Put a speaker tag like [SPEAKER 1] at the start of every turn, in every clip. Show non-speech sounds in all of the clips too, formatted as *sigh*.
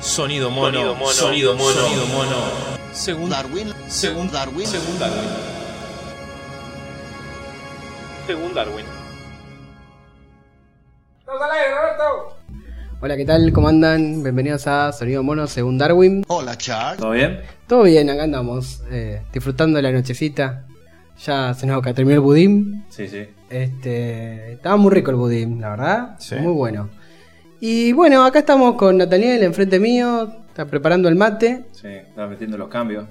[SPEAKER 1] Sonido mono, sonido mono, sonido mono, sonido mono. Según Darwin, según Darwin, según Darwin.
[SPEAKER 2] Según Darwin.
[SPEAKER 3] Hola, ¿qué tal? ¿Cómo andan? Bienvenidos a Sonido Mono según Darwin.
[SPEAKER 4] Hola, Charles.
[SPEAKER 5] ¿Todo bien?
[SPEAKER 3] Todo bien, acá andamos, eh, disfrutando de la nochecita. Ya se nos terminó el budín.
[SPEAKER 5] Sí, sí.
[SPEAKER 3] Este, estaba muy rico el budín, la verdad. Muy bueno. Y bueno, acá estamos con Nathaniel enfrente mío, está preparando el mate.
[SPEAKER 5] Sí, estaba metiendo los cambios.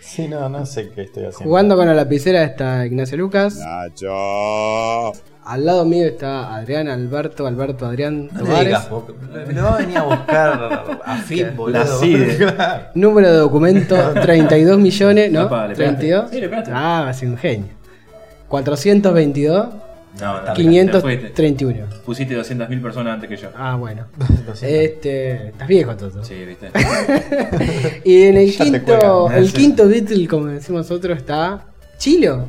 [SPEAKER 6] Sí, no, no sé qué estoy haciendo.
[SPEAKER 3] Jugando con la lapicera está Ignacio Lucas.
[SPEAKER 4] Nacho.
[SPEAKER 3] Al lado mío está Adrián Alberto, Alberto Adrián
[SPEAKER 6] No le
[SPEAKER 3] Tavares.
[SPEAKER 6] digas, vos. No venía a buscar a Fit, boludo.
[SPEAKER 5] La CIDE.
[SPEAKER 6] Claro.
[SPEAKER 3] Número de
[SPEAKER 5] *laughs*
[SPEAKER 3] documento 32 millones, ¿no?
[SPEAKER 5] Apa, le pegaste.
[SPEAKER 3] 32.
[SPEAKER 5] Sí, le pegaste.
[SPEAKER 3] ah, va a ser un genio. 422,
[SPEAKER 5] No, no, te fuiste.
[SPEAKER 3] 531.
[SPEAKER 5] Pusiste 200.000 personas antes que yo.
[SPEAKER 3] Ah,
[SPEAKER 5] *laughs*
[SPEAKER 3] bueno.
[SPEAKER 6] Lo siento.
[SPEAKER 3] Este, estás viejo todo.
[SPEAKER 5] Sí, viste.
[SPEAKER 3] *laughs* Y en el
[SPEAKER 6] Ya te
[SPEAKER 3] quinto,
[SPEAKER 6] cuelgan,
[SPEAKER 3] el
[SPEAKER 6] ¿no?
[SPEAKER 3] quinto Beatle, como decimos nosotros, está Chilo.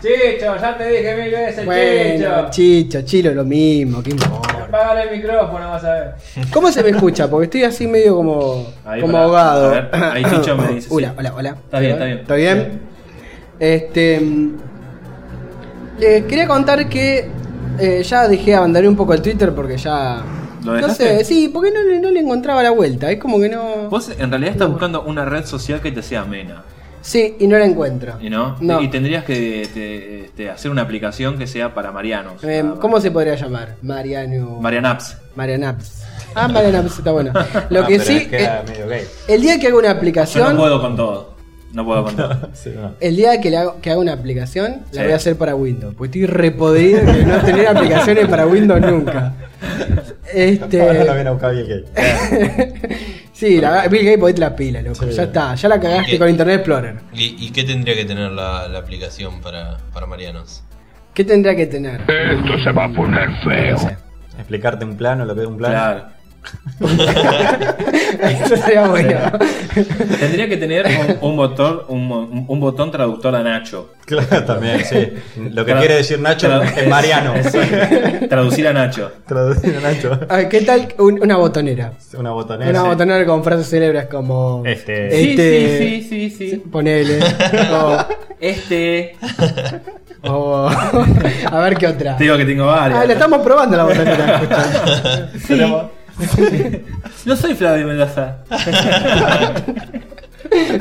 [SPEAKER 7] Chicho, ya te dije mil veces,
[SPEAKER 3] Bueno,
[SPEAKER 7] Chicho.
[SPEAKER 3] Chicho, Chilo, lo mismo, qué importa.
[SPEAKER 7] Apágale el micrófono, vas a ver.
[SPEAKER 3] ¿Cómo se me escucha? Porque estoy así medio como,
[SPEAKER 5] Ahí,
[SPEAKER 3] como
[SPEAKER 5] pará.
[SPEAKER 3] ahogado.
[SPEAKER 5] A ver, ahí Chicho me dice, sí.
[SPEAKER 3] Hola, hola, hola.
[SPEAKER 5] Está bien, está bien.
[SPEAKER 3] ¿Está bien? Este. mm, Les quería contar que eh, ya dejé abandoné un poco el Twitter porque ya.
[SPEAKER 5] ¿Lo
[SPEAKER 3] no
[SPEAKER 5] dejaste?
[SPEAKER 3] sé, sí, porque no, le- no le encontraba la vuelta. Es como que no.
[SPEAKER 5] *laughs* Vos en realidad estás buscando una red social que te sea amena,
[SPEAKER 3] Sí, y no la encuentro.
[SPEAKER 5] ¿y no?
[SPEAKER 3] No.
[SPEAKER 5] Y tendrías que este, este, hacer una aplicación que sea para marianos.
[SPEAKER 3] Eh,
[SPEAKER 5] para-
[SPEAKER 3] ¿Cómo se podría llamar? Mariano.
[SPEAKER 5] Marian Apps.
[SPEAKER 3] Marianaps. Ah, Marianaps
[SPEAKER 5] *laughs*
[SPEAKER 3] está bueno. Lo
[SPEAKER 6] Ah,
[SPEAKER 3] que
[SPEAKER 6] pero
[SPEAKER 3] sí.
[SPEAKER 6] Es que era
[SPEAKER 3] eh,
[SPEAKER 6] medio gay.
[SPEAKER 3] el día que hago una
[SPEAKER 5] Yo
[SPEAKER 3] aplicación.
[SPEAKER 5] no puedo con todo. No puedo con
[SPEAKER 6] *laughs*
[SPEAKER 5] todo.
[SPEAKER 6] Sí, no.
[SPEAKER 3] El día que, le hago, que haga una aplicación, la
[SPEAKER 5] Sí.
[SPEAKER 3] voy a hacer para Windows. Porque estoy repodrido de no tener aplicaciones para Windows nunca.
[SPEAKER 6] Ahora lo
[SPEAKER 3] Este.
[SPEAKER 6] viene a buscar Bill Gates.
[SPEAKER 3] *laughs* sí, la, Bill Gates ponete la pila, loco.
[SPEAKER 6] Sí.
[SPEAKER 3] Ya está, ya la cagaste
[SPEAKER 8] ¿Qué?
[SPEAKER 3] con Internet Explorer.
[SPEAKER 8] ¿Y, y qué tendría que tener la, la aplicación para, para Marianos?
[SPEAKER 3] ¿Qué tendría que tener? *laughs*
[SPEAKER 6] Explicarte un plano, lo que es un plano.
[SPEAKER 5] Claro.
[SPEAKER 3] Eso sería bueno.
[SPEAKER 5] Tendría que tener un, un botón, un, mo- un botón traductor a Nacho.
[SPEAKER 6] *laughs* Claro, también, sí. Lo que
[SPEAKER 5] Tra-
[SPEAKER 6] quiere decir Nacho
[SPEAKER 5] tra-
[SPEAKER 6] es
[SPEAKER 5] *laughs*
[SPEAKER 6] Mariano.
[SPEAKER 5] Exacto. Traducir a Nacho.
[SPEAKER 6] Traducido a Nacho.
[SPEAKER 3] A ver, ¿Qué tal un- una botonera?
[SPEAKER 6] Una botonera.
[SPEAKER 3] Una
[SPEAKER 6] sí.
[SPEAKER 3] botonera con frases célebres como.
[SPEAKER 6] Este.
[SPEAKER 3] Este.
[SPEAKER 5] sí, sí, sí, sí.
[SPEAKER 3] Ponele. o-
[SPEAKER 5] Este.
[SPEAKER 3] o- a ver qué otra.
[SPEAKER 5] Te digo que tengo varias.
[SPEAKER 3] Ah, la estamos probando la botonera.
[SPEAKER 6] *laughs*
[SPEAKER 3] escuchá.
[SPEAKER 5] Sí. No soy Flavio
[SPEAKER 3] *laughs*
[SPEAKER 5] Mendoza.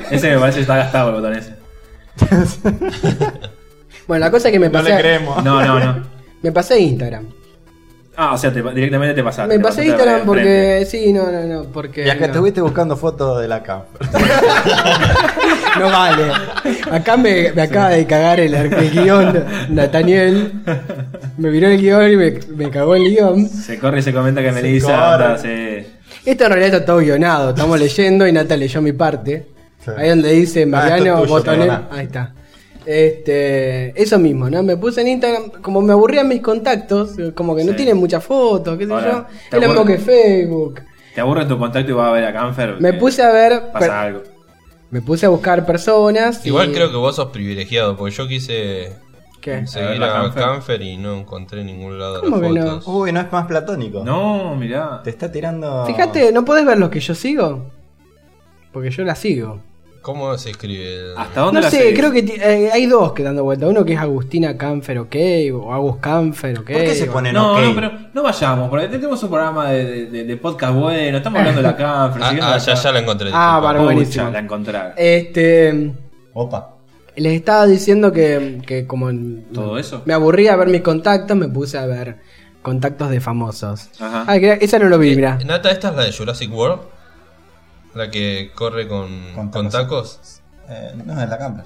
[SPEAKER 5] ese me parece que está gastado el botón ese.
[SPEAKER 3] Bueno, la cosa es que me
[SPEAKER 6] No
[SPEAKER 3] pasé,
[SPEAKER 6] le creemos.
[SPEAKER 5] No, no, no.
[SPEAKER 3] me pasé Instagram.
[SPEAKER 5] Ah, o sea, te- directamente te pasaste.
[SPEAKER 3] Me
[SPEAKER 5] te
[SPEAKER 3] pasé
[SPEAKER 5] pasaste
[SPEAKER 3] Instagram
[SPEAKER 5] de
[SPEAKER 3] porque.
[SPEAKER 5] frente.
[SPEAKER 3] Sí, no, no, no. Porque.
[SPEAKER 6] Y acá
[SPEAKER 3] no.
[SPEAKER 6] estuviste buscando fotos de la camper.
[SPEAKER 3] *laughs* No vale. Acá me, me acaba de cagar el, el guión, Nathaniel. Me miró el guión y me, me cagó el guión.
[SPEAKER 5] Se corre y se comenta que
[SPEAKER 6] corre.
[SPEAKER 5] Melissa anda, sí.
[SPEAKER 3] Esto en realidad está todo guionado. Estamos leyendo y Nata leyó mi parte.
[SPEAKER 6] Sí. Ah,
[SPEAKER 3] Ahí donde dice Mariano
[SPEAKER 6] esto es tuyo,
[SPEAKER 3] Botonel.
[SPEAKER 6] perdona.
[SPEAKER 3] Ahí está. Este, eso mismo, ¿no? Me puse en Instagram, como me aburrían mis contactos, como que no
[SPEAKER 5] Sí.
[SPEAKER 3] tienen muchas fotos, qué sé
[SPEAKER 5] Ahora,
[SPEAKER 3] yo.
[SPEAKER 5] ¿te
[SPEAKER 3] Es lo mismo que
[SPEAKER 5] aburre?
[SPEAKER 3] Facebook.
[SPEAKER 5] Te aburre tu contacto y vas a ver a Canfer.
[SPEAKER 3] Me
[SPEAKER 5] que
[SPEAKER 3] puse a ver.
[SPEAKER 5] Pasa
[SPEAKER 3] per-
[SPEAKER 5] algo.
[SPEAKER 3] Me puse a buscar personas. y-
[SPEAKER 8] Igual creo que vos sos privilegiado, porque yo quise
[SPEAKER 3] ¿Qué?
[SPEAKER 8] seguir
[SPEAKER 5] A ver, la
[SPEAKER 8] a
[SPEAKER 5] Canfer.
[SPEAKER 8] Canfer y no encontré en ningún lado las
[SPEAKER 3] ¿Cómo que no?
[SPEAKER 8] fotos.
[SPEAKER 6] Uy, no es más platónico.
[SPEAKER 5] No, mirá.
[SPEAKER 6] Te está tirando.
[SPEAKER 3] Fíjate, ¿no podés ver los que yo sigo? Porque yo la sigo.
[SPEAKER 8] ¿Cómo se escribe? Ah,
[SPEAKER 5] ¿Hasta dónde
[SPEAKER 3] No
[SPEAKER 5] la
[SPEAKER 3] sé,
[SPEAKER 5] seguís?
[SPEAKER 3] creo que ti- eh, hay dos que dando vuelta. Uno que es Agustina Canfer, ok, o Agus Canfer, ok.
[SPEAKER 6] ¿Por qué se
[SPEAKER 3] o-
[SPEAKER 6] ponen
[SPEAKER 5] No,
[SPEAKER 6] ok?
[SPEAKER 5] no, pero no vayamos, porque tenemos un programa de, de- de- de podcast bueno, estamos hablando de la Canfer.
[SPEAKER 8] Ah,
[SPEAKER 5] siguiendo
[SPEAKER 8] ah,
[SPEAKER 5] la
[SPEAKER 8] ya, ya la encontré.
[SPEAKER 3] Ah,
[SPEAKER 8] disculpa.
[SPEAKER 3] bárbaro. buenísimo.
[SPEAKER 5] Pucha, la encontrar.
[SPEAKER 3] Este.
[SPEAKER 6] Opa.
[SPEAKER 3] Les estaba diciendo que, que como. en-
[SPEAKER 5] ¿Todo eso?
[SPEAKER 3] Me aburría ver mis contactos, me puse a ver contactos de famosos.
[SPEAKER 5] Ajá.
[SPEAKER 3] Ah, que- esa no lo vi,
[SPEAKER 8] Eh,
[SPEAKER 3] mirá.
[SPEAKER 8] Nata, esta es la de Jurassic World. La que corre con,
[SPEAKER 6] Con
[SPEAKER 8] con,
[SPEAKER 6] tacos.
[SPEAKER 8] tacos.
[SPEAKER 6] Eh, no, es la camper.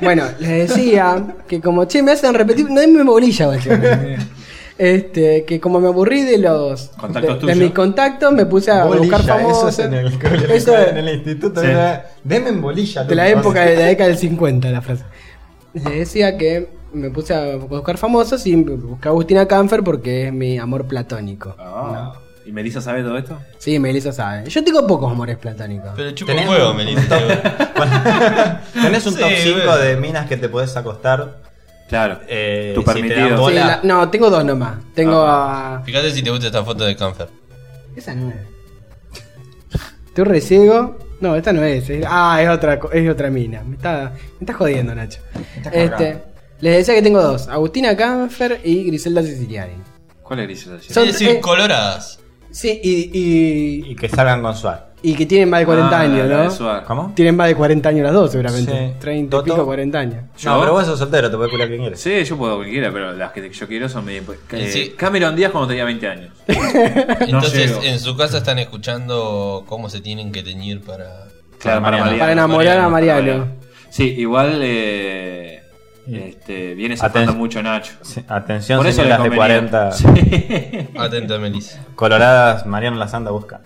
[SPEAKER 3] Bueno, les decía que como, che, me hacen repetir, no me bolilla, básicamente. Este, que como me aburrí de los
[SPEAKER 5] Contactos
[SPEAKER 3] de, de
[SPEAKER 5] tuyos.
[SPEAKER 3] mis contactos, me puse a
[SPEAKER 6] Bolilla,
[SPEAKER 3] buscar famosos.
[SPEAKER 6] eso es en el, *laughs* colegio,
[SPEAKER 3] Eso es
[SPEAKER 6] en el instituto.
[SPEAKER 5] Sí.
[SPEAKER 6] era, Deme en bolilla.
[SPEAKER 5] Ah,
[SPEAKER 3] de la
[SPEAKER 6] loco".
[SPEAKER 3] época de la década del 50 la frase. Les decía que me puse a buscar famosos y busqué a Agustina Canfer porque es mi amor platónico.
[SPEAKER 5] Ah, ¿Y Melissa sabe todo esto?
[SPEAKER 3] Sí, Melissa sabe. Yo tengo pocos amores platónicos.
[SPEAKER 8] Pero chupa
[SPEAKER 6] Tenés
[SPEAKER 8] un huevo,
[SPEAKER 6] un- *laughs*
[SPEAKER 8] Melissa.
[SPEAKER 6] Tenés un *laughs*
[SPEAKER 8] Sí,
[SPEAKER 6] top
[SPEAKER 8] bueno.
[SPEAKER 6] 5 de minas que te podés acostar.
[SPEAKER 5] Claro.
[SPEAKER 8] Eh,
[SPEAKER 5] Tu
[SPEAKER 8] si te dan
[SPEAKER 5] permitido.
[SPEAKER 3] Sí,
[SPEAKER 8] bola,
[SPEAKER 3] la- no, tengo dos nomás. Tengo
[SPEAKER 5] Ah.
[SPEAKER 3] a.
[SPEAKER 8] Fíjate si te gusta esta foto de cáncer.
[SPEAKER 3] Esa no es. ¿Tú reciego? No, esta no es. es- Ah, es otra, co- es otra mina. Me está, me está jodiendo, Nacho. Este, les decía que tengo dos: Agustina Canfer y Griselda Siciliani.
[SPEAKER 5] ¿Cuál es Griselda? Ayer?
[SPEAKER 3] Son-
[SPEAKER 8] es decir,
[SPEAKER 3] eh, *laughs*
[SPEAKER 8] coloradas.
[SPEAKER 3] Sí, y, y,
[SPEAKER 6] Y que salgan con Suar.
[SPEAKER 3] y que tienen más de 40
[SPEAKER 5] Ah,
[SPEAKER 3] años,
[SPEAKER 5] la
[SPEAKER 3] ¿no?
[SPEAKER 5] de Suar.
[SPEAKER 6] ¿Cómo?
[SPEAKER 3] Tienen más de 40 años las dos, seguramente.
[SPEAKER 6] Sí.
[SPEAKER 3] 30 y
[SPEAKER 6] Toto.
[SPEAKER 3] pico, 40 años.
[SPEAKER 6] No, pero vos sos soltero, te puedes culiar quien quieres.
[SPEAKER 5] Sí, yo puedo cualquiera, pero las que yo quiero son medio. eh,
[SPEAKER 8] Sí.
[SPEAKER 5] Cameron Díaz cuando tenía 20
[SPEAKER 3] *laughs*
[SPEAKER 5] años.
[SPEAKER 8] Entonces,
[SPEAKER 5] llego.
[SPEAKER 8] en su casa están escuchando cómo se tienen que teñir para.
[SPEAKER 5] Claro, para Mariano.
[SPEAKER 3] Para enamorar a
[SPEAKER 5] Mariano.
[SPEAKER 3] Mariano.
[SPEAKER 5] Sí, igual eh, este, viene zafando
[SPEAKER 6] Aten-
[SPEAKER 5] mucho Nacho.
[SPEAKER 6] Sí, Atención,
[SPEAKER 5] Por eso
[SPEAKER 6] señoras
[SPEAKER 5] le
[SPEAKER 6] de
[SPEAKER 5] convenía. *laughs*
[SPEAKER 6] 40.
[SPEAKER 8] Atenta, Melissa.
[SPEAKER 6] Coloradas, Mariano la
[SPEAKER 3] *laughs*
[SPEAKER 6] Santa busca.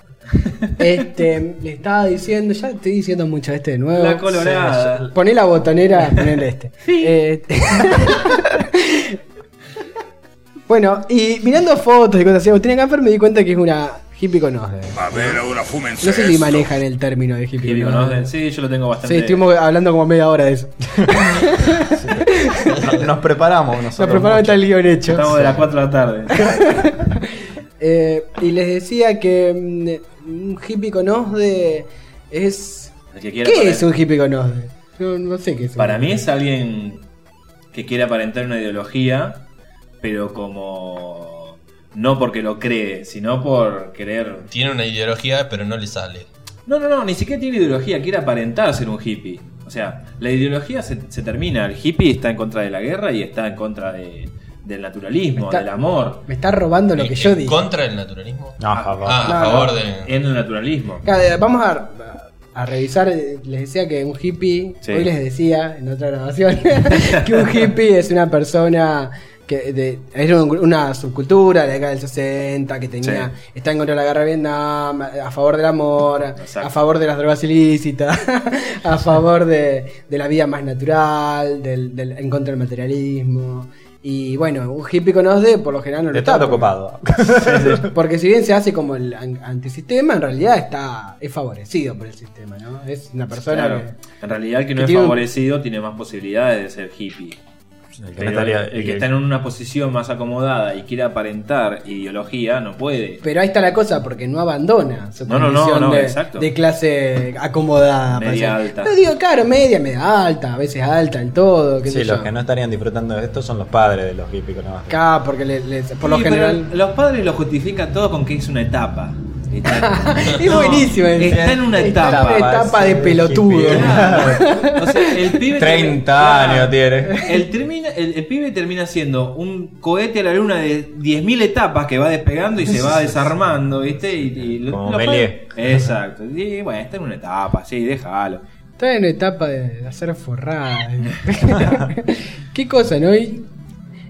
[SPEAKER 3] Este, le estaba diciendo, ya estoy diciendo mucho este de nuevo.
[SPEAKER 5] La colorada.
[SPEAKER 3] Poné la botonera, poné este. *laughs* Eh, bueno, y mirando fotos y cosas así, Agustina Camper me di cuenta que es una hippie con osde.
[SPEAKER 9] A ver, ahora fúmense.
[SPEAKER 3] No sé si manejan el término de Ah, hippie
[SPEAKER 5] Y digo,
[SPEAKER 3] con
[SPEAKER 5] ¿no?
[SPEAKER 3] osde.
[SPEAKER 5] Sí, yo lo tengo bastante.
[SPEAKER 3] Sí, estuvimos hablando como media hora de eso.
[SPEAKER 10] Nos, nos preparamos
[SPEAKER 3] Nos
[SPEAKER 10] nosotros.
[SPEAKER 3] prepararon
[SPEAKER 10] mucho.
[SPEAKER 3] está el guión hecho.
[SPEAKER 5] Estamos de las 4 de la tarde.
[SPEAKER 3] *laughs* Eh, y les decía que mm, un hippie con osde es...
[SPEAKER 5] El que quiera
[SPEAKER 3] ¿Qué
[SPEAKER 5] aparentar-
[SPEAKER 3] es un hippie con osde? No, no sé qué es. un
[SPEAKER 5] Para
[SPEAKER 3] hippie.
[SPEAKER 5] mí es alguien que quiere aparentar una ideología, pero como. No porque lo cree, sino por querer.
[SPEAKER 8] Tiene una ideología, pero no le sale.
[SPEAKER 5] No, no, no, ni siquiera tiene ideología, quiere aparentar ser un hippie. O sea, la ideología se, se termina. El hippie está en contra de la guerra y está en contra de- del naturalismo,
[SPEAKER 3] Está-
[SPEAKER 5] del amor.
[SPEAKER 3] Me está robando lo que
[SPEAKER 8] ¿En-
[SPEAKER 3] yo
[SPEAKER 8] en
[SPEAKER 3] dije.
[SPEAKER 8] ¿Contra el naturalismo?
[SPEAKER 6] No, favor.
[SPEAKER 8] Ah, a
[SPEAKER 3] Claro.
[SPEAKER 8] favor de.
[SPEAKER 5] En el naturalismo.
[SPEAKER 3] Acá, eh, Vamos a, a revisar. eh, Les decía que un hippie.
[SPEAKER 5] Sí.
[SPEAKER 3] Hoy les decía en otra grabación *laughs* que un hippie es una persona. Que de- es un- una subcultura de la década del 60 que tenía está en contra de la guerra de Vietnam, a favor del amor,
[SPEAKER 5] Exacto.
[SPEAKER 3] a favor de las drogas ilícitas, *laughs* a favor de, de la vida más natural, del, del- en contra del materialismo. Y bueno, un hippie con OSDE por lo general no lo
[SPEAKER 6] De
[SPEAKER 3] está,
[SPEAKER 6] tanto
[SPEAKER 3] porque-
[SPEAKER 6] copado. *laughs*
[SPEAKER 3] porque si bien se hace como el an- antisistema, en realidad está es favorecido por el sistema, ¿no? Es una persona
[SPEAKER 5] Claro.
[SPEAKER 3] que-
[SPEAKER 5] En realidad el que no
[SPEAKER 3] que
[SPEAKER 5] es
[SPEAKER 3] tiene un-
[SPEAKER 5] favorecido tiene más posibilidades de ser hippie.
[SPEAKER 6] El que no
[SPEAKER 5] Pero el,
[SPEAKER 6] estaría-
[SPEAKER 5] que está en una posición más acomodada y quiere aparentar ideología no puede.
[SPEAKER 3] Pero ahí está la cosa, porque no abandona su
[SPEAKER 5] No, no, no,
[SPEAKER 3] condición
[SPEAKER 5] no,
[SPEAKER 3] de,
[SPEAKER 5] exacto.
[SPEAKER 3] de clase acomodada.
[SPEAKER 5] Media
[SPEAKER 3] parece.
[SPEAKER 5] alta.
[SPEAKER 3] No digo, claro, media, media alta, a veces alta, el todo, qué
[SPEAKER 6] Sí,
[SPEAKER 3] sé
[SPEAKER 6] los
[SPEAKER 3] yo.
[SPEAKER 6] que no estarían disfrutando de esto son los padres de los hippies con osde.
[SPEAKER 3] Acá, porque le- le- por lo
[SPEAKER 5] Sí, pero
[SPEAKER 3] general...
[SPEAKER 5] los padres lo justifican todo con que es una etapa. Está,
[SPEAKER 3] *laughs* es buenísimo. el-
[SPEAKER 5] está en una
[SPEAKER 3] está en una
[SPEAKER 5] etapa.
[SPEAKER 3] etapa de
[SPEAKER 6] Sí,
[SPEAKER 3] pelotudo.
[SPEAKER 6] hippie.
[SPEAKER 5] Claro. O sea, el pibe
[SPEAKER 6] 30 años tiene.
[SPEAKER 5] El, termina, el, el pibe termina siendo un cohete a la luna de 10.000 etapas que va despegando y se va desarmando, ¿viste? Y, y lo-
[SPEAKER 6] Como
[SPEAKER 5] lo-
[SPEAKER 6] Melie.
[SPEAKER 5] Exacto. Y bueno, está en una etapa, sí, déjalo.
[SPEAKER 3] Está en una etapa de hacer forrada. *laughs* Qué cosa, ¿no? Y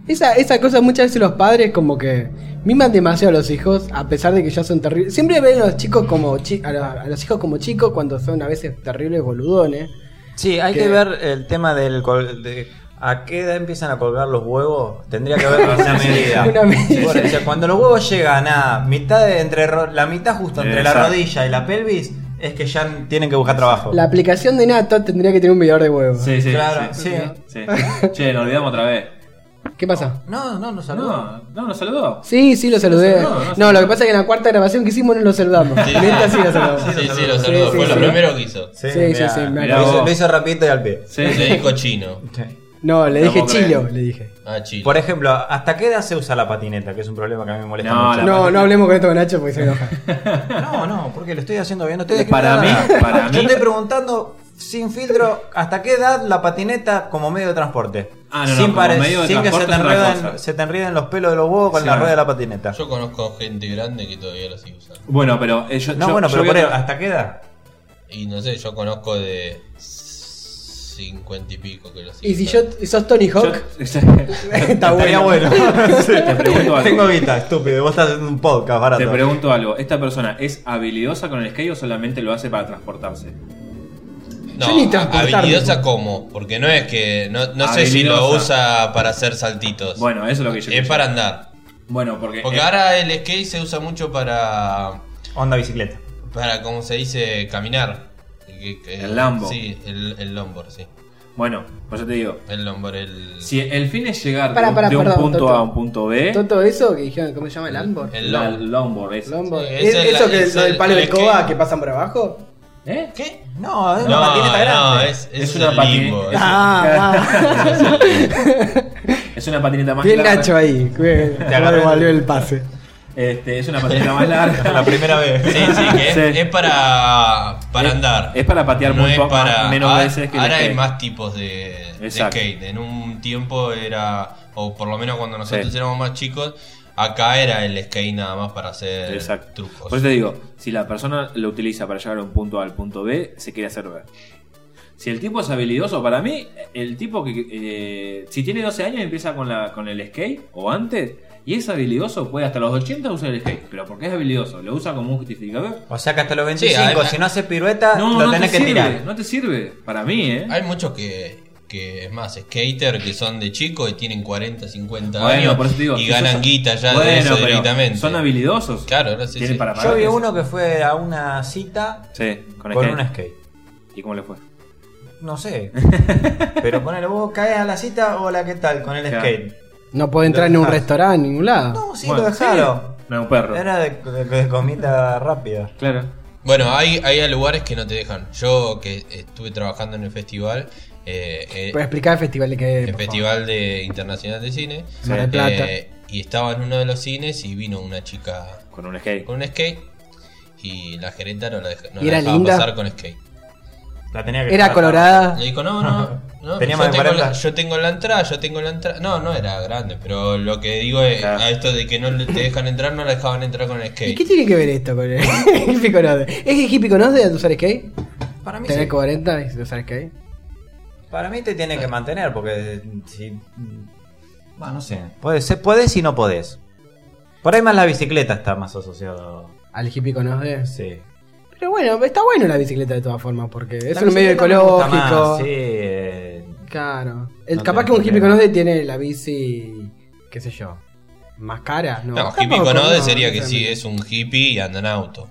[SPEAKER 3] esa, esa cosa muchas veces los padres como que miman demasiado a los hijos, a pesar de que ya son terribles. Siempre ven a los chicos como chi- a, los, a los hijos como chicos cuando son a veces terribles boludones.
[SPEAKER 6] Sí, hay
[SPEAKER 3] que-
[SPEAKER 6] que ver el tema del. col- de- ¿A qué edad empiezan a colgar los huevos? Tendría que haber una medida.
[SPEAKER 3] Una medida.
[SPEAKER 6] Por- o sea, cuando los huevos llegan a mitad de- entre ro- la mitad justo entre la
[SPEAKER 5] Exacto.
[SPEAKER 6] rodilla y la pelvis, es que ya tienen que buscar trabajo.
[SPEAKER 3] La aplicación de Nato tendría que tener un medidor de huevos.
[SPEAKER 5] Sí, sí,
[SPEAKER 6] Claro,
[SPEAKER 5] sí.
[SPEAKER 6] sí.
[SPEAKER 5] Sí. Che, nos olvidamos otra vez.
[SPEAKER 3] ¿Qué pasa?
[SPEAKER 6] No, no, no saludó.
[SPEAKER 5] No, no, nos saludó.
[SPEAKER 3] Sí, sí, lo saludé.
[SPEAKER 5] saludó, no
[SPEAKER 3] No,
[SPEAKER 5] saludó.
[SPEAKER 3] lo que pasa es que en la cuarta grabación que hicimos no lo saludamos.
[SPEAKER 8] Sí.
[SPEAKER 3] Neta sí lo saludamos.
[SPEAKER 8] Sí, sí, lo
[SPEAKER 3] Sí,
[SPEAKER 8] saludo.
[SPEAKER 3] sí,
[SPEAKER 8] Fue lo
[SPEAKER 3] sí.
[SPEAKER 8] primero que hizo.
[SPEAKER 6] Sí,
[SPEAKER 3] Sí,
[SPEAKER 6] mirá,
[SPEAKER 3] sí, sí, me
[SPEAKER 6] lo,
[SPEAKER 5] acuerdo.
[SPEAKER 6] hizo, lo hizo rapidito y al pie.
[SPEAKER 5] Sí.
[SPEAKER 8] Le dijo chino.
[SPEAKER 3] No, le
[SPEAKER 5] No
[SPEAKER 3] dije
[SPEAKER 5] puedo creer.
[SPEAKER 3] chilo, le dije.
[SPEAKER 8] Ah, chino.
[SPEAKER 6] Por ejemplo, ¿hasta qué edad se usa la patineta? Que es un problema que a mí me molesta
[SPEAKER 5] No,
[SPEAKER 6] mucho.
[SPEAKER 5] La
[SPEAKER 3] No,
[SPEAKER 5] patineta.
[SPEAKER 3] no hablemos con esto con Nacho porque se enoja.
[SPEAKER 6] No, no, porque lo estoy haciendo bien. No estoy
[SPEAKER 5] Para
[SPEAKER 6] discriminando
[SPEAKER 5] mí,
[SPEAKER 6] nada.
[SPEAKER 5] para
[SPEAKER 6] Yo
[SPEAKER 5] mí-
[SPEAKER 6] estoy preguntando sin filtro hasta qué edad la patineta como medio de transporte.
[SPEAKER 5] Ah, no, no,
[SPEAKER 6] sin
[SPEAKER 5] como medio de
[SPEAKER 6] sin que se
[SPEAKER 5] transporte
[SPEAKER 6] te,
[SPEAKER 5] es otra
[SPEAKER 6] enreden,
[SPEAKER 5] cosa.
[SPEAKER 6] se te enreden los pelos de los huevos con
[SPEAKER 5] Sí.
[SPEAKER 6] la rueda de la patineta.
[SPEAKER 8] Yo conozco gente grande que todavía lo sigue usando.
[SPEAKER 5] Bueno, pero eh, yo,
[SPEAKER 6] no,
[SPEAKER 5] yo-
[SPEAKER 6] bueno,
[SPEAKER 5] yo
[SPEAKER 6] pero
[SPEAKER 5] voy a-
[SPEAKER 6] por eso, ¿hasta
[SPEAKER 5] *laughs*
[SPEAKER 6] qué edad?
[SPEAKER 8] Y no sé, yo conozco de. 50 y pico que lo sigue
[SPEAKER 3] Y si yo
[SPEAKER 8] usando.
[SPEAKER 3] sos Tony
[SPEAKER 5] yo- *laughs*
[SPEAKER 3] Hawk, está
[SPEAKER 6] Estaría
[SPEAKER 3] bueno.
[SPEAKER 6] bueno. Sí.
[SPEAKER 5] te pregunto algo.
[SPEAKER 6] Tengo guita, estúpido. Vos estás haciendo un podcast barato.
[SPEAKER 5] Te pregunto algo, ¿esta persona es habilidosa con el skate o solamente lo hace para transportarse?
[SPEAKER 3] Yo ni
[SPEAKER 8] No,
[SPEAKER 3] transportarme.
[SPEAKER 8] habilidosa como, porque no es que. No, no sé si lo
[SPEAKER 5] Habilidosa.
[SPEAKER 8] usa para hacer saltitos.
[SPEAKER 5] Bueno, eso es lo que yo
[SPEAKER 8] es
[SPEAKER 5] pienso.
[SPEAKER 8] para andar.
[SPEAKER 5] Bueno, porque,
[SPEAKER 8] Porque
[SPEAKER 5] eh,
[SPEAKER 8] ahora el skate se usa mucho para.
[SPEAKER 6] Onda bicicleta.
[SPEAKER 8] para, como se dice, caminar. Que- que-
[SPEAKER 5] El lambo.
[SPEAKER 8] Sí, el, el lombo, sí.
[SPEAKER 5] Bueno, pues yo te digo,
[SPEAKER 8] El nombre, el.
[SPEAKER 5] si el fin es llegar de
[SPEAKER 3] Pará,
[SPEAKER 5] un-
[SPEAKER 3] pará,
[SPEAKER 5] de un
[SPEAKER 3] perdón,
[SPEAKER 5] punto
[SPEAKER 3] Toto.
[SPEAKER 5] A a un punto B,
[SPEAKER 3] Todo eso que dijeron, ¿cómo se llama? ¿El Lambor?
[SPEAKER 8] El
[SPEAKER 5] la-
[SPEAKER 8] lom-
[SPEAKER 5] longboard es.
[SPEAKER 3] Longboard.
[SPEAKER 8] Sí,
[SPEAKER 3] ¿Es-
[SPEAKER 8] ese es
[SPEAKER 3] ¿Eso
[SPEAKER 8] la-
[SPEAKER 3] que
[SPEAKER 8] es
[SPEAKER 3] es el
[SPEAKER 8] el-
[SPEAKER 3] palo de
[SPEAKER 8] el que-
[SPEAKER 3] escoba que pasan por abajo?
[SPEAKER 5] ¿Eh?
[SPEAKER 8] ¿Qué?
[SPEAKER 6] No, es una
[SPEAKER 8] No, eh.
[SPEAKER 6] patineta
[SPEAKER 8] no,
[SPEAKER 6] *laughs* grande.
[SPEAKER 8] es,
[SPEAKER 5] Es
[SPEAKER 8] es,
[SPEAKER 5] una
[SPEAKER 8] una
[SPEAKER 5] patineta.
[SPEAKER 8] limbo. es-
[SPEAKER 3] Ah, ah.
[SPEAKER 5] Es una patineta más
[SPEAKER 3] Bien eh.
[SPEAKER 5] larga.
[SPEAKER 3] Nacho ahí. que
[SPEAKER 6] agarré.
[SPEAKER 3] valió el pase.
[SPEAKER 5] Este, es una patineta más
[SPEAKER 8] *laughs*
[SPEAKER 5] larga.
[SPEAKER 6] La primera vez.
[SPEAKER 8] Sí, sí, que es,
[SPEAKER 5] Sí.
[SPEAKER 8] es para, para
[SPEAKER 5] Es-
[SPEAKER 8] andar.
[SPEAKER 5] es para patear
[SPEAKER 8] no
[SPEAKER 5] muy
[SPEAKER 8] es
[SPEAKER 5] po- ah,
[SPEAKER 8] para,
[SPEAKER 5] menos
[SPEAKER 8] ahora,
[SPEAKER 5] veces que el
[SPEAKER 8] Ahora hay
[SPEAKER 5] skate.
[SPEAKER 8] más tipos de, de
[SPEAKER 5] Exacto.
[SPEAKER 8] skate. En un tiempo era, o por lo menos cuando nosotros
[SPEAKER 5] Sí.
[SPEAKER 8] éramos más chicos, acá era el skate nada más para hacer
[SPEAKER 5] Exacto.
[SPEAKER 8] eh, trucos.
[SPEAKER 5] Por eso te digo, si la persona lo utiliza para llegar de un punto A al punto B, se quiere hacer ver. Si el tipo es habilidoso, para mí, el tipo que. eh, si tiene 12 años y empieza con, la, con el skate o antes, y es habilidoso, puede hasta los 80 usar el skate. Pero porque es habilidoso, lo usa como un justificador.
[SPEAKER 6] O sea que hasta los 25,
[SPEAKER 8] Sí,
[SPEAKER 6] si no haces pirueta,
[SPEAKER 5] No,
[SPEAKER 6] Ah, lo
[SPEAKER 5] no te
[SPEAKER 6] tenés que
[SPEAKER 5] sirve,
[SPEAKER 6] tirar.
[SPEAKER 5] no te sirve. Para mí, ¿eh?
[SPEAKER 8] Hay muchos que, que, es más, skater que son de chicos y tienen 40, 50
[SPEAKER 5] Bueno,
[SPEAKER 8] años
[SPEAKER 5] por eso te digo,
[SPEAKER 8] y
[SPEAKER 5] si
[SPEAKER 8] ganan
[SPEAKER 5] sos-
[SPEAKER 8] guita ya
[SPEAKER 5] Bueno,
[SPEAKER 8] de eso
[SPEAKER 5] pero
[SPEAKER 8] directamente.
[SPEAKER 5] Son habilidosos.
[SPEAKER 8] Claro, ahora sí,
[SPEAKER 5] Tienen
[SPEAKER 8] sí.
[SPEAKER 5] para
[SPEAKER 6] Yo vi
[SPEAKER 5] pararse.
[SPEAKER 6] uno que fue a una cita
[SPEAKER 5] Sí, con,
[SPEAKER 6] con
[SPEAKER 5] skate.
[SPEAKER 6] un skate.
[SPEAKER 5] ¿Y cómo le fue?
[SPEAKER 6] No *laughs* sé. Pero ponele vos, caes a la cita, hola, ¿qué tal? Con el
[SPEAKER 5] Claro.
[SPEAKER 6] skate.
[SPEAKER 3] No puede entrar en un
[SPEAKER 6] Ah.
[SPEAKER 3] restaurante en ningún lado.
[SPEAKER 6] No, sí,
[SPEAKER 5] Bueno,
[SPEAKER 6] lo dejaron.
[SPEAKER 5] No, un perro.
[SPEAKER 6] Era de, de- de comida rápida.
[SPEAKER 5] Claro.
[SPEAKER 8] Bueno, hay, hay lugares que no te dejan. Yo que estuve trabajando en el festival, eh, eh,
[SPEAKER 3] Para explicar el festival que
[SPEAKER 8] el Festival de Internacional de Cine,
[SPEAKER 3] Mar del Plata.
[SPEAKER 8] eh, y estaba en uno de los cines y vino una chica
[SPEAKER 5] Con un skate.
[SPEAKER 8] con un skate y la gerenta no la, deja- no
[SPEAKER 3] ¿Y
[SPEAKER 8] la
[SPEAKER 3] era
[SPEAKER 8] dejaba
[SPEAKER 3] linda?
[SPEAKER 8] pasar con skate.
[SPEAKER 6] La tenía que
[SPEAKER 3] Era
[SPEAKER 6] pagar.
[SPEAKER 3] colorada.
[SPEAKER 8] Le dijo,
[SPEAKER 6] *laughs*
[SPEAKER 8] no, no, no.
[SPEAKER 6] Tenía
[SPEAKER 8] yo,
[SPEAKER 6] más de
[SPEAKER 8] tengo
[SPEAKER 6] 40.
[SPEAKER 8] la, yo tengo la entrada, yo tengo la entrada. No, no era grande, pero lo que digo es
[SPEAKER 5] Claro.
[SPEAKER 8] a esto de que no le- te dejan entrar, no la dejaban entrar con el
[SPEAKER 3] ¿Y
[SPEAKER 8] skate.
[SPEAKER 3] qué tiene que ver esto con el *laughs* hippie conode? ¿Es el hippie conode de usar skate?
[SPEAKER 6] Para mí,
[SPEAKER 3] ¿Tener
[SPEAKER 6] sí.
[SPEAKER 3] 40 y usar skate?
[SPEAKER 6] Para mí te tiene que mantener, porque si. mm, Bueno, no sé. Puedes, ser- podés y no podés. Por ahí más la bicicleta está más asociado.
[SPEAKER 3] Al hippie conode.
[SPEAKER 6] Sí.
[SPEAKER 3] Pero bueno, está bueno la bicicleta de todas formas, porque es
[SPEAKER 6] La
[SPEAKER 3] un medio
[SPEAKER 6] bicicleta me gusta más,
[SPEAKER 3] ecológico.
[SPEAKER 6] sí, eh,
[SPEAKER 3] Claro. El,
[SPEAKER 6] No
[SPEAKER 3] capaz
[SPEAKER 6] tenés
[SPEAKER 3] que un hippie
[SPEAKER 6] problema.
[SPEAKER 3] conode tiene la bici, qué sé yo, más cara. No,
[SPEAKER 8] No,
[SPEAKER 3] Capaz
[SPEAKER 8] hippie
[SPEAKER 3] con-
[SPEAKER 8] conode
[SPEAKER 3] no,
[SPEAKER 8] sería
[SPEAKER 3] no
[SPEAKER 8] que
[SPEAKER 3] sé.
[SPEAKER 8] sí, es un hippie y anda en auto.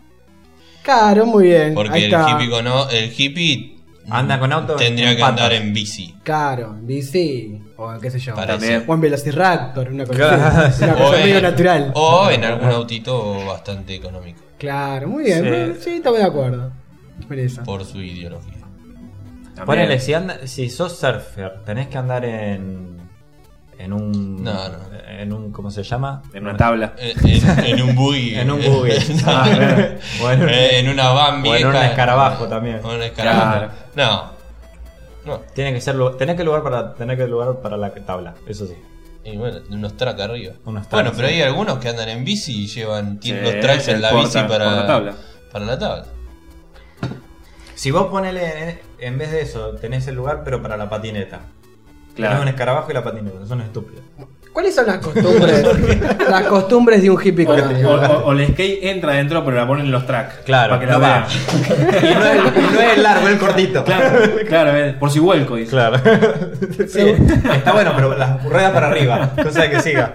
[SPEAKER 3] Claro, muy bien. Ahí
[SPEAKER 8] Porque el
[SPEAKER 3] está.
[SPEAKER 8] hippie, cono- el hippie
[SPEAKER 6] Anda con auto
[SPEAKER 8] tendría
[SPEAKER 6] en
[SPEAKER 8] que
[SPEAKER 6] patas.
[SPEAKER 8] andar en bici.
[SPEAKER 3] Claro, en bici, o qué sé yo.
[SPEAKER 8] Parece.
[SPEAKER 3] O en Velociraptor, una cosa,
[SPEAKER 6] Claro.
[SPEAKER 3] así, una cosa medio natural.
[SPEAKER 8] o en algún autito bastante económico,
[SPEAKER 3] Claro, muy bien.
[SPEAKER 6] Sí.
[SPEAKER 3] bueno, Sí, estamos de acuerdo. Por eso.
[SPEAKER 8] por su ideología.
[SPEAKER 5] También.
[SPEAKER 6] Ponele, si, anda- si sos surfer, tenés que andar en. En un.
[SPEAKER 8] No, no.
[SPEAKER 6] En un. ¿Cómo se llama?
[SPEAKER 5] En una tabla.
[SPEAKER 8] Eh, En, en un buggy.
[SPEAKER 6] *laughs* En un
[SPEAKER 8] *laughs*
[SPEAKER 6] buggy.
[SPEAKER 8] No.
[SPEAKER 6] Ah, *laughs* claro. O en un-
[SPEAKER 8] Eh, en una van
[SPEAKER 6] o en un
[SPEAKER 8] vieja. eh,
[SPEAKER 6] escarabajo también.
[SPEAKER 8] O en un escarabajo. No. No.
[SPEAKER 6] Tiene que ser. lu- Tenés que lugar para. Tenés que lugar para la tabla. Eso sí.
[SPEAKER 8] Y bueno, unos tracks arriba.
[SPEAKER 6] Unos
[SPEAKER 8] bueno,
[SPEAKER 6] tracks,
[SPEAKER 8] pero
[SPEAKER 6] sí.
[SPEAKER 8] hay algunos que andan en bici y llevan tienen
[SPEAKER 5] Sí,
[SPEAKER 8] los tracks
[SPEAKER 5] el
[SPEAKER 8] en la bici
[SPEAKER 5] porta-
[SPEAKER 8] para,
[SPEAKER 5] portatabla.
[SPEAKER 8] para la tabla.
[SPEAKER 6] Si vos ponele. En, en vez de eso, tenés el lugar, pero para la patineta. Tenés un
[SPEAKER 5] Claro.
[SPEAKER 6] escarabajo y la patineta. Son estúpidos.
[SPEAKER 3] ¿Cuáles son las
[SPEAKER 8] *laughs*
[SPEAKER 3] costumbres? las costumbres de un hippie con
[SPEAKER 5] O, o- o el skate entra adentro, pero la ponen en los tracks.
[SPEAKER 6] Claro,
[SPEAKER 5] Para que la
[SPEAKER 6] no
[SPEAKER 5] vean.
[SPEAKER 6] va. *laughs* Y no es, y no es el largo, es el cortito.
[SPEAKER 5] Claro, claro, eh, por si vuelco. dice.
[SPEAKER 6] Claro. Sí, está bueno, pero las ruedas para arriba. Cosa de que siga.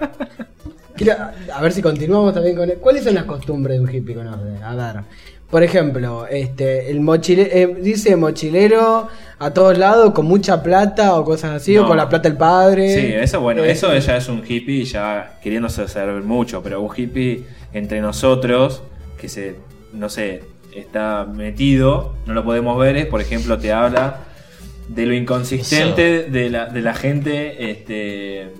[SPEAKER 3] Quiero- a ver si continuamos también con. ¿Cuáles son las costumbres de un hippie conode? A ver. Por ejemplo, este, el mochile, eh, dice mochilero a todos lados con mucha plata o cosas así, o
[SPEAKER 5] No.
[SPEAKER 3] con la plata del padre.
[SPEAKER 5] Sí, eso bueno,
[SPEAKER 3] Eh,
[SPEAKER 5] eso ya es un hippie ya queriéndose saber mucho, pero un hippie entre nosotros que se, no sé, está metido, no lo podemos ver, es por ejemplo te habla de lo inconsistente de la, de la gente este,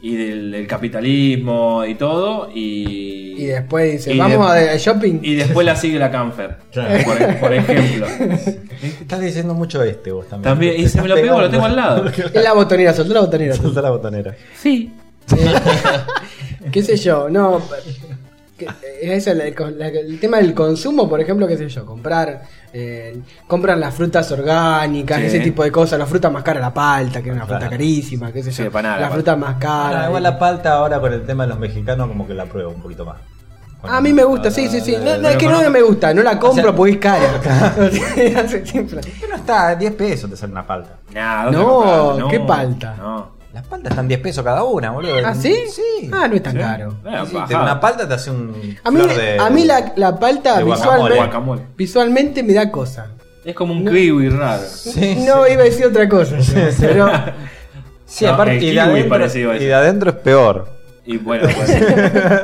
[SPEAKER 5] y del, del capitalismo y todo, y,
[SPEAKER 3] Y después dice,
[SPEAKER 5] y
[SPEAKER 3] vamos
[SPEAKER 5] de-
[SPEAKER 3] a shopping.
[SPEAKER 5] y después la sigue la Canfer,
[SPEAKER 6] Claro.
[SPEAKER 5] por, por
[SPEAKER 3] *laughs*
[SPEAKER 5] ejemplo.
[SPEAKER 6] Estás diciendo mucho este vos también.
[SPEAKER 5] También,
[SPEAKER 6] Te
[SPEAKER 5] y se me lo
[SPEAKER 6] estás
[SPEAKER 5] pego, lo tengo al
[SPEAKER 6] pegando.
[SPEAKER 5] lado.
[SPEAKER 3] Es la botonera, soltó
[SPEAKER 5] *laughs*
[SPEAKER 3] la botonera.
[SPEAKER 6] Salta la botonera.
[SPEAKER 3] qué sé yo, no. que- es eso, la- la- el tema del consumo, por ejemplo, qué sé yo, comprar eh, compran las frutas orgánicas,
[SPEAKER 5] Sí.
[SPEAKER 3] ese tipo de cosas, la fruta más cara, la palta, que es una fruta
[SPEAKER 6] Claro.
[SPEAKER 3] carísima, qué sé
[SPEAKER 5] Sí,
[SPEAKER 3] yo,
[SPEAKER 5] para nada,
[SPEAKER 3] la
[SPEAKER 5] la
[SPEAKER 3] fruta más cara.
[SPEAKER 6] Ahora, igual la palta ahora con el tema de los mexicanos como que la pruebo un poquito más.
[SPEAKER 3] A mí me gusta, sí, sí, sí. No, no, es que no
[SPEAKER 5] conozco.
[SPEAKER 3] me gusta, no la compro
[SPEAKER 6] O sea-
[SPEAKER 3] porque es
[SPEAKER 6] *laughs*
[SPEAKER 3] cara. *laughs* Así simple.
[SPEAKER 6] ¿Qué no está? a 10 pesos te sale una palta.
[SPEAKER 5] Nah, ¿dónde
[SPEAKER 3] No,
[SPEAKER 5] compraste?
[SPEAKER 3] qué palta.
[SPEAKER 5] No.
[SPEAKER 6] Las paltas están 10 pesos cada una, boludo.
[SPEAKER 3] ¿Ah, sí?
[SPEAKER 6] Sí.
[SPEAKER 3] Ah, no es tan caro.
[SPEAKER 5] Eh,
[SPEAKER 6] Sí,
[SPEAKER 5] bajada.
[SPEAKER 6] te- una palta te hace un.
[SPEAKER 3] A mí,
[SPEAKER 6] flor de-
[SPEAKER 3] a mí la, la palta
[SPEAKER 6] de guacamole.
[SPEAKER 3] visualmente,
[SPEAKER 5] Guacamole.
[SPEAKER 3] visualmente me da cosa.
[SPEAKER 5] Es como un kiwi raro.
[SPEAKER 3] no iba a decir otra cosa. yo,
[SPEAKER 6] *laughs*
[SPEAKER 3] pero
[SPEAKER 6] Sí,
[SPEAKER 5] No,
[SPEAKER 6] aparte,
[SPEAKER 5] el
[SPEAKER 6] y de,
[SPEAKER 5] kiwi
[SPEAKER 6] adentro,
[SPEAKER 5] parecido a
[SPEAKER 6] y
[SPEAKER 5] eso.
[SPEAKER 6] de adentro es peor.
[SPEAKER 5] Y
[SPEAKER 3] *laughs*
[SPEAKER 5] bueno, pues-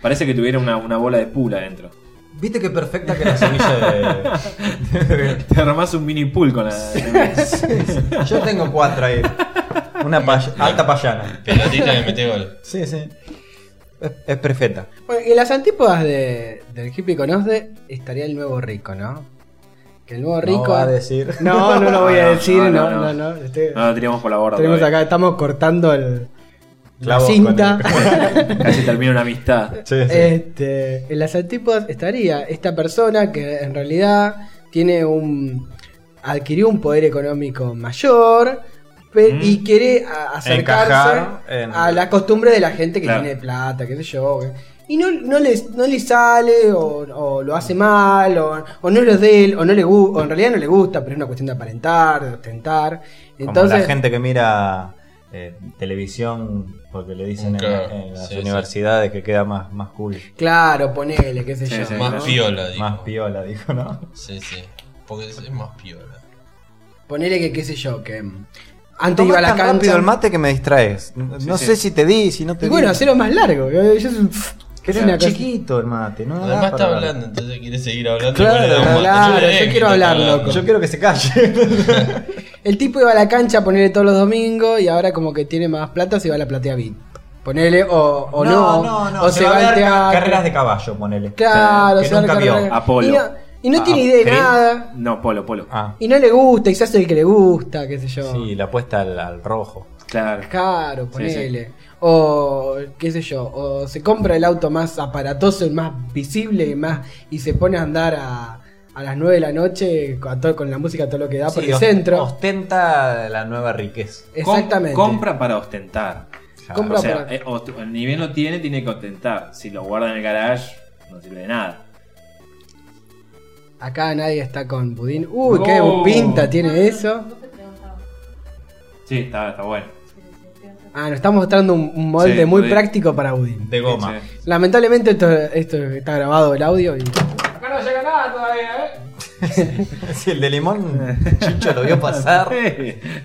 [SPEAKER 5] Parece que tuviera una, una bola de pula adentro.
[SPEAKER 6] Viste qué perfecta que la semilla de.
[SPEAKER 5] Te armás un mini pool con la.
[SPEAKER 6] Yo tengo cuatro ahí. Una pay- alta payana.
[SPEAKER 8] Pelotita que mete gol.
[SPEAKER 6] Sí, sí. Es, es perfecta.
[SPEAKER 3] Bueno, y en las antípodas de, del hippie conoce estaría el nuevo rico, ¿no? Que el nuevo rico.
[SPEAKER 6] No va a decir. Ah,
[SPEAKER 3] No, no lo voy a
[SPEAKER 6] *laughs*
[SPEAKER 5] No, no,
[SPEAKER 3] decir, no,
[SPEAKER 5] no,
[SPEAKER 3] no, no.
[SPEAKER 5] no,
[SPEAKER 3] este-
[SPEAKER 5] No, la tiramos por la borda.
[SPEAKER 3] tenemos
[SPEAKER 5] todavía.
[SPEAKER 3] acá, estamos cortando el, la
[SPEAKER 6] Clavo con
[SPEAKER 3] cinta. *laughs*
[SPEAKER 5] Casi termina una amistad.
[SPEAKER 6] *laughs* Sí, sí.
[SPEAKER 3] Este, en las antípodas estaría esta persona que en realidad tiene un adquirió un poder económico mayor pe-
[SPEAKER 5] Mm.
[SPEAKER 3] y quiere a- acercarse
[SPEAKER 6] Encajar en-
[SPEAKER 3] a la costumbre de la gente que
[SPEAKER 5] Claro.
[SPEAKER 3] tiene plata, qué sé yo. que- Y no, no, le, no le sale, o, o lo hace mal, o, o no lo es de él, o, no le gu- o en realidad no le gusta, pero es una cuestión de aparentar, de ostentar.
[SPEAKER 6] Como
[SPEAKER 3] Entonces,
[SPEAKER 6] la gente que mira eh, televisión porque le dicen en-
[SPEAKER 8] Claro,
[SPEAKER 6] en, las
[SPEAKER 8] sí, sí.
[SPEAKER 6] universidades que queda más, más cool,
[SPEAKER 3] claro, ponele, qué sé
[SPEAKER 5] Sí,
[SPEAKER 3] yo.
[SPEAKER 5] sí,
[SPEAKER 3] ¿no?
[SPEAKER 8] Más piola, digo.
[SPEAKER 6] más piola, dijo, ¿no?
[SPEAKER 8] Sí, sí. Porque es más piola.
[SPEAKER 3] Ponele que, qué sé yo, que mm, antes
[SPEAKER 6] Tomás
[SPEAKER 3] iba a la
[SPEAKER 6] tan
[SPEAKER 3] cancha.
[SPEAKER 6] rápido el mate que me distraes. No no
[SPEAKER 5] sí.
[SPEAKER 6] sé si te di, si no te
[SPEAKER 3] Y
[SPEAKER 6] di.
[SPEAKER 3] bueno, hacerlo más largo. Yo, yo-
[SPEAKER 6] que
[SPEAKER 3] es
[SPEAKER 6] era
[SPEAKER 3] una cosa-
[SPEAKER 6] chiquito el mate, ¿no? da
[SPEAKER 8] Además está
[SPEAKER 6] para-
[SPEAKER 8] hablando, entonces quiere seguir hablando.
[SPEAKER 6] Claro,
[SPEAKER 8] Bueno, vamos a-
[SPEAKER 3] Ah, claro,
[SPEAKER 8] le
[SPEAKER 3] yo
[SPEAKER 8] dejes,
[SPEAKER 3] quiero
[SPEAKER 8] está
[SPEAKER 3] hablar,
[SPEAKER 8] hablando.
[SPEAKER 3] loco.
[SPEAKER 6] Yo quiero que se *laughs* calle.
[SPEAKER 3] El tipo iba a la cancha, ponele todos los domingos y ahora como que tiene más plata, se va a la platea VIP. Ponele, o, o no, o se, va,
[SPEAKER 6] a
[SPEAKER 3] al
[SPEAKER 6] ver ca-
[SPEAKER 3] teatro.
[SPEAKER 6] carreras de caballo, ponele.
[SPEAKER 3] Claro,
[SPEAKER 6] que
[SPEAKER 3] se va a
[SPEAKER 6] nunca
[SPEAKER 3] carreras
[SPEAKER 6] vio.
[SPEAKER 3] de-
[SPEAKER 5] Apolo.
[SPEAKER 3] Y no, y no
[SPEAKER 5] Ah,
[SPEAKER 3] tiene idea de
[SPEAKER 5] ¿creí?
[SPEAKER 3] nada.
[SPEAKER 5] No, polo, polo.
[SPEAKER 6] Ah,
[SPEAKER 3] Y no le gusta, y se hace el que le gusta, qué sé yo.
[SPEAKER 6] sí, la apuesta al, al rojo.
[SPEAKER 5] Claro.
[SPEAKER 3] Claro, ponele. O qué sé yo, o se compra el auto más aparatoso y más visible y más y se pone a andar a, a las 9 de la noche con, todo- con la música todo lo que da Ah, por
[SPEAKER 6] Sí,
[SPEAKER 3] el
[SPEAKER 6] os-
[SPEAKER 3] centro.
[SPEAKER 6] Ostenta la nueva riqueza.
[SPEAKER 5] Com-
[SPEAKER 3] Exactamente.
[SPEAKER 5] compra para ostentar.
[SPEAKER 3] Compra
[SPEAKER 5] o sea,
[SPEAKER 3] para-
[SPEAKER 5] eh, ost- ni bien lo tiene, tiene que ostentar. Si lo guarda en el garage, no sirve de nada.
[SPEAKER 3] Acá nadie está con Budín. Uy, qué
[SPEAKER 5] No.
[SPEAKER 3] pinta tiene eso.
[SPEAKER 5] Sí, está, está bueno.
[SPEAKER 3] Ah, nos está mostrando un, un molde
[SPEAKER 5] Sí,
[SPEAKER 3] muy
[SPEAKER 5] Budín.
[SPEAKER 3] práctico para Budín.
[SPEAKER 6] De goma.
[SPEAKER 5] Sí, sí.
[SPEAKER 3] Lamentablemente esto, esto está grabado el audio y
[SPEAKER 11] Acá no llega nada todavía, ¿eh?
[SPEAKER 6] Si el de limón, Chicho lo vio
[SPEAKER 5] *laughs*
[SPEAKER 6] pasar.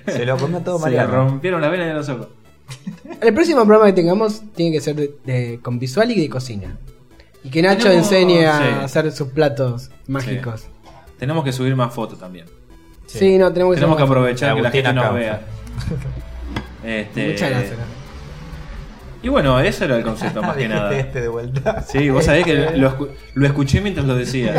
[SPEAKER 6] Se lo comió todo
[SPEAKER 5] Se le
[SPEAKER 6] Mariano.
[SPEAKER 5] rompieron las venas de los ojos.
[SPEAKER 3] el próximo programa que tengamos tiene que ser de- de- con visual y de cocina. Y que Nacho
[SPEAKER 5] Tenemos-
[SPEAKER 3] enseñe a
[SPEAKER 5] sí.
[SPEAKER 3] hacer sus platos mágicos.
[SPEAKER 5] Tenemos que subir más fotos también.
[SPEAKER 3] Sí, no, tenemos que,
[SPEAKER 5] Tenemos que
[SPEAKER 3] ser más-
[SPEAKER 5] aprovechar que la gente
[SPEAKER 6] Agustina
[SPEAKER 5] nos
[SPEAKER 6] Campa.
[SPEAKER 5] vea.
[SPEAKER 6] *laughs*
[SPEAKER 5] Este,
[SPEAKER 3] Muchas gracias.
[SPEAKER 5] Y bueno, eso era el
[SPEAKER 6] *laughs*
[SPEAKER 5] concepto más que
[SPEAKER 6] Dijiste
[SPEAKER 5] nada.
[SPEAKER 6] este de vuelta.
[SPEAKER 5] Sí,
[SPEAKER 6] *laughs*
[SPEAKER 5] vos sabés que lo, escu- lo escuché mientras lo decía.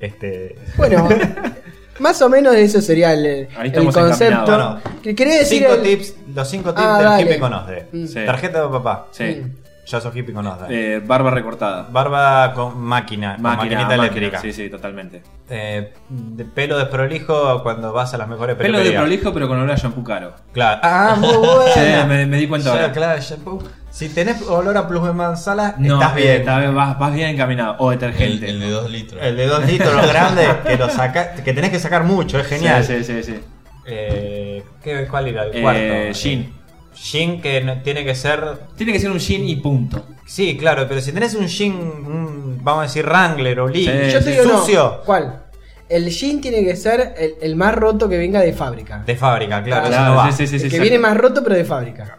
[SPEAKER 6] Este.
[SPEAKER 3] Bueno, *laughs* más o menos eso sería el, el
[SPEAKER 5] estamos
[SPEAKER 3] concepto.
[SPEAKER 5] encaminados.
[SPEAKER 3] Que quería decir
[SPEAKER 6] Cinco
[SPEAKER 3] el-
[SPEAKER 6] tips, los cinco tips
[SPEAKER 3] Ah,
[SPEAKER 6] del
[SPEAKER 3] dale.
[SPEAKER 6] hippie conoce.
[SPEAKER 3] Mm.
[SPEAKER 5] Sí.
[SPEAKER 6] Tarjeta de papá.
[SPEAKER 5] Sí.
[SPEAKER 6] Yo soy hippie conoce.
[SPEAKER 5] Eh, barba recortada.
[SPEAKER 6] Barba con máquina, con
[SPEAKER 5] Máquina,
[SPEAKER 6] maquinita
[SPEAKER 5] máquina,
[SPEAKER 6] eléctrica.
[SPEAKER 5] Sí, sí, totalmente.
[SPEAKER 6] Eh, de pelo desprolijo cuando vas a las mejores
[SPEAKER 5] Pelo de
[SPEAKER 6] peluquerías.
[SPEAKER 5] prolijo, pero con olor a shampoo caro.
[SPEAKER 6] Claro. Ah, muy
[SPEAKER 5] *laughs* Sí,
[SPEAKER 6] bueno.
[SPEAKER 5] me, me di cuenta ahora.
[SPEAKER 6] claro, shampoo. Si tenés olor a plus de manzana,
[SPEAKER 5] No, eh,
[SPEAKER 6] estás bien.
[SPEAKER 5] está bien, vas, vas bien encaminado. O
[SPEAKER 8] El,
[SPEAKER 5] detergente.
[SPEAKER 8] el de 2 litros.
[SPEAKER 6] El de dos litros
[SPEAKER 5] *laughs*
[SPEAKER 6] grande que lo saca, que tenés que sacar mucho, es genial.
[SPEAKER 5] Sí, sí, sí. sí.
[SPEAKER 6] Eh, ¿qué- ¿Cuál era el
[SPEAKER 5] Eh,
[SPEAKER 6] cuarto?
[SPEAKER 5] jean.
[SPEAKER 6] Jean que no- tiene que ser
[SPEAKER 5] Tiene que ser un jean y punto.
[SPEAKER 6] Sí, claro, pero si tenés un jean, un, vamos a decir Wrangler o Lee,
[SPEAKER 5] Sí,
[SPEAKER 3] Yo te digo, no,
[SPEAKER 6] sucio,
[SPEAKER 3] ¿Cuál? El jean tiene que ser el, el más roto que venga de fábrica.
[SPEAKER 6] de fábrica, claro,
[SPEAKER 5] Claro,
[SPEAKER 6] eso no va.
[SPEAKER 5] sí, sí, sí,
[SPEAKER 3] el
[SPEAKER 5] sí,
[SPEAKER 3] que
[SPEAKER 5] sí.
[SPEAKER 3] viene más roto, pero de fábrica.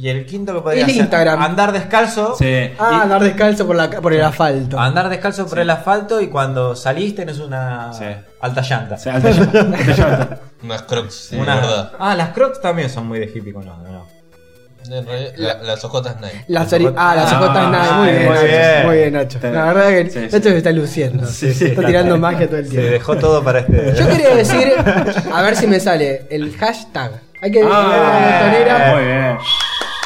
[SPEAKER 6] Y el quinto que podría
[SPEAKER 3] El
[SPEAKER 6] ser,
[SPEAKER 3] Instagram.
[SPEAKER 6] andar descalzo,
[SPEAKER 5] Sí.
[SPEAKER 3] Ah,
[SPEAKER 5] Y-
[SPEAKER 3] andar descalzo por, la, ca- por el asfalto.
[SPEAKER 6] andar descalzo por el asfalto y cuando salís tenés una
[SPEAKER 5] Sí.
[SPEAKER 6] alta
[SPEAKER 5] *laughs*
[SPEAKER 6] llanta.
[SPEAKER 5] o sea, alta llanta, alta llanta.
[SPEAKER 8] Unas crocs, de
[SPEAKER 6] Una-
[SPEAKER 8] verdad.
[SPEAKER 6] Ah, las crocs también son muy de hippie con los, ¿no?
[SPEAKER 8] En realidad, la- las ojotas Nike.
[SPEAKER 3] Las ori- ah, las
[SPEAKER 5] Ah,
[SPEAKER 3] ojotas nada. Muy,
[SPEAKER 6] sí,
[SPEAKER 3] bien,
[SPEAKER 6] muy
[SPEAKER 3] Nacho.
[SPEAKER 6] bien.
[SPEAKER 3] Muy bien, Nacho.
[SPEAKER 5] Sí.
[SPEAKER 3] La verdad que
[SPEAKER 5] Sí, sí.
[SPEAKER 3] Nacho se está luciendo.
[SPEAKER 5] Sí, sí.
[SPEAKER 3] Está tirando magia todo el
[SPEAKER 6] Se
[SPEAKER 3] tiempo.
[SPEAKER 6] dejó todo para este.
[SPEAKER 3] Yo quería decir, a ver si me sale, el hashtag. Hay que
[SPEAKER 5] Ah,
[SPEAKER 3] una botonera.
[SPEAKER 5] Muy bien.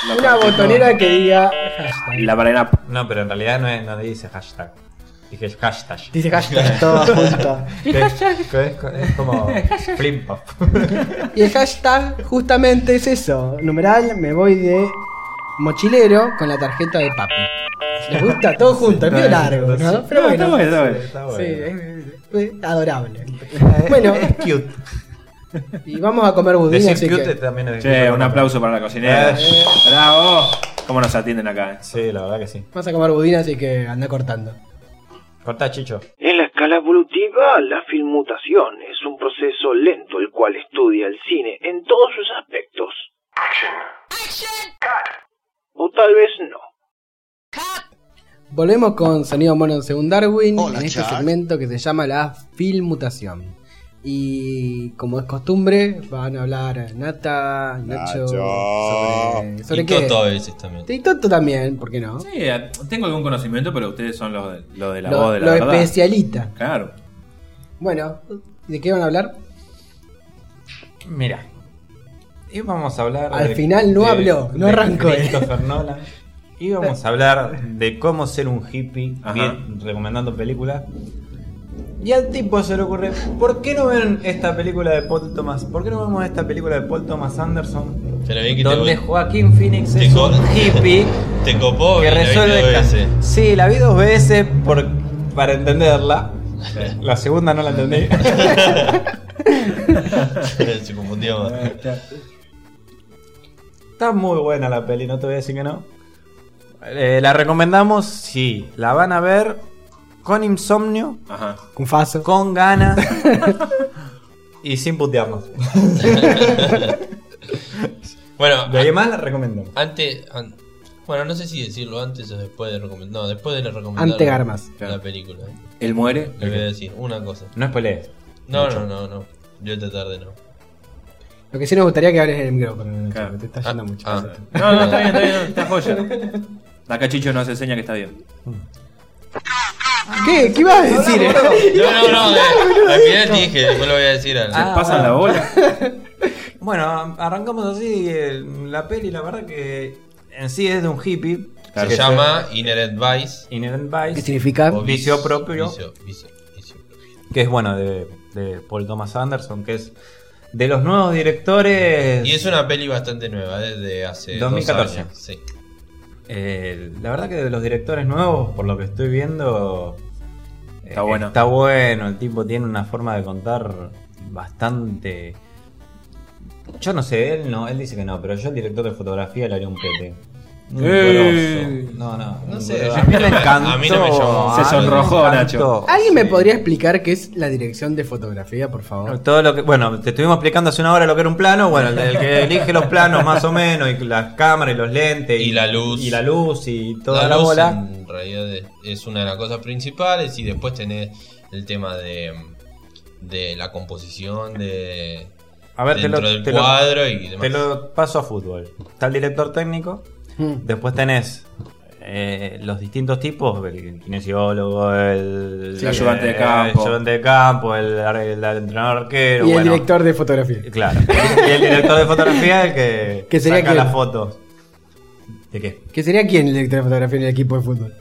[SPEAKER 5] Lo
[SPEAKER 3] Una
[SPEAKER 5] perfecto.
[SPEAKER 3] botonera que diga hashtag.
[SPEAKER 5] La banana.
[SPEAKER 6] No, pero en realidad no, es- no dice hashtag. Dije hashtag. *laughs*
[SPEAKER 5] *laughs*
[SPEAKER 3] Dice hashtag todo junto.
[SPEAKER 6] El hashtag es, es *laughs* como flip pop.
[SPEAKER 3] Y el hashtag justamente es eso. Numeral, me voy de mochilero con la tarjeta de papi. ¿Les gusta? Todo junto, es medio largo, ¿no? Pero
[SPEAKER 5] No, está
[SPEAKER 3] bueno.
[SPEAKER 5] bueno, está bueno.
[SPEAKER 6] Está
[SPEAKER 3] Sí,
[SPEAKER 6] bueno.
[SPEAKER 3] es, es
[SPEAKER 5] *laughs*
[SPEAKER 3] adorable. Bueno,
[SPEAKER 6] es cute. *laughs*
[SPEAKER 3] y vamos a comer budín,
[SPEAKER 6] Decir
[SPEAKER 3] así
[SPEAKER 6] cute
[SPEAKER 3] que...
[SPEAKER 6] también es
[SPEAKER 3] Eh.
[SPEAKER 5] Che, un aplauso para la cocinera. ¡Bravo! ¿Cómo nos atienden acá? eh?
[SPEAKER 6] Sí, la verdad que sí.
[SPEAKER 3] Vas a comer budín, así que anda cortando.
[SPEAKER 6] Cortá, Chicho.
[SPEAKER 1] En la escala evolutiva, la filmutación es un proceso lento el cual estudia el cine en todos sus aspectos. O tal vez no.
[SPEAKER 3] Volvemos con Sonido Mono según Darwin en este
[SPEAKER 1] Chuck.
[SPEAKER 3] segmento que se llama la filmutación. Y como es costumbre, van a hablar Nata, Nacho,
[SPEAKER 8] Nacho.
[SPEAKER 3] sobre, sobre
[SPEAKER 8] Y
[SPEAKER 3] qué.
[SPEAKER 8] Toto a veces también.
[SPEAKER 3] Y Toto también, ¿por qué no?
[SPEAKER 5] Sí, a- tengo algún conocimiento, pero ustedes son los de, los de la
[SPEAKER 3] Lo-
[SPEAKER 5] voz de la
[SPEAKER 3] lo
[SPEAKER 5] verdad.
[SPEAKER 3] especialita.
[SPEAKER 5] Claro.
[SPEAKER 3] Bueno, ¿de qué van a hablar?
[SPEAKER 6] Mira. Íbamos a hablar.
[SPEAKER 3] Al final no habló, no arrancó eh. él.
[SPEAKER 6] Christopher Nolan. Íbamos a hablar de cómo ser un hippie, bien, recomendando películas. Y al tipo se le ocurre, ¿por qué no ven esta película de Paul Thomas? ¿Por qué no vemos esta película de Paul Thomas Anderson?
[SPEAKER 8] Pero bien que te
[SPEAKER 6] Donde
[SPEAKER 8] voy-
[SPEAKER 6] Joaquín Phoenix es un hippie
[SPEAKER 8] *laughs* Te copó
[SPEAKER 6] que
[SPEAKER 8] y la viste
[SPEAKER 6] resuelve.
[SPEAKER 8] dos
[SPEAKER 6] ca-
[SPEAKER 8] veces.
[SPEAKER 6] Sí, la vi dos veces por- para entenderla. La segunda no la entendí.
[SPEAKER 8] *laughs* Se confundió más.
[SPEAKER 6] Está muy buena la peli, no te voy a decir que no. Eh, la recomendamos, sí. La van a ver con insomnio,
[SPEAKER 3] con faso,
[SPEAKER 6] con ganas *laughs* y sin putearnos.
[SPEAKER 8] Bueno,
[SPEAKER 6] De ahí más la recomendamos.
[SPEAKER 8] Antes. an- bueno, no sé si decirlo antes o después de recomendar. No, después de recomendar.
[SPEAKER 6] Antes
[SPEAKER 8] la-
[SPEAKER 6] Garmas.
[SPEAKER 8] La película.
[SPEAKER 5] ¿Él muere?
[SPEAKER 8] Le voy a decir una cosa.
[SPEAKER 6] No spoilees.
[SPEAKER 8] No,
[SPEAKER 6] Mucho.
[SPEAKER 8] no, no, no. Yo esta tarde no.
[SPEAKER 3] Lo que sí nos gustaría que hables en el micrófono, Nacho, que te está
[SPEAKER 8] Ah,
[SPEAKER 5] Ah,
[SPEAKER 3] yendo mucho.
[SPEAKER 5] No, no, está
[SPEAKER 6] *laughs*
[SPEAKER 5] bien, está bien, *laughs* está joya. Acá Chicho nos enseña que está bien.
[SPEAKER 3] ¿Qué? ¿Qué ibas a decir? eh?
[SPEAKER 8] No, no, no.
[SPEAKER 3] Claro, boludo,
[SPEAKER 8] eh, al final
[SPEAKER 3] esto.
[SPEAKER 8] te dije, después lo voy a decir al.
[SPEAKER 6] Ah,
[SPEAKER 5] pasan la bola.
[SPEAKER 3] *laughs*
[SPEAKER 6] Bueno, arrancamos así eh, la peli, la verdad que en sí es de un hippie.
[SPEAKER 8] Se
[SPEAKER 6] Que
[SPEAKER 8] llama Inherent Vice.
[SPEAKER 6] Inherent Vice.
[SPEAKER 3] ¿Qué significa?
[SPEAKER 8] O
[SPEAKER 6] Vicio propio.
[SPEAKER 8] vicio, vicio.
[SPEAKER 6] que es bueno de, de Paul Thomas Anderson, que es de los nuevos directores.
[SPEAKER 8] Y es una peli bastante nueva, desde hace. dos
[SPEAKER 6] 2014.
[SPEAKER 8] años, Sí.
[SPEAKER 6] Eh, la verdad que de los directores nuevos, por lo que estoy viendo,
[SPEAKER 5] Está
[SPEAKER 6] eh,
[SPEAKER 5] bueno.
[SPEAKER 6] Está bueno, el tipo tiene una forma de contar bastante. Yo no sé, él no, él dice que no, pero yo el director de fotografía le haría un pete. Un
[SPEAKER 5] ¡Eh!
[SPEAKER 6] goloso. No, no,
[SPEAKER 8] No
[SPEAKER 6] un
[SPEAKER 8] sé,
[SPEAKER 6] goloso.
[SPEAKER 8] yo-
[SPEAKER 6] a mí me
[SPEAKER 8] a mí
[SPEAKER 6] encantó.
[SPEAKER 8] no me llamó.
[SPEAKER 6] a
[SPEAKER 5] Se
[SPEAKER 6] mí me
[SPEAKER 5] sonrojó,
[SPEAKER 6] encantó.
[SPEAKER 3] ¿Alguien me podría explicar qué es la dirección de fotografía, por favor?
[SPEAKER 6] Todo lo que, bueno, te estuvimos explicando hace una hora lo que era un plano, bueno, el, el que elige los planos más o menos, y las cámaras y los lentes. Y,
[SPEAKER 8] la luz.
[SPEAKER 6] Y la luz y toda
[SPEAKER 8] La
[SPEAKER 6] la,
[SPEAKER 8] luz,
[SPEAKER 6] bola.
[SPEAKER 8] En realidad es- es una de las cosas principales y después tenés el tema de, de la composición de
[SPEAKER 6] A ver, te
[SPEAKER 8] dentro
[SPEAKER 6] lo,
[SPEAKER 8] del
[SPEAKER 6] te lo-
[SPEAKER 8] cuadro y demás.
[SPEAKER 6] te lo paso a fútbol. Está el director técnico, después tenés eh, los distintos tipos, el kinesiólogo, el,
[SPEAKER 5] Sí. El ayudante de
[SPEAKER 6] eh,
[SPEAKER 5] campo.
[SPEAKER 6] el ayudante de campo, el, ar- el entrenador arquero,
[SPEAKER 3] y el
[SPEAKER 6] bueno.
[SPEAKER 3] director de fotografía.
[SPEAKER 6] Claro. Y el director de fotografía el que,
[SPEAKER 3] *laughs* Que sería
[SPEAKER 6] saca
[SPEAKER 3] que-
[SPEAKER 6] las fotos. ¿De qué?
[SPEAKER 3] ¿Que sería quién el director de fotografía en el equipo de fútbol?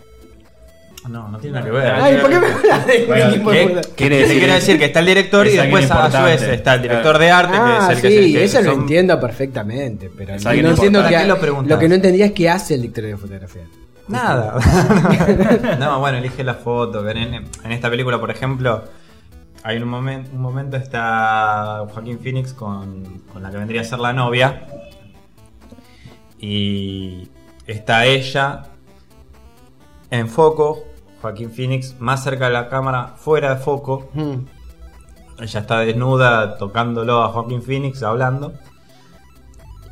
[SPEAKER 6] No, no tiene nada que ver.
[SPEAKER 3] Ay, ¿por qué
[SPEAKER 6] *laughs*
[SPEAKER 3] me hablas de un
[SPEAKER 6] Bueno,
[SPEAKER 3] equipo
[SPEAKER 6] ¿qué-
[SPEAKER 3] de fútbol?
[SPEAKER 6] quiere decir- quiere decir que está el director y
[SPEAKER 5] Es alguien
[SPEAKER 6] después a su
[SPEAKER 5] importante.
[SPEAKER 6] vez está el director de arte,
[SPEAKER 3] Ah,
[SPEAKER 6] que es el que
[SPEAKER 3] sí,
[SPEAKER 6] es el que
[SPEAKER 3] eso lo
[SPEAKER 6] son-
[SPEAKER 3] entiendo perfectamente, pero
[SPEAKER 6] Es
[SPEAKER 3] lo que
[SPEAKER 6] alguien
[SPEAKER 3] no entiendo
[SPEAKER 6] importante.
[SPEAKER 3] que,
[SPEAKER 6] ¿Para qué lo preguntás?
[SPEAKER 3] que no entendía es qué hace el director de fotografía.
[SPEAKER 6] Nada. no, bueno, elige la foto. En, en- en esta película, por ejemplo, hay un, momen- un momento está Joaquín Phoenix con, con la que vendría a ser la novia. Y está ella en foco. Joaquín Phoenix más cerca de la cámara, fuera de foco.
[SPEAKER 3] Mm,
[SPEAKER 6] Ella está desnuda tocándolo a Joaquín Phoenix, hablando.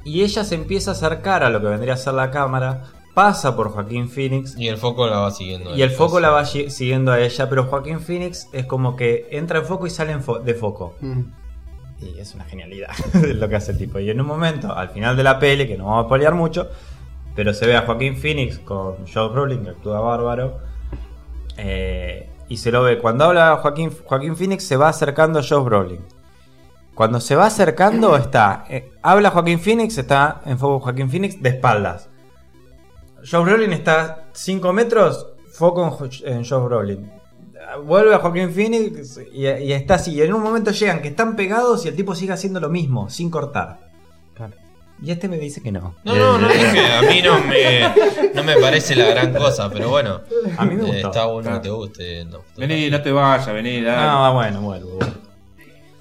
[SPEAKER 6] Y ella se empieza a acercar a lo que vendría a ser la cámara. Pasa por Joaquín Phoenix.
[SPEAKER 8] Y el foco la va siguiendo.
[SPEAKER 6] Y el
[SPEAKER 8] después.
[SPEAKER 6] foco la va lli- siguiendo a ella, pero Joaquín Phoenix es como que entra en foco y sale en fo- de foco.
[SPEAKER 3] mm.
[SPEAKER 6] Y es una genialidad *laughs* lo que hace el tipo. Y en un momento, al final de la peli, que no vamos a pelear mucho, pero se ve a Joaquín Phoenix con Joe Brolin, que actúa bárbaro. eh, y se lo ve. Cuando habla Joaquín, Joaquín Phoenix, se va acercando a Joe Brolin. Cuando se va acercando, está. eh, habla Joaquín Phoenix, está en foco Joaquín Phoenix de espaldas. Joe Brolin está 5 metros, foco en, Jo- en Joe Brolin. Vuelve a Joaquín Phoenix y, y está así. Y en un momento llegan que están pegados y el tipo sigue haciendo lo mismo, sin cortar. Y este me dice que no.
[SPEAKER 8] No, no, no dije, a mí
[SPEAKER 6] *laughs*
[SPEAKER 8] no me, no me parece la gran cosa, pero bueno.
[SPEAKER 6] A mí me
[SPEAKER 8] eh,
[SPEAKER 6] gustó.
[SPEAKER 8] Está bueno que te guste. No.
[SPEAKER 5] Vení, no te vayas, vení, dale.
[SPEAKER 6] Ah, bueno, vuelvo. vuelvo.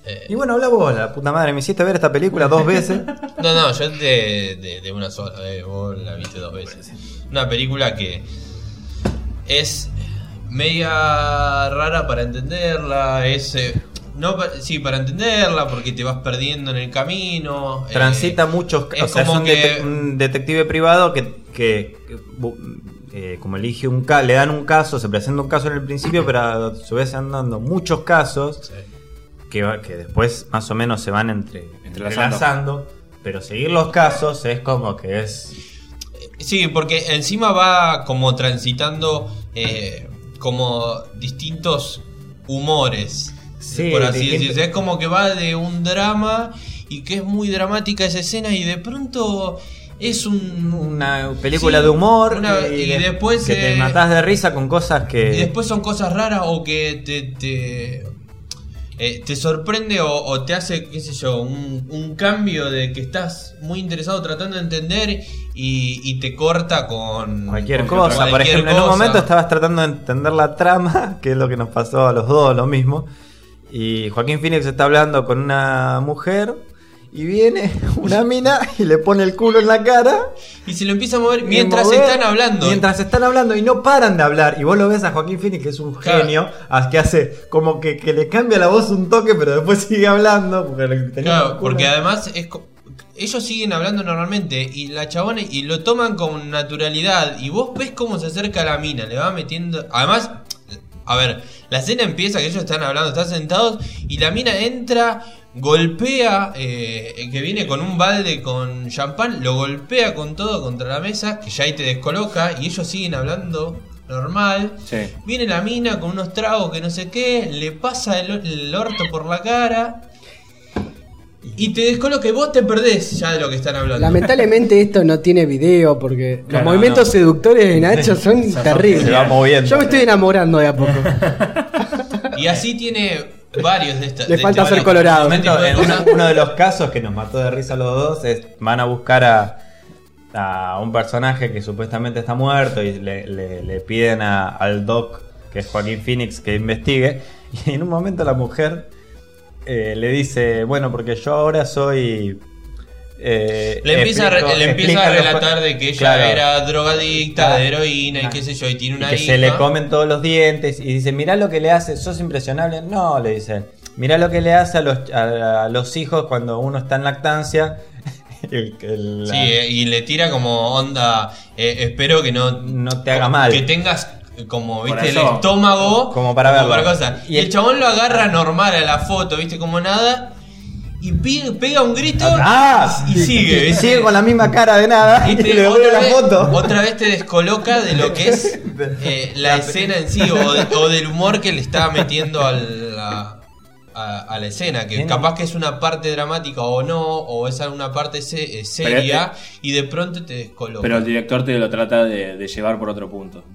[SPEAKER 8] Eh,
[SPEAKER 6] Y bueno, habla vos, la puta madre. Me hiciste ver esta película dos
[SPEAKER 8] *laughs*
[SPEAKER 6] veces.
[SPEAKER 8] No, no, yo de, de, de una sola vez, vos la viste dos veces. Una película que es media rara para entenderla, es... eh, no, pa- sí, para entenderla, porque te vas perdiendo en el camino. eh,
[SPEAKER 6] Transita muchos.
[SPEAKER 8] es
[SPEAKER 6] o sea, es
[SPEAKER 8] como
[SPEAKER 6] un,
[SPEAKER 8] que-
[SPEAKER 6] dete- un detective privado que. que- que bu- eh, como elige un caso, le dan un caso, se presenta un caso en el principio, pero a su vez se van dando muchos casos que, va- que después más o menos se van entre, entrelazando. Pero seguir los casos es como que es.
[SPEAKER 8] Sí, porque encima va como transitando eh, como distintos humores,
[SPEAKER 6] Sí,
[SPEAKER 8] por así
[SPEAKER 6] distinto-
[SPEAKER 8] decirlo. Es como que va de un drama y que es muy dramática esa escena y de pronto es un-
[SPEAKER 6] una Película
[SPEAKER 8] sí,
[SPEAKER 6] de humor.
[SPEAKER 8] una- y,
[SPEAKER 6] de-
[SPEAKER 8] después
[SPEAKER 6] Que te
[SPEAKER 8] eh,
[SPEAKER 6] matás de risa con cosas que.
[SPEAKER 8] y después son cosas raras o que te te, eh, te sorprende o, o te hace, qué sé yo, un, un cambio de que estás muy interesado tratando de entender y, y te corta con
[SPEAKER 6] Cualquier
[SPEAKER 8] con
[SPEAKER 6] cosa, por
[SPEAKER 8] cualquier
[SPEAKER 6] ejemplo, en un
[SPEAKER 8] cosa.
[SPEAKER 6] momento estabas tratando de entender la trama, *laughs* que es lo que nos pasó a los dos, lo mismo. Y Joaquín Phoenix está hablando con una mujer y viene *laughs* una mina y le pone el culo en la cara.
[SPEAKER 8] Y se lo empieza a mover
[SPEAKER 6] y
[SPEAKER 8] mientras
[SPEAKER 6] mover,
[SPEAKER 8] están hablando.
[SPEAKER 6] Mientras están hablando y no paran de hablar. Y vos lo ves a Joaquín Phoenix, que es un
[SPEAKER 8] Claro.
[SPEAKER 6] genio, a- que hace como que, que le cambia la voz un toque, pero después sigue hablando. Porque le- tenía el
[SPEAKER 8] Claro,
[SPEAKER 6] culo.
[SPEAKER 8] porque además es co- ellos siguen hablando normalmente y la chabona y lo toman con naturalidad y vos ves cómo se acerca la mina, le va metiendo... Además, a ver, la escena empieza que ellos están hablando, están sentados y la mina entra, golpea, eh, el que viene con un balde con champán, lo golpea con todo contra la mesa, que ya ahí te descoloca y ellos siguen hablando normal.
[SPEAKER 5] Sí.
[SPEAKER 8] Viene la mina con unos tragos que no sé qué, le pasa el, el orto por la cara. Y te descoloca que vos te perdés ya de lo que están hablando.
[SPEAKER 3] Lamentablemente esto no tiene video porque
[SPEAKER 8] Claro,
[SPEAKER 3] los movimientos
[SPEAKER 8] no.
[SPEAKER 3] seductores de
[SPEAKER 6] *laughs*
[SPEAKER 3] Nacho son
[SPEAKER 8] Se va-
[SPEAKER 3] terribles.
[SPEAKER 8] se va moviendo.
[SPEAKER 3] Yo me estoy enamorando de a poco.
[SPEAKER 8] Y así tiene varios de estas.
[SPEAKER 3] Le
[SPEAKER 8] de
[SPEAKER 3] falta
[SPEAKER 8] este
[SPEAKER 3] ser
[SPEAKER 8] varios-
[SPEAKER 3] colorado.
[SPEAKER 8] este tipo de
[SPEAKER 6] En uno,
[SPEAKER 8] cosas.
[SPEAKER 6] uno de los casos que nos mató de risa a los dos es van a buscar a, a un personaje que supuestamente está muerto y le, le- le piden a- al doc, que es Joaquín Phoenix, que investigue. Y en un momento la mujer eh, le dice, bueno, porque yo ahora soy... eh,
[SPEAKER 8] Le empieza, a re-
[SPEAKER 6] explico-
[SPEAKER 8] le empieza a
[SPEAKER 6] explica los fa-
[SPEAKER 8] relatar de que ella
[SPEAKER 6] Claro.
[SPEAKER 8] era drogadicta,
[SPEAKER 6] Claro.
[SPEAKER 8] de heroína y qué sé yo, y tiene
[SPEAKER 6] Y
[SPEAKER 8] una
[SPEAKER 6] que
[SPEAKER 8] hija.
[SPEAKER 6] se le comen todos los dientes y dice, mirá lo que le hace, sos impresionable. No, le dicen, mirá lo que le hace a los, a, a los hijos cuando uno está en lactancia. *laughs* El- el-
[SPEAKER 8] Sí,
[SPEAKER 6] la-
[SPEAKER 8] eh, y le tira como onda, eh, espero que no,
[SPEAKER 6] te haga mal.
[SPEAKER 8] Que tengas eh, como,
[SPEAKER 6] Por
[SPEAKER 8] viste, el
[SPEAKER 6] eso,
[SPEAKER 8] estómago.
[SPEAKER 6] como para verlo.
[SPEAKER 8] cosa. Y el chabón lo agarra normal a la foto, viste, como nada. Y pe- pega un grito
[SPEAKER 6] Ah,
[SPEAKER 8] y, y sigue,
[SPEAKER 6] y
[SPEAKER 8] ¿viste?
[SPEAKER 6] sigue con la misma cara de nada. *laughs* Y,
[SPEAKER 8] Viste,
[SPEAKER 6] le vuelve la
[SPEAKER 8] vez,
[SPEAKER 6] foto.
[SPEAKER 8] otra vez te descoloca de lo que es eh, la escena en sí o, de- o del humor que le está metiendo a la, a, a la escena. Que
[SPEAKER 6] Tiene-
[SPEAKER 8] capaz que es una parte dramática o no, o es una parte se- eh, seria y de pronto te descoloca.
[SPEAKER 5] Pero el director te lo trata de, de llevar por otro punto.
[SPEAKER 6] Ah.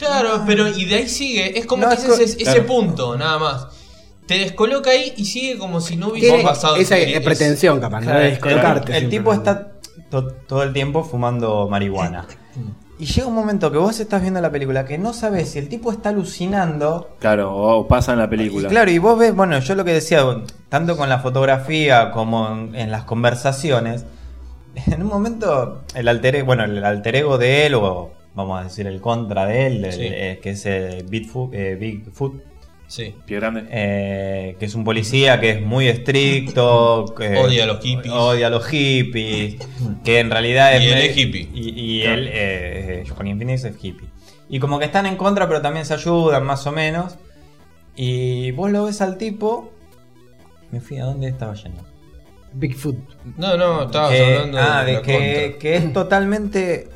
[SPEAKER 8] Claro, pero y de ahí sigue. Es como
[SPEAKER 5] No,
[SPEAKER 8] que
[SPEAKER 5] es
[SPEAKER 8] ese,
[SPEAKER 5] co-
[SPEAKER 8] ese
[SPEAKER 5] Claro.
[SPEAKER 8] punto, nada más. Te descoloca ahí y sigue como si no hubiese
[SPEAKER 3] Tiene
[SPEAKER 8] pasado.
[SPEAKER 3] esa
[SPEAKER 8] Es-
[SPEAKER 3] eh, pretensión, capaz, ¿no?
[SPEAKER 6] Claro,
[SPEAKER 3] De
[SPEAKER 6] el-
[SPEAKER 3] descolocarte.
[SPEAKER 6] El,
[SPEAKER 3] siempre.
[SPEAKER 6] tipo está to- todo el tiempo fumando marihuana. Y llega un momento que vos estás viendo la película que no sabes si el tipo está alucinando
[SPEAKER 5] Claro, o pasa en la película.
[SPEAKER 6] Claro, y vos ves, bueno, yo lo que decía, tanto con la fotografía como en, en las conversaciones, *laughs* en un momento el alter ego, bueno, el alter ego de él, o vamos a decir el contra de él, el-
[SPEAKER 8] Sí.
[SPEAKER 6] eh, que es eh, Bigfoot, eh, Bigfoot,
[SPEAKER 8] Sí.
[SPEAKER 5] Pie grande.
[SPEAKER 6] eh, que es un policía que es muy estricto, que-
[SPEAKER 8] Odia a los hippies.
[SPEAKER 6] odia a los hippies, que en realidad es
[SPEAKER 8] Y él
[SPEAKER 6] medio-
[SPEAKER 8] es hippie.
[SPEAKER 6] Y, y
[SPEAKER 8] Claro.
[SPEAKER 6] él, eh, eh, Joaquín Phoenix es hippie. Y como que están en contra, pero también se ayudan, más o menos. Y vos lo ves al tipo. Me fui a dónde estaba yendo.
[SPEAKER 3] Bigfoot.
[SPEAKER 8] No, no, estabas
[SPEAKER 6] Que-
[SPEAKER 8] hablando de
[SPEAKER 6] ah, de
[SPEAKER 8] la
[SPEAKER 6] que,
[SPEAKER 8] contra.
[SPEAKER 6] que es totalmente eh,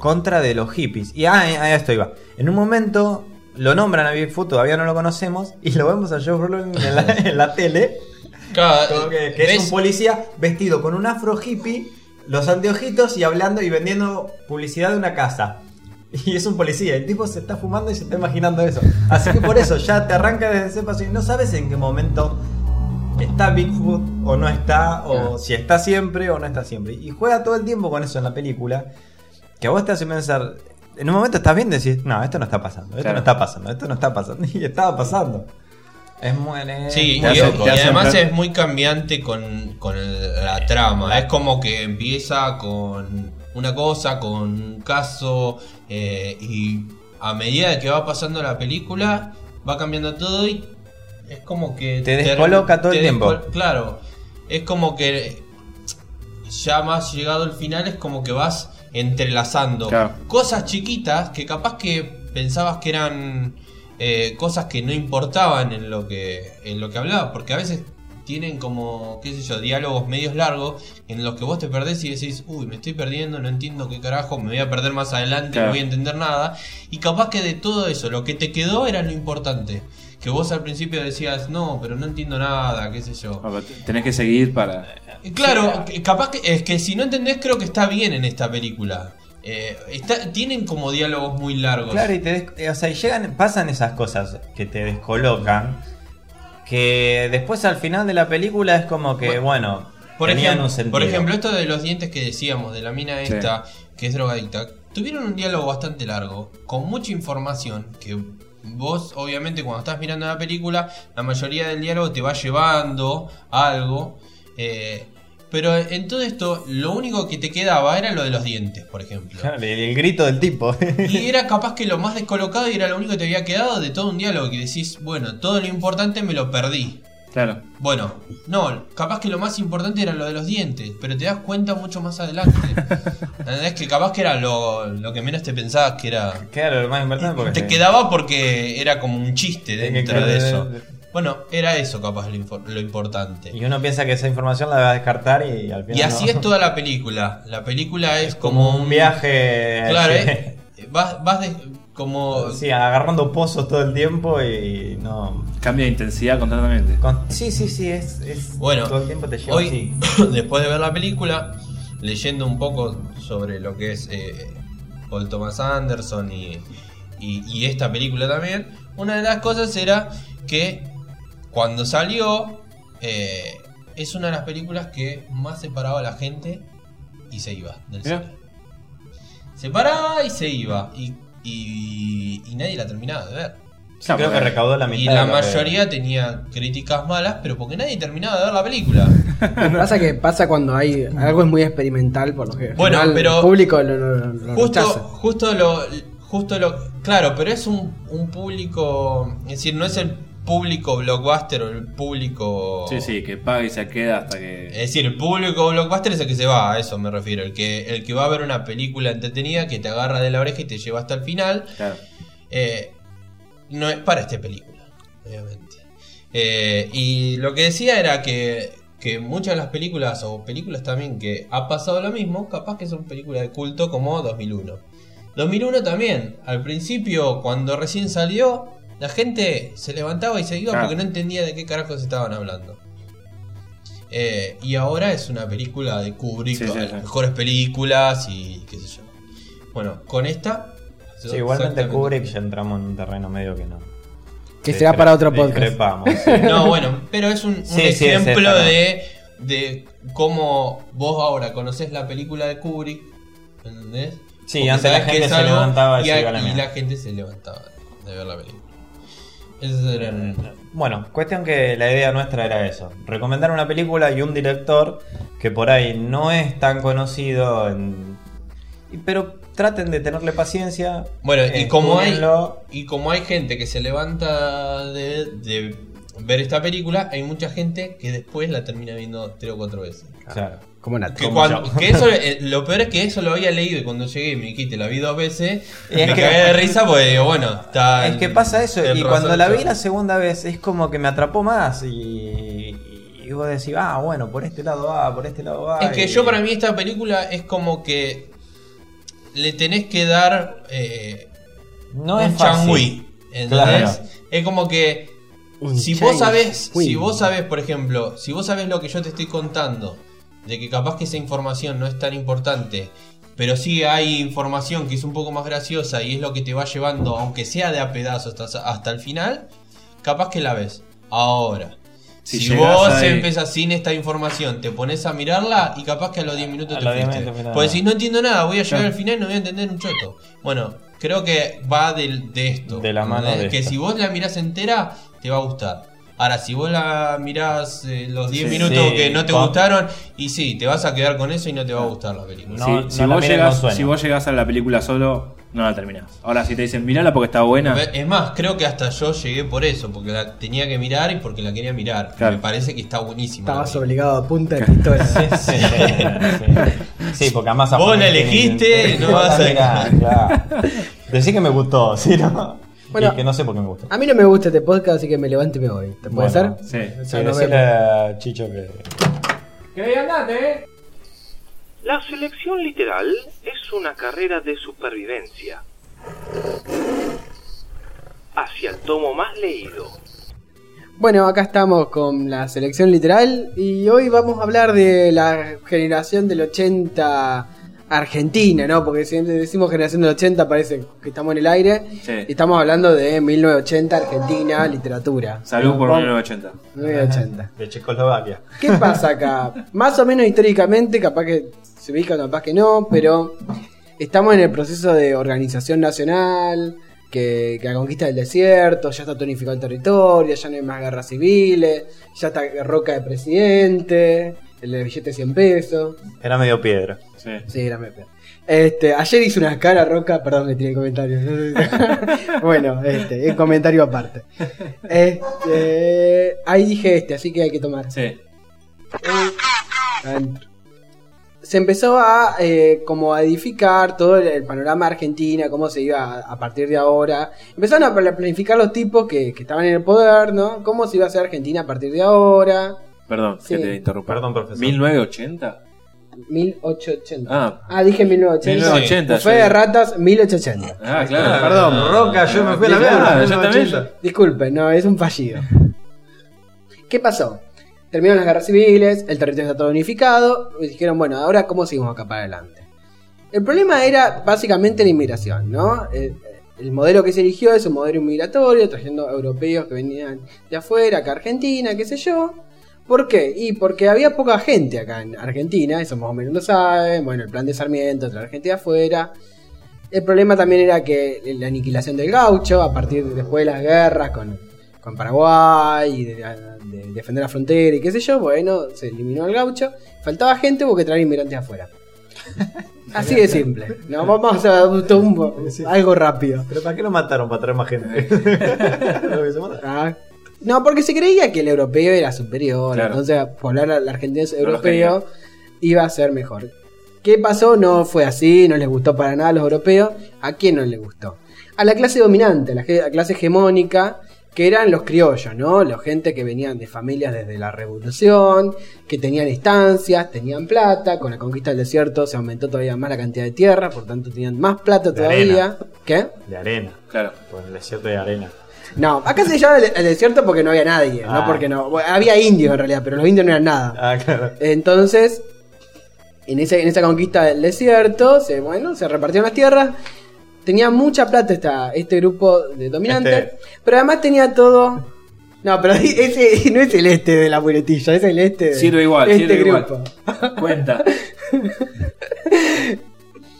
[SPEAKER 6] contra de los hippies. Y ah, eh, a esto iba. En un momento lo nombran a Bigfoot, todavía no lo conocemos, y lo vemos a Joe Rogan en
[SPEAKER 8] *laughs*
[SPEAKER 6] la, en la tele.
[SPEAKER 8] Claro,
[SPEAKER 6] Como que, que es
[SPEAKER 8] ¿ves?
[SPEAKER 6] un policía vestido con un afro hippie, los anteojitos y hablando y vendiendo publicidad de una casa. *laughs* Y es un policía, el tipo se está fumando y se está imaginando eso. Así que por eso ya te arranca desde ese paso y no sabes en qué momento está Bigfoot o no está, o si está siempre o no está siempre. Y juega todo el tiempo con eso en la película, que a vos te hace pensar, en un momento estás viendo y decís, no, esto no está pasando, esto
[SPEAKER 5] Claro.
[SPEAKER 6] *laughs* no está pasando, esto no está pasando. Y estaba pasando. Es muy lento.
[SPEAKER 8] Sí,
[SPEAKER 6] Te
[SPEAKER 8] y,
[SPEAKER 6] hace-
[SPEAKER 8] y
[SPEAKER 6] te hace
[SPEAKER 8] además
[SPEAKER 6] entrar-
[SPEAKER 8] es muy cambiante con, con el- la trama. Es como que empieza con una cosa, con un caso, eh, y a medida que va pasando la película, va cambiando todo y es como que...
[SPEAKER 6] Te descoloca todo el
[SPEAKER 8] descol-
[SPEAKER 6] tiempo.
[SPEAKER 8] Claro, es como que ya más llegado el final es como que vas entrelazando
[SPEAKER 5] Claro.
[SPEAKER 8] cosas chiquitas que capaz que pensabas que eran eh, cosas que no importaban en lo que en lo que hablaba porque a veces tienen como qué sé yo diálogos medios largos en los que vos te perdés y decís uy me estoy perdiendo no entiendo qué carajo me voy a perder más adelante
[SPEAKER 5] Claro.
[SPEAKER 8] no voy a entender nada y capaz que de todo eso lo que te quedó era lo importante que vos al principio decías no pero no entiendo nada qué sé yo
[SPEAKER 5] Tenés que seguir para.
[SPEAKER 8] Eh, Claro, que- capaz que es que si no entendés creo que está bien en esta película. Eh, está- tienen como diálogos muy largos.
[SPEAKER 6] Claro, y te des- eh, o sea, y llegan, pasan esas cosas que te descolocan. Que después al final de la película es como que, bueno,
[SPEAKER 8] por,
[SPEAKER 6] tenían
[SPEAKER 8] ejemplo,
[SPEAKER 6] un sentido.
[SPEAKER 8] por ejemplo, esto de los dientes que decíamos, de la mina esta, que es drogadicta, tuvieron un diálogo bastante largo, con mucha información, que vos obviamente cuando estás mirando la película, la mayoría del diálogo te va llevando a algo. eh, pero en todo esto, lo único que te quedaba era lo de los dientes, por ejemplo.
[SPEAKER 6] Claro, el, el grito del tipo. *laughs*
[SPEAKER 8] Y era capaz que lo más descolocado y era lo único que te había quedado de todo un diálogo que decís, bueno, todo lo importante me lo perdí.
[SPEAKER 5] Claro.
[SPEAKER 8] Bueno, no, capaz que lo más importante era lo de los dientes, pero te das cuenta mucho más adelante. Es que capaz que era lo, lo que menos te pensabas que era.
[SPEAKER 6] Claro, lo más importante Ah, porque
[SPEAKER 8] Te
[SPEAKER 6] sí.
[SPEAKER 8] quedaba porque era como un chiste dentro
[SPEAKER 6] claro,
[SPEAKER 8] de
[SPEAKER 6] de-
[SPEAKER 8] eso.
[SPEAKER 6] de-
[SPEAKER 8] Bueno, era eso capaz lo, infor- lo importante.
[SPEAKER 6] y uno piensa que esa información la va a descartar y al final.
[SPEAKER 8] Y así
[SPEAKER 6] no.
[SPEAKER 8] es toda la película. La película es,
[SPEAKER 6] como
[SPEAKER 8] como
[SPEAKER 6] un viaje.
[SPEAKER 8] Claro,
[SPEAKER 6] sí.
[SPEAKER 8] ¿eh? Vas, vas de- como.
[SPEAKER 6] *laughs* Sí, agarrando pozos todo el tiempo y no.
[SPEAKER 5] Cambia de intensidad constantemente.
[SPEAKER 6] Con- Sí, sí, sí, es. es-
[SPEAKER 8] Bueno,
[SPEAKER 6] todo el tiempo te lleva así.
[SPEAKER 8] hoy, *coughs* *laughs* después de ver la película, leyendo un poco sobre lo que es eh, Paul Thomas Anderson y, y- y esta película también, una de las cosas era que cuando salió, eh, es una de las películas que más separaba a la gente y se iba del
[SPEAKER 5] Mirá.
[SPEAKER 8] cine. Se paraba y se iba, y, y- y nadie la terminaba de ver.
[SPEAKER 6] Sí, creo que recaudó la mitad.
[SPEAKER 8] Y
[SPEAKER 6] de
[SPEAKER 8] la
[SPEAKER 6] lo que-
[SPEAKER 8] mayoría tenía críticas malas, pero porque nadie terminaba de ver la película.
[SPEAKER 3] Lo que pasa que pasa cuando hay algo es muy experimental por lo que
[SPEAKER 8] Bueno,
[SPEAKER 3] al
[SPEAKER 8] pero-
[SPEAKER 3] el público lo, lo- lo- lo
[SPEAKER 8] Justo,
[SPEAKER 3] rechaza.
[SPEAKER 8] justo lo. Justo lo. Claro, pero es un, un público. Es decir, no es el público blockbuster o el público.
[SPEAKER 5] Sí, sí, que paga y se queda hasta que.
[SPEAKER 8] Es decir, el público blockbuster es el que se va, a eso me refiero. El que, el que va a ver una película entretenida que te agarra de la oreja y te lleva hasta el final.
[SPEAKER 5] Claro.
[SPEAKER 8] eh, no es para esta película, obviamente. Eh, y lo que decía era que, que muchas de las películas, o películas también que ha pasado lo mismo, capaz que son películas de culto como 2001. 2001 también, al principio, cuando recién salió, la gente se levantaba y se iba
[SPEAKER 5] Claro.
[SPEAKER 8] porque no entendía de qué carajos estaban hablando. Eh, y ahora es una película de Kubrick,
[SPEAKER 5] Sí, sí,
[SPEAKER 8] las
[SPEAKER 5] sí.
[SPEAKER 8] mejores películas y qué sé yo. Bueno, con esta...
[SPEAKER 6] Sí, igualmente
[SPEAKER 8] exactamente-
[SPEAKER 6] Kubrick ya entramos en un terreno medio que no.
[SPEAKER 3] Que será para otro podcast.
[SPEAKER 8] *laughs*
[SPEAKER 6] Discrepamos, sí.
[SPEAKER 8] No, bueno, pero es un, un
[SPEAKER 6] Sí, sí, es
[SPEAKER 8] ejemplo
[SPEAKER 6] esta, ¿no?
[SPEAKER 8] de, de cómo vos ahora conocés la película de Kubrick, ¿entendés?
[SPEAKER 6] Sí,
[SPEAKER 8] Porque
[SPEAKER 6] antes la
[SPEAKER 8] sabés que
[SPEAKER 6] gente
[SPEAKER 8] es
[SPEAKER 6] se
[SPEAKER 8] algo
[SPEAKER 6] levantaba y
[SPEAKER 8] y,
[SPEAKER 6] se
[SPEAKER 8] a-
[SPEAKER 6] iba a la
[SPEAKER 8] y
[SPEAKER 6] mierda.
[SPEAKER 8] la gente se levantaba de ver la película. Esos eran-
[SPEAKER 6] Bueno, cuestión que la idea nuestra era eso: recomendar una película y un director que por ahí no es tan conocido, en- y- pero traten de tenerle paciencia.
[SPEAKER 8] Bueno, y como hay,
[SPEAKER 6] estudienlo.
[SPEAKER 8] y como hay gente que se levanta de, de ver esta película, hay mucha gente que después la termina viendo tres o cuatro veces.
[SPEAKER 6] Claro.
[SPEAKER 3] Como la
[SPEAKER 8] Que, cuando- que eso, eh, lo peor es que eso lo había leído y cuando llegué y me quité, la vi dos veces. Y me
[SPEAKER 6] Es que-
[SPEAKER 8] cagué de risa porque digo, bueno, está.
[SPEAKER 6] Es que pasa eso,
[SPEAKER 8] Ah, el
[SPEAKER 6] y
[SPEAKER 8] razón
[SPEAKER 6] cuando la vi
[SPEAKER 8] está.
[SPEAKER 6] la segunda vez es como que me atrapó más y, y vos decís, ah, bueno, por este lado va, por este lado va.
[SPEAKER 8] Es que
[SPEAKER 6] y-
[SPEAKER 8] yo para mí esta película es como que le tenés que dar eh,
[SPEAKER 6] no
[SPEAKER 8] un
[SPEAKER 6] es fácil.
[SPEAKER 8] changüí. ¿Entendés?
[SPEAKER 6] Claro.
[SPEAKER 8] Es como que
[SPEAKER 3] Un
[SPEAKER 8] si
[SPEAKER 3] Chinese
[SPEAKER 8] vos sabés, si
[SPEAKER 3] Queen.
[SPEAKER 8] vos sabés, por ejemplo, si vos sabés lo que yo te estoy contando, de que capaz que esa información no es tan importante, pero sí hay información que es un poco más graciosa y es lo que te va llevando, aunque sea de a pedazos hasta, hasta el final, capaz que la ves. Ahora,
[SPEAKER 5] Si
[SPEAKER 8] si,
[SPEAKER 5] llegás
[SPEAKER 8] vos
[SPEAKER 5] ahí-
[SPEAKER 8] empezás sin esta información, te pones a mirarla y capaz que a los 10 minutos
[SPEAKER 6] A
[SPEAKER 8] te
[SPEAKER 6] los 10
[SPEAKER 8] fuiste.
[SPEAKER 6] minutos, mirá.
[SPEAKER 8] Porque si no entiendo nada, voy a llegar al final y no voy a entender un choto. Bueno, creo que va del- de, esto.
[SPEAKER 6] De la mano
[SPEAKER 8] ¿entendés?
[SPEAKER 6] de
[SPEAKER 8] que
[SPEAKER 6] esto.
[SPEAKER 8] si vos la mirás entera, te va a gustar. Ahora, si vos la mirás eh, los 10
[SPEAKER 5] Sí,
[SPEAKER 8] minutos
[SPEAKER 5] sí,
[SPEAKER 8] que no te
[SPEAKER 5] pa-
[SPEAKER 8] gustaron, y sí, te vas a quedar con eso y no te va a gustar la película.
[SPEAKER 5] si, si vos llegás, si vos llegás a la película solo, no la terminás. Ahora, si te dicen, mirala porque está buena,
[SPEAKER 8] Ve- Es más, creo que hasta yo llegué por eso, porque la tenía que mirar y porque la quería mirar.
[SPEAKER 5] Claro.
[SPEAKER 8] Me parece que está buenísima.
[SPEAKER 3] Estabas obligado a punta de pistola.
[SPEAKER 6] Sí, porque además
[SPEAKER 8] Vos
[SPEAKER 6] aparte
[SPEAKER 8] la
[SPEAKER 6] tienen-
[SPEAKER 8] elegiste, no vas a-
[SPEAKER 6] Mirá, claro. Decí que me gustó, *laughs* ¿sí? ¿no?
[SPEAKER 3] Bueno.
[SPEAKER 6] y que no sé por qué me gustó.
[SPEAKER 3] A mí no me gusta este podcast, así que me levanto y me voy. ¿Te puede
[SPEAKER 6] Bueno,
[SPEAKER 3] ser?
[SPEAKER 6] Sí.
[SPEAKER 3] O
[SPEAKER 6] O
[SPEAKER 3] sea, no
[SPEAKER 6] decirle
[SPEAKER 3] veo-
[SPEAKER 6] a Chicho que.
[SPEAKER 11] Que andate, eh.
[SPEAKER 1] La selección literal es una carrera de supervivencia hacia el tomo más leído.
[SPEAKER 3] Bueno, acá estamos con la selección literal y hoy vamos a hablar de la generación del 80 argentina, ¿no? Porque siempre decimos generación del 80 parece que estamos en el aire
[SPEAKER 5] Sí.
[SPEAKER 3] y estamos hablando de 1980 Argentina, literatura.
[SPEAKER 5] salud por
[SPEAKER 3] Vamos-
[SPEAKER 5] 1980.
[SPEAKER 3] 1980.
[SPEAKER 6] De Checoslovaquia.
[SPEAKER 3] ¿Qué pasa acá? Más o menos históricamente, capaz que se ubica, capaz que no, pero estamos en el proceso de organización nacional, que, que la conquista del desierto, ya está tonificado el territorio, ya no hay más guerras civiles, ya está Roca de presidente, el de billete 100 pesos.
[SPEAKER 6] Era medio piedra.
[SPEAKER 3] Sí, era Mepe. Este, ayer hice una cara roca, perdón que tiene comentarios. *laughs* bueno, este, es comentario aparte. Este, ahí dije este, así que hay que tomar.
[SPEAKER 5] Sí.
[SPEAKER 3] Adentro. Se empezó a eh, como a edificar todo el, el panorama argentina, cómo se iba a, a partir de ahora. Empezaron a pla- planificar los tipos que, que estaban en el poder, ¿no? Cómo se iba a hacer Argentina a partir de ahora.
[SPEAKER 5] Perdón,
[SPEAKER 3] Sí.
[SPEAKER 5] que te interrumpa.
[SPEAKER 6] Perdón, profesor.
[SPEAKER 5] 1980.
[SPEAKER 3] 1880.
[SPEAKER 5] Ah.
[SPEAKER 3] dije 1980.
[SPEAKER 5] 1980,
[SPEAKER 3] Fue
[SPEAKER 5] yo
[SPEAKER 3] de
[SPEAKER 5] dije.
[SPEAKER 3] ratas 1880.
[SPEAKER 5] Ah, claro.
[SPEAKER 6] Perdón,
[SPEAKER 5] Ah,
[SPEAKER 6] Roca, yo me fui a la
[SPEAKER 5] claro,
[SPEAKER 6] verga,
[SPEAKER 5] yo
[SPEAKER 6] 1980.
[SPEAKER 5] también.
[SPEAKER 3] Disculpe, no, es un fallido. ¿Qué pasó? Terminaron las guerras civiles, el territorio está todo unificado, y dijeron, bueno, ahora cómo seguimos acá para adelante. El problema era básicamente la inmigración, ¿no? El, el modelo que se eligió es un modelo inmigratorio, trayendo europeos que venían de afuera, acá a Argentina, qué sé yo. ¿Por qué? Y porque había poca gente acá en Argentina, eso más o menos lo saben, bueno, el plan de Sarmiento, traer gente de afuera, el problema también era que la aniquilación del gaucho, a partir de, después de las guerras con, con Paraguay y de, de defender la frontera y qué sé yo, bueno, se eliminó el gaucho. Faltaba gente, hubo que traer inmigrantes afuera. Así de simple. No, vamos a un tumbo, algo rápido.
[SPEAKER 6] ¿Pero para qué lo mataron? Para traer
[SPEAKER 3] *laughs*
[SPEAKER 6] más gente.
[SPEAKER 3] Ah, No, porque se creía que el europeo era superior,
[SPEAKER 5] Claro.
[SPEAKER 3] entonces poblar al argentino
[SPEAKER 5] lo
[SPEAKER 3] europeo iba a ser mejor. ¿Qué pasó? No fue así, no les gustó para nada a los europeos. ¿A quién no les gustó? A la clase dominante, a la, ge- a la clase hegemónica, que eran los criollos, ¿no? La gente que venían de familias desde la revolución, que tenían estancias, tenían plata, con la conquista del desierto se aumentó todavía más la cantidad de tierra, por tanto tenían más plata
[SPEAKER 6] De
[SPEAKER 3] todavía.
[SPEAKER 6] arena.
[SPEAKER 3] ¿Qué?
[SPEAKER 6] De arena.
[SPEAKER 5] Claro.
[SPEAKER 6] Por el desierto de arena.
[SPEAKER 3] No, acá se llama el, el desierto porque no había nadie, no
[SPEAKER 6] Ah.
[SPEAKER 3] porque no. bueno, había indios en realidad, pero los indios no eran nada.
[SPEAKER 6] Ah, claro.
[SPEAKER 3] Entonces, en, ese- en esa conquista del desierto, se, bueno, se repartieron las tierras. Tenía mucha plata esta, este grupo de dominantes,
[SPEAKER 6] Este.
[SPEAKER 3] pero además tenía todo. No, pero *laughs* ese no es el este de la muletilla, es el este de
[SPEAKER 5] Sirve igual,
[SPEAKER 3] este
[SPEAKER 5] sirve igual.
[SPEAKER 3] grupo.
[SPEAKER 5] Cuenta.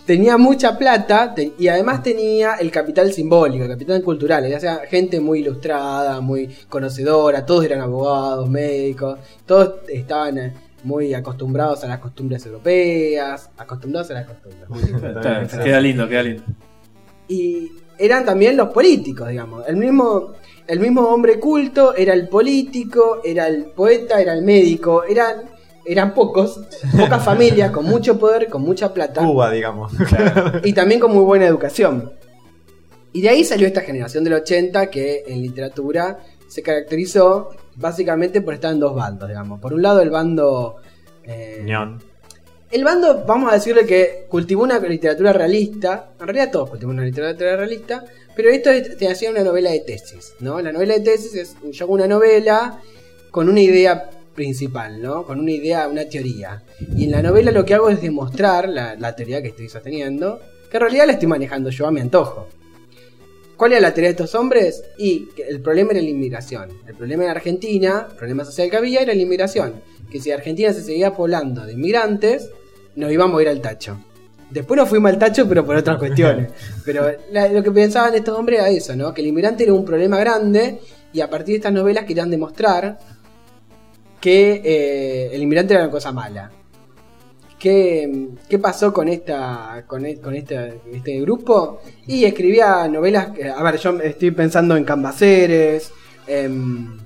[SPEAKER 3] tenía mucha plata te- y además tenía el capital simbólico, el capital cultural, ya sea gente muy ilustrada, muy conocedora, todos eran abogados, médicos, todos estaban eh, muy acostumbrados a las costumbres europeas, acostumbrados a las costumbres.
[SPEAKER 5] Está bien, queda lindo, queda lindo.
[SPEAKER 3] y eran también los políticos, digamos. El mismo, el mismo hombre culto era el político, era el poeta, era el médico, eran, eran pocos, pocas familias con mucho poder, con mucha plata
[SPEAKER 6] Cuba, digamos.
[SPEAKER 3] y también con muy buena educación. Y de ahí salió esta generación del 80 que en literatura se caracterizó básicamente por estar en dos bandos, digamos. Por un lado el bando... eh,
[SPEAKER 6] Ñon.
[SPEAKER 3] el bando, vamos a decirle que cultivó una literatura realista, en realidad todos cultivan una literatura realista, pero esto es- te hacía una novela de tesis, ¿no? La novela de tesis es yo hago una novela con una idea principal, ¿no? Con una idea, una teoría. Y en la novela lo que hago es demostrar la, la teoría que estoy sosteniendo, que en realidad la estoy manejando yo a mi antojo. ¿Cuál era la teoría de estos hombres? Y que el problema era la inmigración. El problema en Argentina, el problema social que había era la inmigración. Que si Argentina se seguía poblando de inmigrantes, nos íbamos a ir al tacho. Después nos fuimos al tacho, pero por otras cuestiones. Pero la- lo que pensaban estos hombres era eso, ¿no? Que el inmigrante era un problema grande y a partir de estas novelas querían demostrar que eh, el inmigrante era una cosa mala. ¿Qué, qué pasó con esta con, e- con este, este grupo? Y escribía novelas, que- a ver, yo estoy pensando en Cambaceres, en,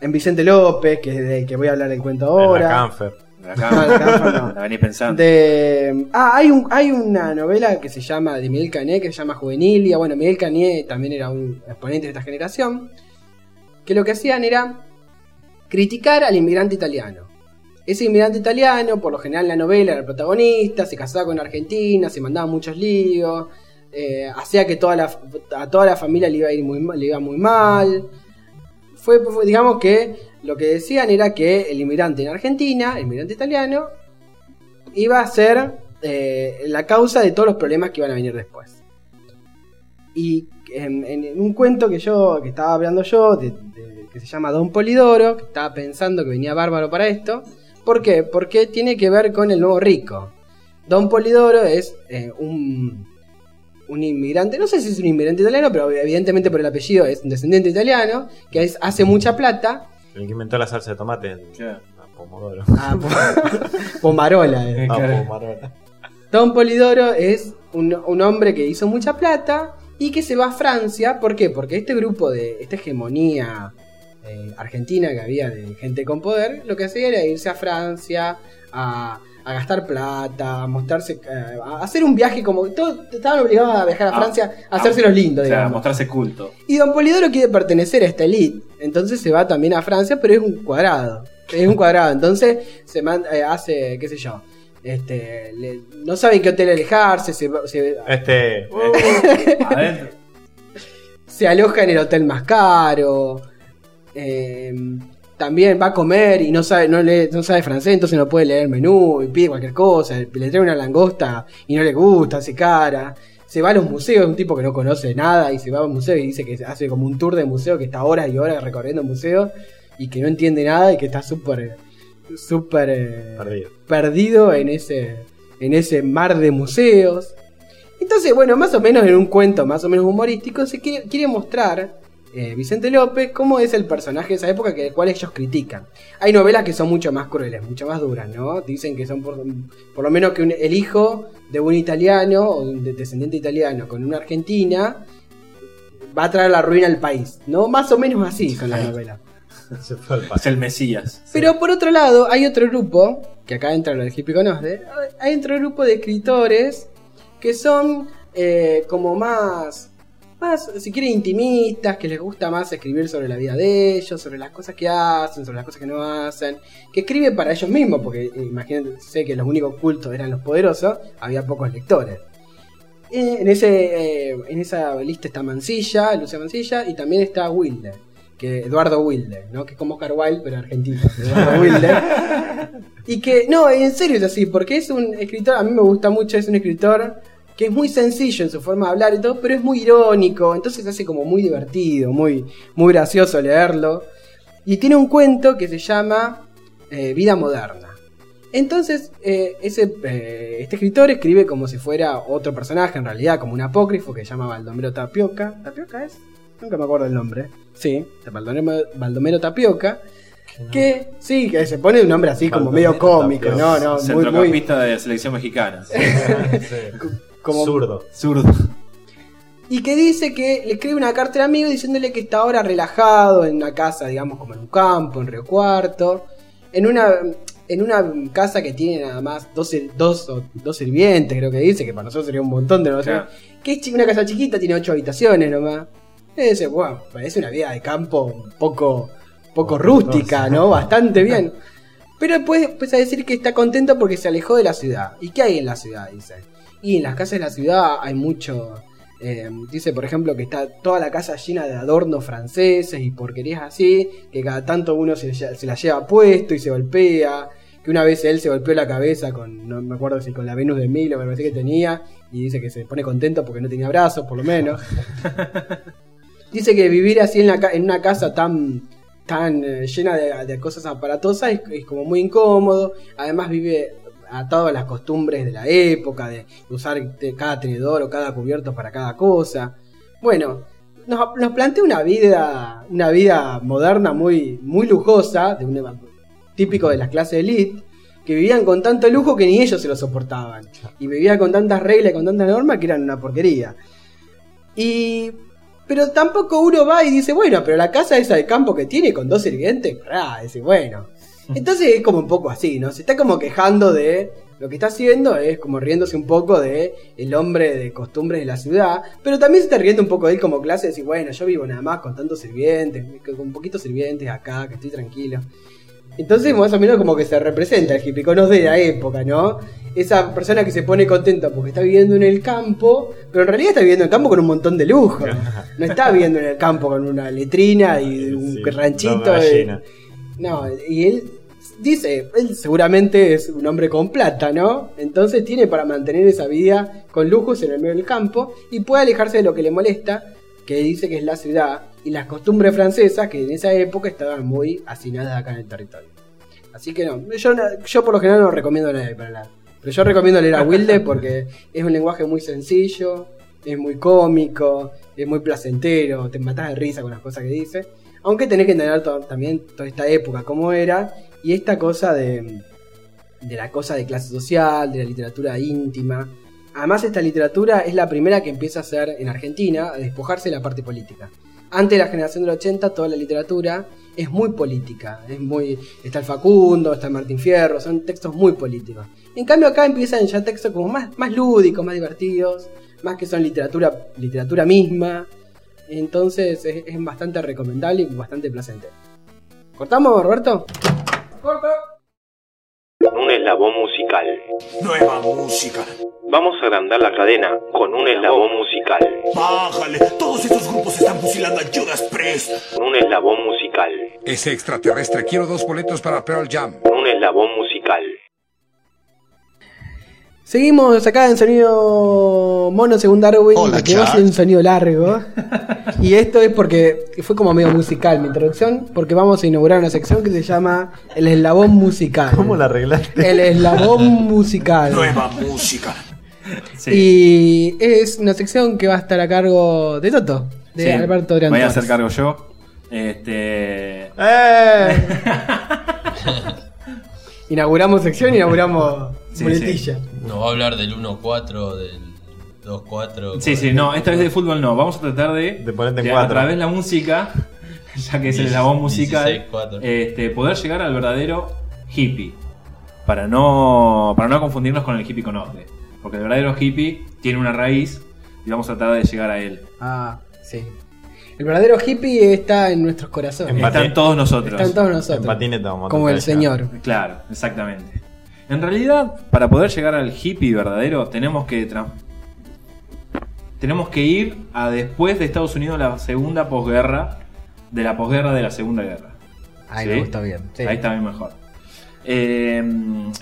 [SPEAKER 3] en Vicente López, que es del que voy a hablar del cuento ahora.
[SPEAKER 5] La
[SPEAKER 3] No,
[SPEAKER 5] *laughs*
[SPEAKER 3] la Canfer
[SPEAKER 5] Canfer.
[SPEAKER 3] no.
[SPEAKER 5] La venís pensando.
[SPEAKER 3] De, ah, hay, un, hay una novela que se llama de Miguel Cané, que se llama Juvenilia. Bueno, Miguel Cané también era un exponente de esta generación. Que lo que hacían era criticar al inmigrante italiano. Ese inmigrante italiano, por lo general en la novela, era el protagonista, se casaba con una Argentina, se mandaba muchos líos, eh, hacía que toda la, a toda la familia le iba a ir muy, mal- le iba muy mal. Fue, fue, digamos que lo que decían era que el inmigrante en Argentina, el inmigrante italiano, iba a ser eh, la causa de todos los problemas que iban a venir después. Y en, en- en un cuento que yo que estaba hablando yo, de- de- que se llama Don Polidoro, que estaba pensando que venía bárbaro para esto. ¿Por qué? Porque tiene que ver con el nuevo rico. Don Polidoro es eh, un, un inmigrante, no sé si es un inmigrante italiano, pero evidentemente por el apellido es un descendiente italiano, que es- hace mucha plata.
[SPEAKER 6] El que inventó la salsa de tomate. El... Ah, Pomodoro.
[SPEAKER 3] Ah, *laughs* po- Pomarola, eh.
[SPEAKER 6] Ah,
[SPEAKER 3] Claro.
[SPEAKER 6] Pomarola.
[SPEAKER 3] Don Polidoro es un, un hombre que hizo mucha plata y que se va a Francia. ¿Por qué? Porque este grupo de esta hegemonía eh, argentina que había de gente con poder, lo que hacía era irse a Francia a, a gastar plata, a mostrarse, eh, a hacer un viaje como. Todos estaban obligados a viajar a
[SPEAKER 5] Ah,
[SPEAKER 3] Francia, a hacerse los lindos,
[SPEAKER 5] O sea,
[SPEAKER 3] digamos.
[SPEAKER 5] mostrarse
[SPEAKER 3] *laughs*
[SPEAKER 5] culto.
[SPEAKER 3] Y Don Polidoro quiere pertenecer a esta elite. Entonces se va también a Francia, pero es un cuadrado. Es un cuadrado. Entonces se man- eh, hace, qué sé yo. Este, le- no sabe en qué hotel alejarse. Se, va- se-
[SPEAKER 6] Este.
[SPEAKER 3] se aloja en el hotel más caro. eh, también va a comer y no sabe, no, lee- no sabe francés, entonces no puede leer el menú y pide cualquier cosa. Le trae una langosta y no le gusta, hace cara. Se va a los museos, es un tipo que no conoce nada y se va a un museo y dice que hace como un tour de museo que está horas y horas recorriendo museos y que no entiende nada y que está súper, súper eh,
[SPEAKER 6] Perdido.
[SPEAKER 3] perdido en ese, en ese mar de museos. Entonces, bueno, más o menos en un cuento más o menos humorístico, se quiere, quiere mostrar eh, Vicente López cómo es el personaje de esa época que el cual ellos critican. Hay novelas que son mucho más crueles, mucho más duras, ¿no? Dicen que son por, por lo menos que un- el hijo de un italiano o un de- descendiente italiano con una argentina va a traer la ruina al país, ¿no? Más o menos así son las novelas.
[SPEAKER 5] Es el Mesías.
[SPEAKER 3] Pero por otro lado, hay otro grupo, que acá entra lo del hippie conoce, hay otro grupo de escritores que son eh, como más, más, si quieren, intimistas, que les gusta más escribir sobre la vida de ellos, sobre las cosas que hacen, sobre las cosas que no hacen, que escribe para ellos mismos, porque eh, imagínense que los únicos cultos eran los poderosos, había pocos lectores. Eh, En, ese, eh, en esa lista está Mancilla, Lucia Mancilla, y también está Wilde, que Eduardo Wilde, ¿no? que es como Oscar Wilde, pero argentino. Eduardo Wilde. Y que, no, en serio es así, porque es un escritor, a mí me gusta mucho, es un escritor que es muy sencillo en su forma de hablar y todo, pero es muy irónico, entonces hace como muy divertido, muy, muy gracioso leerlo. Y tiene un cuento que se llama eh, Vida Moderna. Entonces, eh, ese, eh, este escritor escribe como si fuera otro personaje, en realidad, como un apócrifo que se llama Baldomero Tapioca. ¿Tapioca es? Nunca me acuerdo el nombre. Sí, de Baldomero, Baldomero Tapioca. Que sí, que se pone un nombre así como medio cómico, no, no, muy, muy,
[SPEAKER 5] Centrocampista de selección
[SPEAKER 3] *laughs*
[SPEAKER 5] mexicana.
[SPEAKER 3] como
[SPEAKER 6] Zurdo.
[SPEAKER 3] *laughs*
[SPEAKER 5] Zurdo.
[SPEAKER 3] Y que dice que le escribe una carta al amigo diciéndole que está ahora relajado en una casa, digamos, como en un campo, en Río Cuarto, en una, en una casa que tiene nada más dos, sir- dos, o- dos sirvientes, creo que dice, que para nosotros sería un montón de no sé.
[SPEAKER 5] Claro.
[SPEAKER 3] Que es chi- una casa chiquita, tiene ocho habitaciones nomás. Y dice, wow, parece una vida de campo un poco, poco rústica, ¿no? Bastante bien. Pero después empieza a decir que está contento porque se alejó de la ciudad. ¿Y qué hay en la ciudad? Dice. Y en las casas de la ciudad hay mucho, eh, dice, por ejemplo, que está toda la casa llena de adornos franceses y porquerías así, que cada tanto uno se, lle- se la lleva puesto y se golpea, que una vez él se golpeó la cabeza con, no me acuerdo si con la Venus de Milo, me parece que tenía, y dice que se pone contento porque no tenía brazos, por lo menos. *laughs* dice que vivir así en, la ca- en una casa tan tan eh, llena de, de cosas aparatosas es, es como muy incómodo, además vive atado a las costumbres de la época, de usar te- cada tenedor o cada cubierto para cada cosa. Bueno, nos, nos plantea una vida, una vida moderna muy, muy lujosa, de un, típico de las clases elite, que vivían con tanto lujo que ni ellos se lo soportaban. Y vivían con tantas reglas y con tantas normas que eran una porquería. Y. Pero tampoco uno va y dice, bueno, pero la casa esa de campo que tiene con dos sirvientes, pará, dice, bueno. *laughs* Entonces es como un poco así, ¿no? Se está como quejando de. Lo que está haciendo es como riéndose un poco de el hombre de costumbres de la ciudad, pero también se está riendo un poco de él como clase, de decir, bueno, yo vivo nada más con tantos sirvientes, con poquitos sirvientes acá, que estoy tranquilo. Entonces, más o menos como que se representa el hippie, conoce de la época, ¿no? Esa persona que se pone contenta porque está viviendo en el campo, pero en realidad está viviendo en el campo con un montón de lujo. No está viviendo en el campo con una letrina y un ranchito.
[SPEAKER 6] dos
[SPEAKER 3] y-
[SPEAKER 6] gallinas.
[SPEAKER 3] No, y él dice, él seguramente es un hombre con plata, ¿no? Entonces tiene para mantener esa vida con lujos en el medio del campo y puede alejarse de lo que le molesta, que dice que es la ciudad y las costumbres francesas que en esa época estaban muy hacinadas acá en el territorio. Así que no, yo, no- yo por lo general no recomiendo a nadie para nada. Pero yo recomiendo leer a Wilde porque es un lenguaje muy sencillo, es muy cómico, es muy placentero, te matás de risa con las cosas que dice. Aunque tenés que entender to- también toda esta época, cómo era, y esta cosa de, de la cosa de clase social, de la literatura íntima. Además, esta literatura es la primera que empieza a hacer en Argentina, a despojarse de la parte política. Antes de la generación del 80, toda la literatura es muy política. Es muy, está el Facundo, está Martín Fierro, son textos muy políticos. En cambio, acá empiezan ya textos como más, más lúdicos, más divertidos, más que son literatura, literatura misma. Entonces es, es bastante recomendable y bastante placentero. ¿Cortamos, Roberto?
[SPEAKER 1] Un eslabón musical. Nueva música. Vamos a agrandar la cadena con un eslabón musical.
[SPEAKER 9] Bájale, todos estos grupos están fusilando a Judas Priest.
[SPEAKER 1] Un eslabón musical.
[SPEAKER 12] Ese extraterrestre, quiero dos boletos para Pearl Jam.
[SPEAKER 1] Un eslabón musical.
[SPEAKER 3] Seguimos acá en sonido mono según Darwin.
[SPEAKER 9] Hola,
[SPEAKER 3] que va a
[SPEAKER 9] Chuck.
[SPEAKER 3] ser un sonido largo. *laughs* y esto es porque fue como medio musical mi introducción, porque vamos a inaugurar una sección que se llama El eslabón musical. ¿Cómo la arreglaste? *laughs* El
[SPEAKER 5] *laughs*
[SPEAKER 3] eslabón musical.
[SPEAKER 9] Nueva música.
[SPEAKER 3] Y es una sección que va a estar a cargo de Toto, de
[SPEAKER 5] Sí,
[SPEAKER 3] Alberto Durán.
[SPEAKER 5] Me voy a hacer
[SPEAKER 3] Torres.
[SPEAKER 5] cargo yo. Este. Eh.
[SPEAKER 3] *laughs* Inauguramos sección, inauguramos
[SPEAKER 5] Sí,
[SPEAKER 3] muletilla.
[SPEAKER 8] Nos va a hablar del 1-4, del 2-4.
[SPEAKER 5] Sí, sí, no, esta vez de fútbol no. Vamos a tratar de. De ponerte
[SPEAKER 6] en cuatro.
[SPEAKER 5] A través de la música, *laughs* ya que es el voz musical,
[SPEAKER 8] 16-4.
[SPEAKER 5] este, poder llegar al verdadero hippie. Para no, para no confundirnos con el hippie con Ocde. Porque el verdadero hippie tiene una raíz y vamos a tratar de llegar a él.
[SPEAKER 3] Ah, sí. El verdadero hippie está en nuestros corazones.
[SPEAKER 5] Están todos nosotros.
[SPEAKER 3] Están todos nosotros. Como el señor.
[SPEAKER 5] Claro, exactamente. En realidad, para poder llegar al hippie verdadero, tenemos que tra- tenemos que ir a después de Estados Unidos la segunda posguerra, de la posguerra de la segunda guerra.
[SPEAKER 3] Ahí
[SPEAKER 5] ¿Sí?
[SPEAKER 3] me gusta bien. sí.
[SPEAKER 5] Ahí está bien mejor. Eh,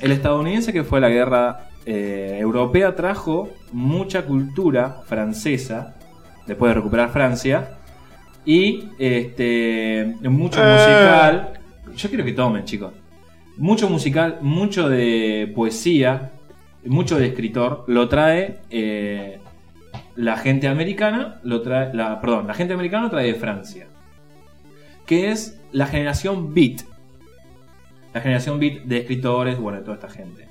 [SPEAKER 5] el estadounidense que fue a la guerra eh, europea trajo mucha cultura francesa, después de recuperar Francia, y este, mucho
[SPEAKER 6] Eh.
[SPEAKER 5] musical. Yo quiero que tomen, chicos. Mucho musical, mucho de poesía, mucho de escritor. Lo trae eh, la gente americana, lo trae, la, perdón, la gente americana lo trae de Francia. Que es la generación beat la generación beat de escritores, bueno, de toda esta gente.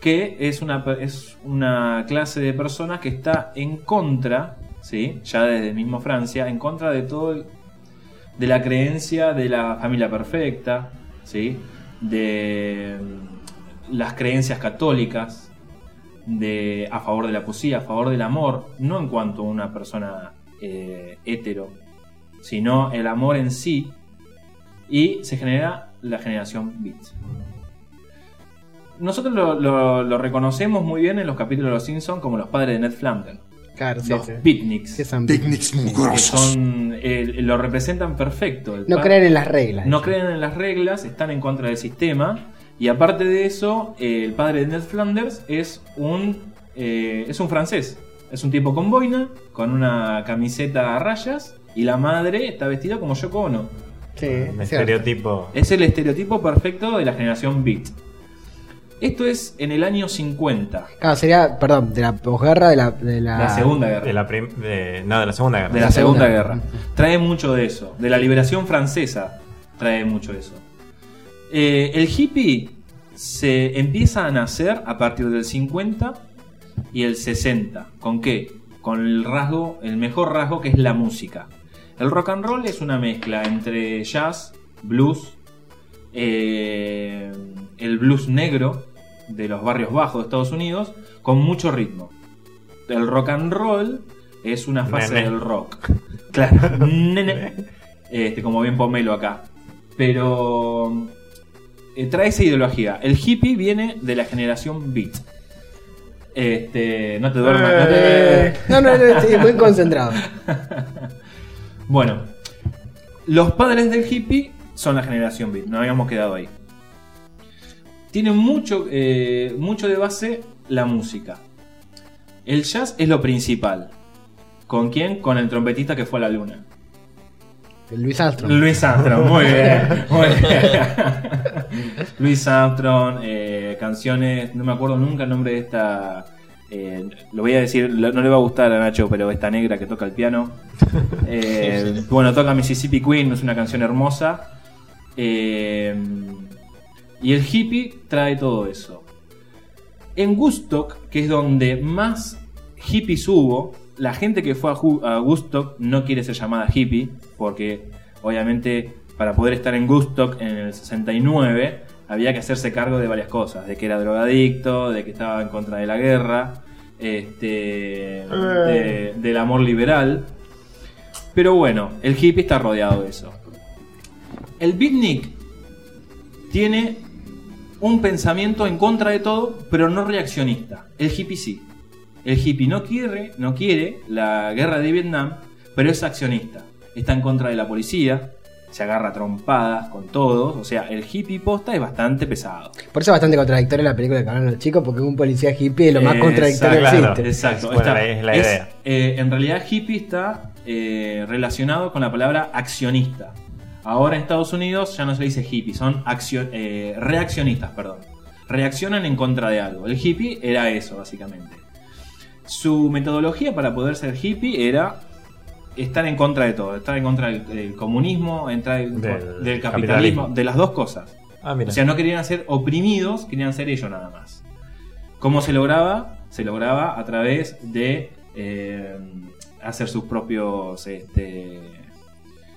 [SPEAKER 5] Que es una, es una clase de personas que está en contra, ¿sí? ya desde mismo Francia, en contra de todo el- de la creencia de la familia perfecta, ¿sí? de mm, las creencias católicas, de, a favor de la poesía, a favor del amor, no en cuanto a una persona eh, hetero, sino el amor en sí, y se genera la generación Beats. Nosotros lo, lo- lo reconocemos muy bien en los capítulos de Los Simpsons como los padres de Ned Flanders.
[SPEAKER 3] Claro, sí,
[SPEAKER 5] los
[SPEAKER 3] sí.
[SPEAKER 5] beatniks.
[SPEAKER 3] Que son Beatniks muy grosos.
[SPEAKER 5] son, eh, lo representan perfecto. El
[SPEAKER 3] No
[SPEAKER 5] pa-
[SPEAKER 3] creen en las reglas.
[SPEAKER 5] Ah. No creen en las reglas, están en contra del sistema. Y aparte de eso, eh, el padre de Ned Flanders es un, eh, es un francés. Es un tipo con boina, con una camiseta a rayas. Y la madre está vestida como Yoko Ono.
[SPEAKER 3] Sí,
[SPEAKER 5] Ah,
[SPEAKER 6] Un estereotipo.
[SPEAKER 5] Es el estereotipo perfecto de la generación Beat. Esto es en el año 50.
[SPEAKER 3] Ah, sería, perdón, de la posguerra, de la, de la...
[SPEAKER 5] De la Segunda Guerra.
[SPEAKER 6] Ah, De la prim- de- no, de la Segunda Guerra.
[SPEAKER 5] De la Segunda Guerra. Trae mucho de eso. De la liberación francesa trae mucho de eso. Eh, el hippie se empieza a nacer a partir del 50 y el 60. ¿Con qué? Con el rasgo, el mejor rasgo que es la música. El rock and roll es una mezcla entre jazz, blues, eh, el blues negro de los barrios bajos de Estados Unidos, con mucho ritmo. El rock and roll es una fase
[SPEAKER 6] Nene.
[SPEAKER 5] del rock. Claro, nene. Este, como bien pomelo acá. Pero eh, trae esa ideología. El hippie viene de la generación beat. Este, no te duermas. no te-
[SPEAKER 3] Eh, No, no, no, sí, muy concentrado.
[SPEAKER 5] Bueno, los padres del hippie son la generación beat, no habíamos quedado ahí. Tiene mucho, eh, mucho de base la música. El jazz es lo principal. ¿Con quién? Con el trompetista que fue a la luna.
[SPEAKER 3] Luis Armstrong.
[SPEAKER 5] Luis Armstrong, muy bien. muy bien. Luis Armstrong, eh, canciones, no me acuerdo nunca el nombre de esta. eh, lo voy a decir, lo- no le va a gustar a Nacho, pero esta negra que toca el piano. Eh, bueno, toca Mississippi Queen, es una canción hermosa. Eh, y el hippie trae todo eso. En Woodstock, que es donde más hippies hubo, la gente que fue a, Ju- a Woodstock no quiere ser llamada hippie, porque obviamente para poder estar en Woodstock en el 69 había que hacerse cargo de varias cosas, de que era drogadicto, de que estaba en contra de la guerra, este, de- del amor liberal. Pero bueno, el hippie está rodeado de eso. El beatnik tiene un pensamiento en contra de todo, pero no reaccionista. El hippie sí. El hippie no quiere, no quiere la guerra de Vietnam, pero es accionista. Está en contra de la policía, se agarra a trompadas con todos. O sea, el hippie posta es bastante pesado.
[SPEAKER 3] Por eso es bastante contradictoria la película que hablan los chicos, porque un policía hippie es lo más
[SPEAKER 5] Eh, Exacto,
[SPEAKER 3] contradictorio que
[SPEAKER 5] claro,
[SPEAKER 3] existe.
[SPEAKER 5] Exacto,
[SPEAKER 6] Bueno,
[SPEAKER 5] está-
[SPEAKER 6] es la idea.
[SPEAKER 5] eh, en realidad, hippie está eh, relacionado con la palabra accionista. Ahora en Estados Unidos ya no se le dice hippie, son accio- eh, reaccionistas, perdón. Reaccionan en contra de algo. El hippie era eso, básicamente. Su metodología para poder ser hippie era estar en contra de todo, estar en contra del, del comunismo, entrar en-
[SPEAKER 6] Del
[SPEAKER 5] del capitalismo,
[SPEAKER 6] capitalismo.
[SPEAKER 5] de las dos cosas.
[SPEAKER 6] Ah, mira.
[SPEAKER 5] O sea, no querían ser oprimidos, querían ser ellos nada más. ¿Cómo se lograba? Se lograba a través de eh, hacer sus propios este,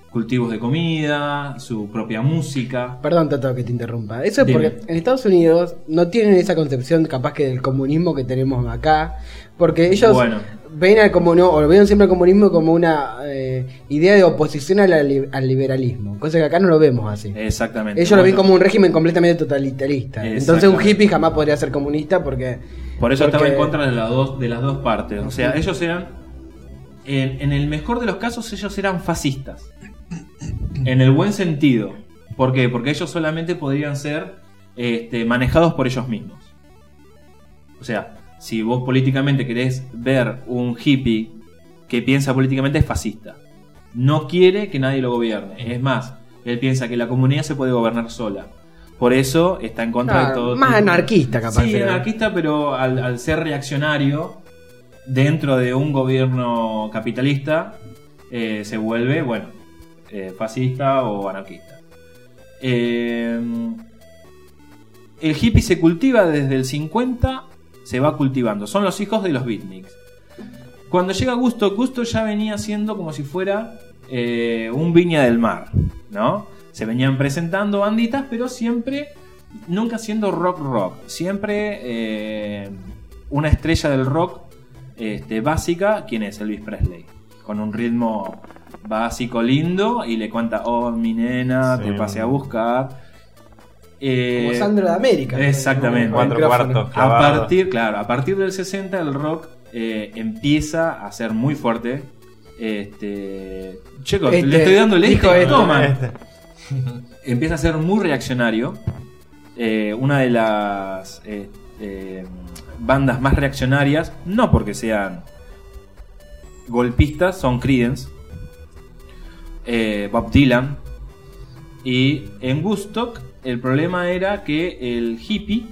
[SPEAKER 5] cultivos de comida, su propia música.
[SPEAKER 3] Perdón, Tato, que te interrumpa. Eso es
[SPEAKER 5] Dime.
[SPEAKER 3] porque en Estados Unidos no tienen esa concepción capaz que del comunismo que tenemos acá, porque ellos
[SPEAKER 5] Bueno.
[SPEAKER 3] ven al comunismo, o vieron siempre al comunismo como una eh, idea de oposición a la li- al liberalismo, cosa que acá no lo vemos así.
[SPEAKER 5] Exactamente.
[SPEAKER 3] Ellos lo ven
[SPEAKER 5] Eh, Bueno,
[SPEAKER 3] como un régimen completamente totalitarista. Entonces un
[SPEAKER 5] Exactamente.
[SPEAKER 3] hippie jamás podría ser comunista porque...
[SPEAKER 5] Por eso
[SPEAKER 3] porque-
[SPEAKER 5] estaba en contra de, las dos, de las dos partes. O sea, ellos eran. En, en el mejor de los casos, ellos eran fascistas. En el buen sentido. ¿Por qué? Porque ellos solamente podrían ser este, manejados por ellos mismos. O sea, si vos políticamente querés ver un hippie que piensa políticamente, es fascista. No quiere que nadie lo gobierne. Es más, él piensa que la comunidad se puede gobernar sola. Por eso está en contra
[SPEAKER 3] Ah,
[SPEAKER 5] de todo.
[SPEAKER 3] más
[SPEAKER 5] tipo-
[SPEAKER 3] anarquista, capaz,
[SPEAKER 5] Sí,
[SPEAKER 3] pero-
[SPEAKER 5] anarquista, pero al, al ser reaccionario dentro de un gobierno capitalista, eh, se vuelve, bueno, eh, fascista o anarquista. Eh, el hippie se cultiva desde el 50, se va cultivando. Son los hijos de los beatniks. Cuando llega Gusto, Gusto ya venía siendo como si fuera eh, un viña del mar, ¿no? Se venían presentando banditas, pero siempre, nunca siendo rock rock, siempre eh, una estrella del rock este, básica, quien es Elvis Presley, con un ritmo básico lindo y le cuenta, oh, mi nena, te pasé a buscar. Eh,
[SPEAKER 3] Como Sandro de América.
[SPEAKER 5] Exactamente.
[SPEAKER 3] Con el
[SPEAKER 6] Cuatro
[SPEAKER 3] micrófono.
[SPEAKER 6] cuartos
[SPEAKER 5] A
[SPEAKER 6] clavados.
[SPEAKER 5] partir, claro, a partir del 60 el rock eh, empieza a ser muy fuerte. Este, chicos,
[SPEAKER 3] Este,
[SPEAKER 5] le estoy dando el
[SPEAKER 3] dijo
[SPEAKER 5] este,
[SPEAKER 3] este.
[SPEAKER 5] toman.
[SPEAKER 3] Este.
[SPEAKER 5] *laughs* Empieza a ser muy reaccionario. Eh, una de las eh, eh, bandas más reaccionarias, no porque sean golpistas, son Creedence, eh, Bob Dylan, y en Woodstock el problema era que el hippie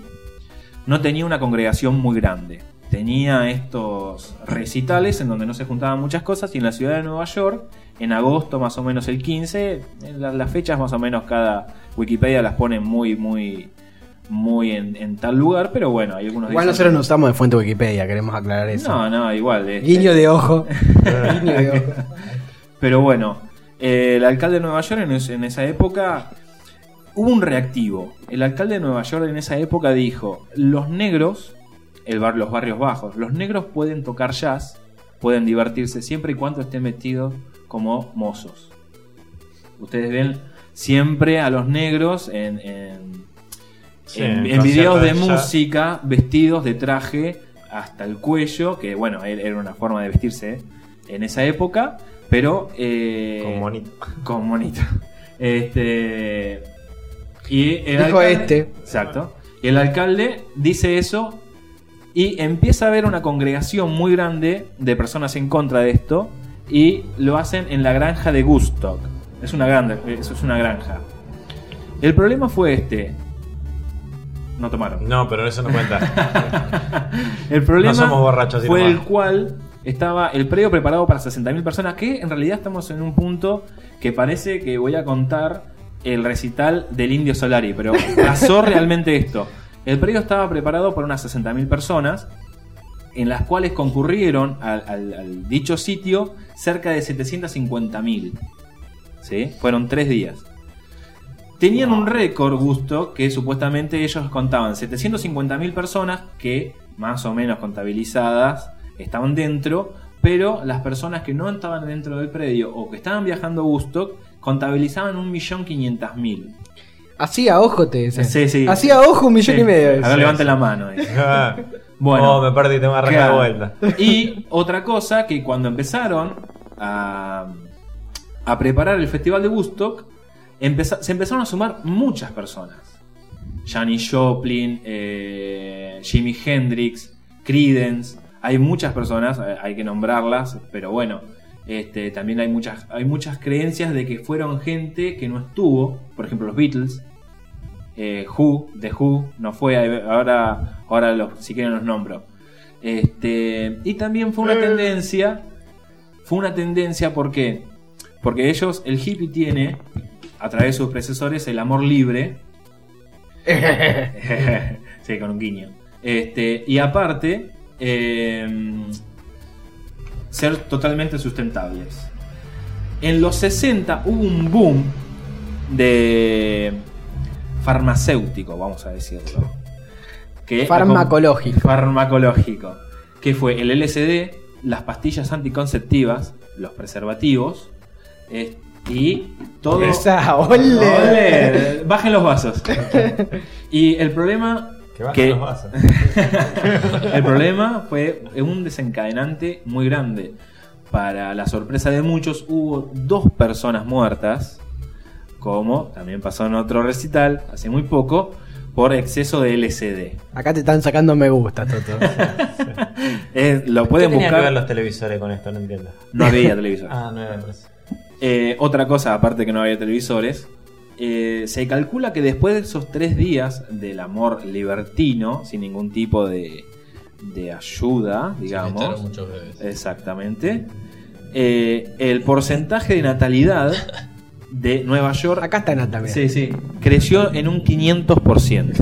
[SPEAKER 5] no tenía una congregación muy grande. Tenía estos recitales en donde no se juntaban muchas cosas y en la ciudad de Nueva York, en agosto más o menos el 15, en la- las fechas más o menos cada Wikipedia las pone muy, muy, muy en, en tal lugar, pero bueno, hay algunos
[SPEAKER 3] Igual
[SPEAKER 5] dicen-
[SPEAKER 3] nosotros no estamos de fuente Wikipedia, queremos aclarar eso.
[SPEAKER 5] No, eh, no, igual. este-
[SPEAKER 3] Guiño de ojo. Guiño de ojo.
[SPEAKER 5] Pero bueno, eh, el alcalde de Nueva York en, es- en esa época hubo un reactivo. El alcalde de Nueva York en esa época dijo: los negros, el bar, los barrios bajos, los negros pueden tocar jazz, pueden divertirse siempre y cuando estén vestidos como mozos. Ustedes ven siempre a los negros en, en-
[SPEAKER 6] Sí,
[SPEAKER 5] en-
[SPEAKER 6] en
[SPEAKER 5] en videos
[SPEAKER 6] conciertos
[SPEAKER 5] de
[SPEAKER 6] de jazz.
[SPEAKER 5] música vestidos de traje hasta el cuello, que bueno, era era una forma de vestirse en esa época, pero... eh, con monito. Con monito. Este, y el
[SPEAKER 3] Dijo este.
[SPEAKER 5] Exacto. Y el alcalde dice eso y empieza a haber una congregación muy grande de personas en contra de esto y lo hacen en la granja de Gustock. Es una grande, eso es una granja. El problema fue este. No tomaron.
[SPEAKER 6] No, pero eso no cuenta. *laughs*
[SPEAKER 5] El problema
[SPEAKER 6] No somos borrachos y
[SPEAKER 5] fue
[SPEAKER 6] nomás.
[SPEAKER 5] el cual estaba el predio preparado para 60.000 personas, que en realidad estamos en un punto que parece que voy a contar el recital del Indio Solari,
[SPEAKER 6] *laughs*
[SPEAKER 5] pero pasó realmente esto. El predio estaba preparado para unas 60.000 personas, en las cuales concurrieron al, al- al dicho sitio cerca de 750.000. ¿Sí? Fueron tres días. Tenían un récord, Gusto, que supuestamente ellos contaban 750.000 personas que, más o menos contabilizadas, estaban dentro, pero las personas que no estaban dentro del predio o que estaban viajando a Gusto contabilizaban 1.500.000.
[SPEAKER 3] Así a ojo te decía.
[SPEAKER 5] Sí, sí.
[SPEAKER 3] Así a ojo un millón
[SPEAKER 5] Sí.
[SPEAKER 3] y medio.
[SPEAKER 5] A ver, levanten la mano. ahí. *laughs* bueno.
[SPEAKER 6] Oh, me perdí, tengo que arrancar
[SPEAKER 5] Claro.
[SPEAKER 6] de vuelta.
[SPEAKER 5] Y otra cosa que cuando empezaron a, a preparar el festival de Woodstock, empeza- se empezaron a sumar muchas personas. Janis Joplin, eh, Jimi Hendrix, Creedence. Hay muchas personas, eh, hay que nombrarlas, pero bueno. Este, también hay muchas, hay muchas creencias de que fueron gente que no estuvo. Por ejemplo, los Beatles. eh, Who, The Who, no fue. ahí- Ahora, ahora los, si quieren los nombro. Este, y también fue una tendencia. Fue una tendencia porque. Porque ellos, el hippie tiene, a través de sus predecesores, el amor libre. sí, con un guiño. Este, y aparte, eh, ser totalmente sustentables. En los 60 hubo un boom de farmacéutico, vamos a decirlo. Que
[SPEAKER 3] Farmacológico.
[SPEAKER 5] Farmacológico. Que fue el LSD, las pastillas anticonceptivas, los preservativos eh, y todo.
[SPEAKER 3] Esa, ole.
[SPEAKER 5] eh. Ole. Bajen los vasos. Y el problema.
[SPEAKER 6] Que bajen
[SPEAKER 5] que-
[SPEAKER 6] los vasos.
[SPEAKER 5] el problema fue un desencadenante muy grande. Para la sorpresa de muchos, hubo dos personas muertas, como también pasó en otro recital hace muy poco, por exceso de LSD.
[SPEAKER 3] Acá te están sacando me
[SPEAKER 5] *laughs*
[SPEAKER 3] gusta, Toto.
[SPEAKER 5] Eh, lo
[SPEAKER 6] ¿Qué
[SPEAKER 5] pueden
[SPEAKER 6] tenían que ver
[SPEAKER 5] buscar.
[SPEAKER 6] los televisores con esto? No entiendo.
[SPEAKER 5] No había televisor.
[SPEAKER 6] ah, no era *laughs* televisor.
[SPEAKER 5] Eh, otra cosa, aparte que no había televisores, eh, se calcula que después de esos tres días del amor libertino, sin ningún tipo de, de ayuda, digamos.
[SPEAKER 8] Mataron muchos bebés.
[SPEAKER 5] Exactamente. Eh, el porcentaje de natalidad de Nueva York. Acá
[SPEAKER 3] está Nata,
[SPEAKER 5] Sí, sí. Creció en un 500%.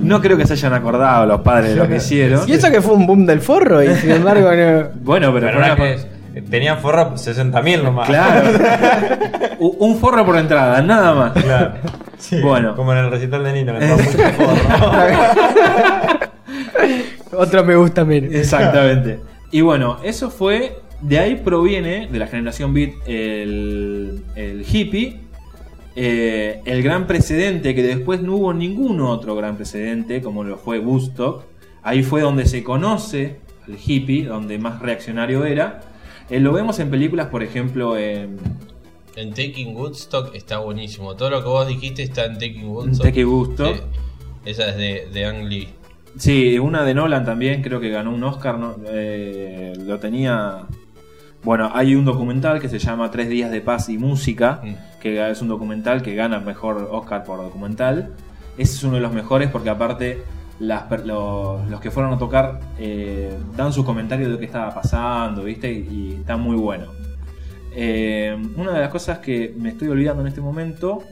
[SPEAKER 5] No creo que se hayan acordado los padres de lo que hicieron.
[SPEAKER 3] Y eso que fue un boom del forro y sin embargo no.
[SPEAKER 5] Bueno, pero,
[SPEAKER 6] Pero
[SPEAKER 5] fue
[SPEAKER 6] ahora
[SPEAKER 5] una-
[SPEAKER 6] que tenían forro 60.000 nomás.
[SPEAKER 5] Claro. *laughs* U- un forro por entrada, nada más. *laughs* bueno.
[SPEAKER 6] Como en el recital de
[SPEAKER 5] *laughs*
[SPEAKER 6] Nino, que estaba mucho
[SPEAKER 3] Otro me gusta, mire.
[SPEAKER 5] Exactamente. Y bueno, eso fue. De ahí proviene, de la generación Beat, el, el hippie. eh, el gran precedente, que después no hubo ningún otro gran precedente, como lo fue Woodstock. Ahí fue donde se conoce al hippie, donde más reaccionario era. Eh, lo vemos en películas, por ejemplo, en
[SPEAKER 8] En Taking Woodstock está buenísimo. Todo lo que vos dijiste está en Taking Woodstock.
[SPEAKER 5] Taking Woodstock.
[SPEAKER 8] Sí. esa es de, de Ang Lee.
[SPEAKER 5] Sí, una de Nolan también, creo que ganó un Oscar, ¿no? Eh, lo tenía... Bueno, hay un documental que se llama Tres días de paz y música,
[SPEAKER 8] Mm.
[SPEAKER 5] que es un documental que gana el mejor Oscar por documental. Ese es uno de los mejores porque aparte las per- lo- los que fueron a tocar eh, dan sus comentarios de lo que estaba pasando, ¿viste? Y, y está muy bueno. Eh, una de las cosas que me estoy olvidando en este momento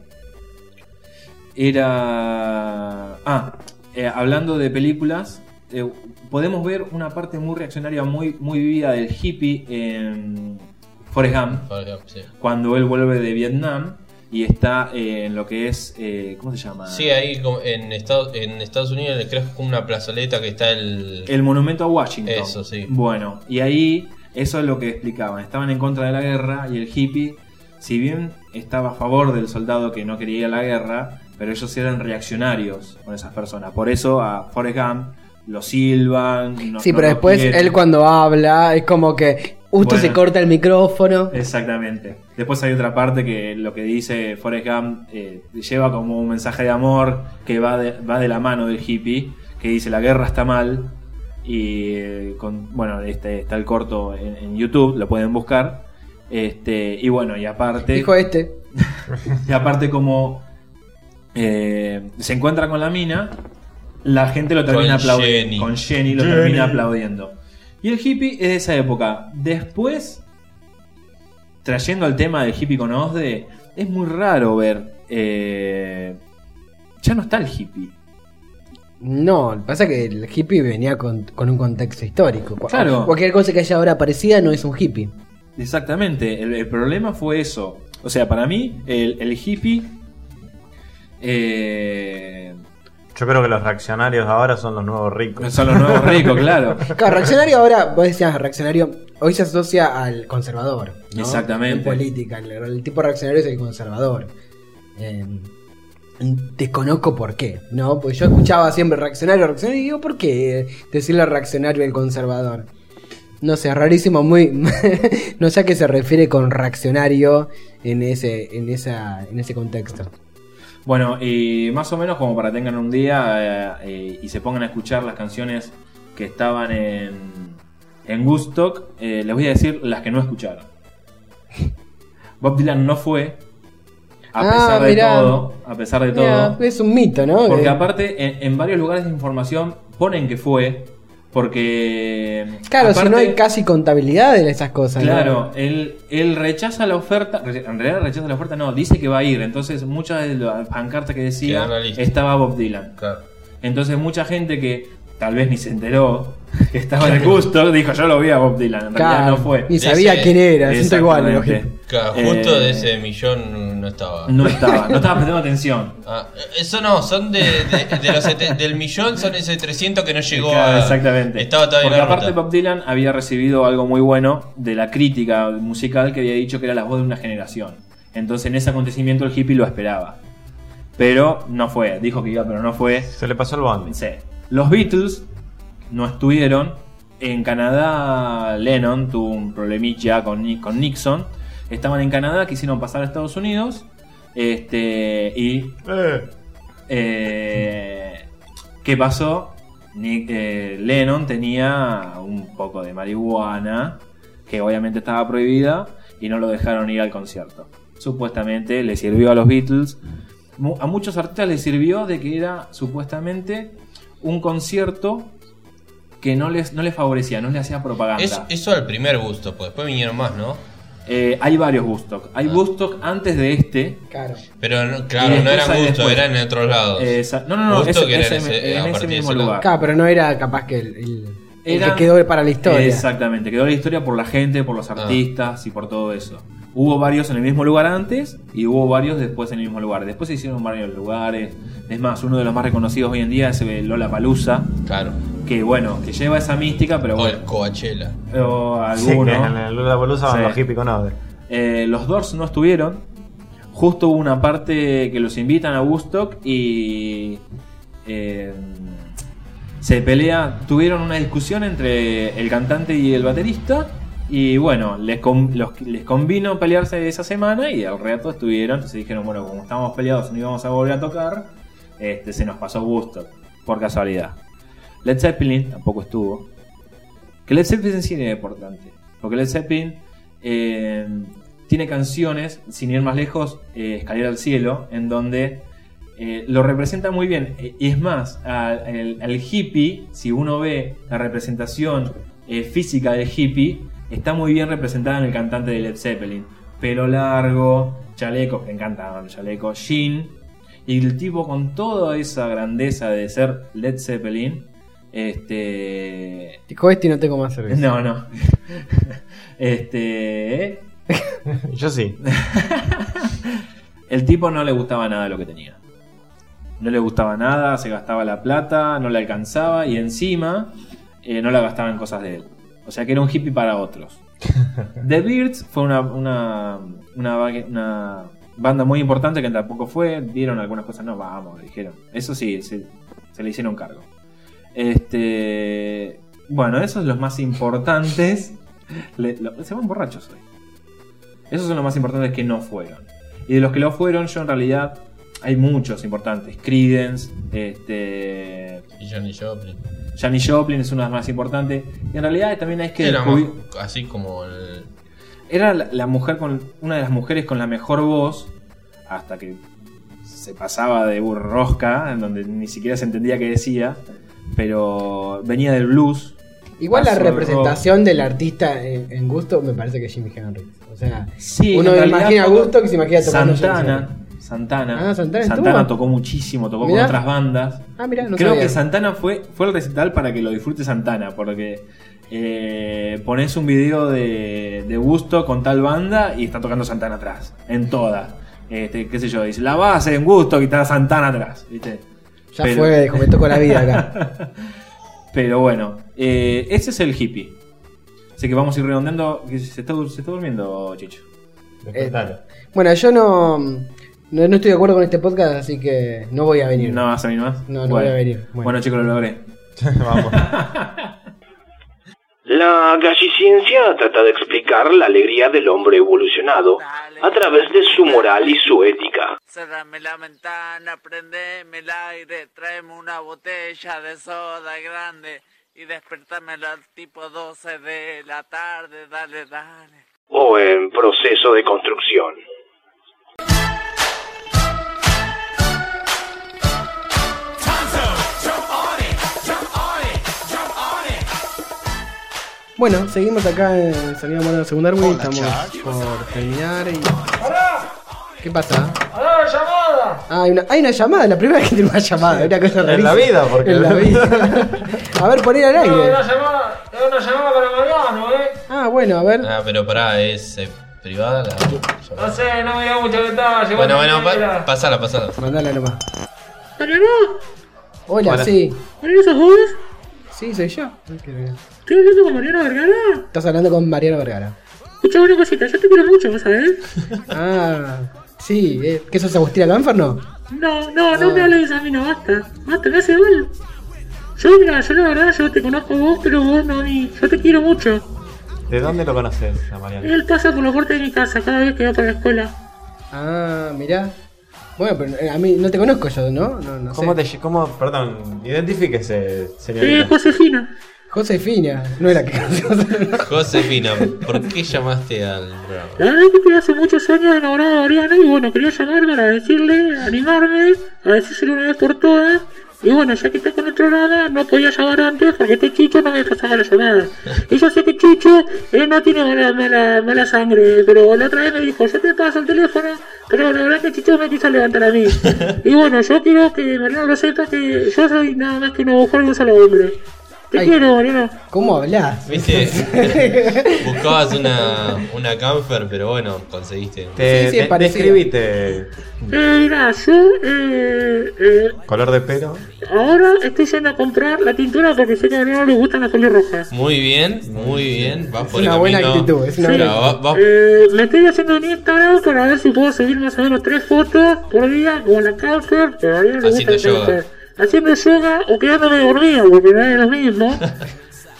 [SPEAKER 5] era... Ah, eh, hablando de películas, eh, podemos ver una parte muy reaccionaria, muy, muy vivida del hippie en Forrest Gump cuando él vuelve de Vietnam y está eh, en lo que es, eh, ¿cómo se llama?
[SPEAKER 8] Sí, ahí como en Estados, en Estados Unidos le creas como una plazoleta que está el.
[SPEAKER 5] El monumento a Washington.
[SPEAKER 8] Eso, sí.
[SPEAKER 5] Bueno, y ahí eso es lo que explicaban. Estaban en contra de la guerra y el hippie, si bien estaba a favor del soldado que no quería ir a la guerra, pero ellos eran reaccionarios con esas personas. Por eso a Forrest Gump lo silban. no-
[SPEAKER 3] Sí,
[SPEAKER 5] no
[SPEAKER 3] pero
[SPEAKER 5] lo
[SPEAKER 3] después
[SPEAKER 5] quieren.
[SPEAKER 3] él cuando habla es como que justo
[SPEAKER 5] Bueno.
[SPEAKER 3] se corta el micrófono.
[SPEAKER 5] Exactamente. Después hay otra parte que lo que dice Forrest Gump eh, lleva como un mensaje de amor que va de, va de la mano del hippie, que dice la guerra está mal. Y eh, con, bueno, este, está el corto en, en YouTube, lo pueden buscar. Este, y bueno, y aparte...
[SPEAKER 3] Dijo este.
[SPEAKER 5] Y aparte como eh, se encuentra con la mina, la gente lo termina
[SPEAKER 8] Con
[SPEAKER 5] aplaudiendo.
[SPEAKER 8] Jenny.
[SPEAKER 5] Con Jenny lo
[SPEAKER 8] Jenny.
[SPEAKER 5] termina aplaudiendo. Y el hippie es de esa época. Después, trayendo al tema del hippie con Osde, es muy raro ver... eh, ya no está el hippie.
[SPEAKER 3] No, lo que pasa es que el hippie venía con, con un contexto histórico. Cu-
[SPEAKER 5] Claro.
[SPEAKER 3] Cualquier cosa que haya ahora parecida no es un hippie.
[SPEAKER 5] Exactamente, el, el problema fue eso. O sea, para mí, el, el hippie... eh,
[SPEAKER 6] Yo creo que los reaccionarios ahora son los nuevos ricos.
[SPEAKER 5] Son los nuevos ricos, claro.
[SPEAKER 3] Claro, reaccionario ahora, vos decías reaccionario, hoy se asocia al conservador. ¿no?
[SPEAKER 5] Exactamente.
[SPEAKER 3] En política, el, el tipo reaccionario es el conservador. Eh, desconozco por qué, ¿no? Pues yo escuchaba siempre reaccionario, reaccionario, y digo, ¿por qué decirle reaccionario el conservador? No sé, rarísimo, muy. *laughs* no sé a qué se refiere con reaccionario en ese, en esa, en ese contexto.
[SPEAKER 5] Bueno, y más o menos como para tengan un día eh, eh, y se pongan a escuchar las canciones que estaban en, en Woodstock, eh, les voy a decir las que no escucharon. *laughs* Bob Dylan no fue, a
[SPEAKER 3] Ah,
[SPEAKER 5] pesar de
[SPEAKER 3] mirá.
[SPEAKER 5] todo, a pesar de todo.
[SPEAKER 3] Mira, es un mito, ¿no?
[SPEAKER 5] Porque
[SPEAKER 3] Eh,
[SPEAKER 5] aparte, en, en varios lugares de información ponen que fue, porque...
[SPEAKER 3] claro, si no
[SPEAKER 5] aparte-
[SPEAKER 3] hay casi contabilidad de esas cosas. ¿no?
[SPEAKER 5] Claro, él, él rechaza la oferta, re- en realidad rechaza la oferta, no, dice que va a ir, entonces muchas de las pancartas que decía
[SPEAKER 8] Quedaron en la lista.
[SPEAKER 5] estaba Bob Dylan. Entonces mucha gente que tal vez ni se enteró que estaba en el gusto, dijo yo lo vi a Bob Dylan, en realidad
[SPEAKER 3] Claro,
[SPEAKER 5] no fue.
[SPEAKER 3] ni sabía
[SPEAKER 8] Ese-
[SPEAKER 3] quién era, siento igual.
[SPEAKER 5] Exactamente.
[SPEAKER 3] lógico.
[SPEAKER 8] Claro, justo
[SPEAKER 5] Eh,
[SPEAKER 8] de ese millón no estaba.
[SPEAKER 5] No estaba, no estaba prestando atención.
[SPEAKER 8] Ah, eso no, son de, de- de los sete- del millón, son ese 300 que no llegó
[SPEAKER 5] Eh, Claro,
[SPEAKER 8] a.
[SPEAKER 5] exactamente.
[SPEAKER 8] ah, Estaba todavía
[SPEAKER 5] Porque
[SPEAKER 8] en la
[SPEAKER 5] aparte Bob Dylan había recibido algo muy bueno de la crítica musical que había dicho que era la voz de una generación. Entonces en ese acontecimiento el hippie lo esperaba. Pero no fue, dijo que iba, pero no fue. Se
[SPEAKER 6] le pasó el bondi.
[SPEAKER 5] Sí. Los Beatles no estuvieron. En Canadá Lennon tuvo un problemilla con, Ni- con Nixon. Estaban en Canadá, quisieron pasar a Estados Unidos. Este. Y. Eh, ¿Qué pasó? Nick- eh, Lennon tenía un poco de marihuana, que obviamente estaba prohibida, y no lo dejaron ir al concierto. Supuestamente le sirvió a los Beatles. Mu- A muchos artistas les sirvió de que era supuestamente un concierto que no les, no les favorecía, no les hacía propaganda.
[SPEAKER 8] Es- eso al primer gusto, pues después vinieron más, ¿no?
[SPEAKER 5] Eh, hay varios Woodstock.
[SPEAKER 8] Ah.
[SPEAKER 5] Hay Woodstock antes de este.
[SPEAKER 8] Pero no-
[SPEAKER 5] Y
[SPEAKER 8] claro, no
[SPEAKER 5] después
[SPEAKER 8] era
[SPEAKER 5] hay
[SPEAKER 8] gusto,
[SPEAKER 5] después.
[SPEAKER 8] era en otros lados.
[SPEAKER 5] Esa- no, no, no,
[SPEAKER 8] Gusto
[SPEAKER 5] ese-
[SPEAKER 8] que era
[SPEAKER 5] ese
[SPEAKER 8] en
[SPEAKER 5] me-
[SPEAKER 8] ese, eh,
[SPEAKER 5] en
[SPEAKER 8] a
[SPEAKER 5] ese
[SPEAKER 8] partir de
[SPEAKER 5] mismo
[SPEAKER 8] ese
[SPEAKER 5] lugar.
[SPEAKER 3] Claro, pero no era capaz que el, el- el
[SPEAKER 5] Era-
[SPEAKER 3] que quedó para la historia.
[SPEAKER 5] Exactamente, quedó la historia por la gente, por los artistas y por todo eso. Hubo varios en el mismo lugar antes y hubo varios después en el mismo lugar. Después se hicieron varios lugares. Es más, uno de los más reconocidos hoy en día es Lola Palusa.
[SPEAKER 8] Claro.
[SPEAKER 5] Que bueno, que lleva esa mística, pero bueno.
[SPEAKER 8] Coachella.
[SPEAKER 5] O
[SPEAKER 6] Sí,
[SPEAKER 5] alguno.
[SPEAKER 6] que en el Lula Bolusa van
[SPEAKER 5] Sí.
[SPEAKER 6] los hippies
[SPEAKER 3] *laughs*
[SPEAKER 6] con Ode.
[SPEAKER 5] Eh, los Doors no estuvieron. Justo hubo una parte que los invitan a Woodstock y eh, se pelea. Tuvieron una discusión entre el cantante y el baterista. Y bueno, les, con- los- les convino pelearse esa semana y al rato estuvieron. Entonces dijeron, bueno, como estábamos peleados y no íbamos a volver a tocar, este, se nos pasó Woodstock, por casualidad. Led Zeppelin tampoco estuvo. Que Led Zeppelin sí era importante. Porque Led Zeppelin eh, tiene canciones, sin ir más lejos, eh, Escalera al Cielo, en donde eh, lo representa muy bien. Eh, Y es más, al, al- al hippie, si uno ve la representación eh, física del hippie, está muy bien representada en el cantante de Led Zeppelin. Pelo largo, chaleco, me encanta el chaleco, jean. Y el tipo con toda esa grandeza de ser Led Zeppelin, este...
[SPEAKER 3] Dijo este y no tengo más cerveza.
[SPEAKER 5] No, no. *laughs* Este.
[SPEAKER 3] *laughs*
[SPEAKER 6] Yo sí.
[SPEAKER 5] El tipo no le gustaba nada lo que tenía. No le gustaba nada, se gastaba la plata, no le alcanzaba y encima eh, no la gastaba en cosas de él. O sea que era un hippie para otros. The Beards fue una, una, una, ba- una banda muy importante que tampoco fue. Dieron algunas cosas, no, vamos, dijeron. Eso sí, se, se le hicieron cargo. Este. Bueno, esos son los más importantes. *laughs* Le- lo- se van borrachos hoy. Esos son los más importantes que no fueron. Y de los que lo fueron, yo en realidad. Hay muchos importantes. Creedence, este.
[SPEAKER 8] Y Johnny Joplin.
[SPEAKER 5] Janis Joplin es una de las más importantes. Y en realidad también hay que.
[SPEAKER 8] Era
[SPEAKER 5] descubrir-
[SPEAKER 8] más así como el.
[SPEAKER 5] era la, la mujer con una de las mujeres con la mejor voz hasta que se pasaba de burrosca en donde ni siquiera se entendía qué decía pero venía del blues
[SPEAKER 3] Igual la
[SPEAKER 5] pasó al rock.
[SPEAKER 3] representación del artista en, en gusto me parece que es Jimi Hendrix. O sea,
[SPEAKER 5] Sí,
[SPEAKER 3] uno
[SPEAKER 5] en realidad
[SPEAKER 3] imagina a
[SPEAKER 5] cuando-
[SPEAKER 3] gusto que se imagina tocando
[SPEAKER 5] Santana Santana
[SPEAKER 3] Ah, Santana estuvo.
[SPEAKER 5] tocó muchísimo tocó
[SPEAKER 3] Mirá.
[SPEAKER 5] con otras bandas
[SPEAKER 3] Ah, mirá, no
[SPEAKER 5] creo
[SPEAKER 3] sabía.
[SPEAKER 5] que Santana fue fue el recital para que lo disfrute Santana porque eh, pones un video de, de gusto con tal banda y está tocando Santana atrás en todas este, qué sé yo, dice, la base en gusto, quitar a Santana atrás, ¿viste? *laughs*
[SPEAKER 3] Ya fue, como me tocó la vida
[SPEAKER 5] acá. Pero bueno, eh, ese es el hippie. Así que vamos a ir redondeando. que Se está, se está durmiendo, Chicho.
[SPEAKER 3] Eh, Bueno, yo no, no, no estoy de acuerdo con este podcast, así que no voy a venir.
[SPEAKER 5] ¿No vas a venir más?
[SPEAKER 3] No, no voy a venir.
[SPEAKER 5] Bueno, chicos, lo logré.
[SPEAKER 3] *laughs*
[SPEAKER 1] La galliciencia trata de explicar la alegría del hombre evolucionado a través de su moral y su ética.
[SPEAKER 7] Cerrame la ventana, prendeme el aire, tráeme una botella de soda grande y despertame a las tipo 12 de la tarde, dale, dale.
[SPEAKER 1] O en proceso de construcción.
[SPEAKER 3] Bueno, seguimos acá en Sonido Mono de Segundo Árbol y estamos por terminar. Y... ¿Qué pasa?
[SPEAKER 11] ¡Hola, llamada!
[SPEAKER 3] Ah, hay una, hay una llamada, la primera vez que tiene una llamada, una cosa
[SPEAKER 6] En la
[SPEAKER 3] rarísima.
[SPEAKER 6] vida, porque-
[SPEAKER 3] En la
[SPEAKER 6] *laughs*
[SPEAKER 3] vida. a ver, poner al
[SPEAKER 11] Tengo
[SPEAKER 3] aire.
[SPEAKER 11] una llamada, tengo una llamada para Mariano, ¿eh?
[SPEAKER 3] Ah, bueno, a ver.
[SPEAKER 8] Ah, pero pará, es eh, privada la.
[SPEAKER 11] No sé, no me dio mucho detalle.
[SPEAKER 8] Bueno,
[SPEAKER 11] vos
[SPEAKER 8] bueno,
[SPEAKER 11] tenés
[SPEAKER 8] pa-
[SPEAKER 11] la-
[SPEAKER 8] pasala, pasala.
[SPEAKER 3] Mandala nomás.
[SPEAKER 13] ¿Mariano?
[SPEAKER 3] Hola,
[SPEAKER 8] Hola.
[SPEAKER 3] sí.
[SPEAKER 13] ¿Mariano sos vos?
[SPEAKER 3] Sí, soy yo.
[SPEAKER 13] ¿Estoy hablando con Mariano Vergara?
[SPEAKER 3] Estás hablando con Mariano Vergara.
[SPEAKER 13] Escucha una cosita, yo te quiero mucho, ¿vos sabés?
[SPEAKER 3] *laughs* Ah, sí. eh, ¿Qué sos Agustina Lanfer? No. Ah.
[SPEAKER 13] No, no, no me hables a mí, no, basta. Basta, me hace mal. Yo, mira, yo la verdad, yo te conozco a vos, pero vos no a mí. Yo te quiero mucho.
[SPEAKER 6] ¿De dónde lo conoces a Mariano?
[SPEAKER 13] Él pasa por los puertas de mi casa cada vez que va para la escuela.
[SPEAKER 3] Ah, mirá. Bueno, pero eh, a mí no te conozco yo, ¿no? No, no
[SPEAKER 6] ¿Cómo
[SPEAKER 3] sé.
[SPEAKER 6] te lle- cómo, perdón, identifíquese,
[SPEAKER 13] Eh,
[SPEAKER 3] pues,
[SPEAKER 6] señorita?
[SPEAKER 13] Josefina.
[SPEAKER 3] Josefina, no era que. *laughs*
[SPEAKER 8] Josefina, ¿por qué llamaste al programa?
[SPEAKER 5] *laughs*
[SPEAKER 13] La verdad que estoy hace muchos años enamorado de Oriana y bueno, quería llamar para decirle, animarme, a decírselo una vez por todas. Y bueno, ya que está con otro nada, no podía llamar antes porque este Chicho no me pasaba la llamada. Y yo sé que Chicho eh, no tiene mala, mala, mala sangre, pero la otra vez me dijo, yo te paso el teléfono, pero la verdad que Chicho me quiso levantar a mí. Y bueno, yo quiero que Mariano lo sepa que yo soy nada más que un agujero de un solo hombre. Te
[SPEAKER 3] Ay.
[SPEAKER 13] quiero, Mariano.
[SPEAKER 3] ¿Cómo hablás?
[SPEAKER 8] ¿Viste? *laughs* Buscabas una, una camfer, pero bueno, conseguiste.
[SPEAKER 6] Te, te- describite.
[SPEAKER 13] Eh, mirá, yo eh, eh,
[SPEAKER 6] Color de pelo.
[SPEAKER 13] Ahora estoy yendo a comprar la pintura porque sé que a Mariano le gustan las pelirrojas.
[SPEAKER 8] Muy bien, muy bien. Vas por
[SPEAKER 13] una
[SPEAKER 8] el
[SPEAKER 13] buena
[SPEAKER 8] camino.
[SPEAKER 13] actitud, es una buena
[SPEAKER 8] Claro, va- va-
[SPEAKER 13] Eh, me estoy haciendo un Instagram para ver si puedo subir más o menos tres fotos por día con la cáncer, pero a Mariano le
[SPEAKER 8] Haciendo
[SPEAKER 13] gusta la
[SPEAKER 8] yoga.
[SPEAKER 13] cáncer. Haciendo yoga o quedándome dormido porque no es lo mismo.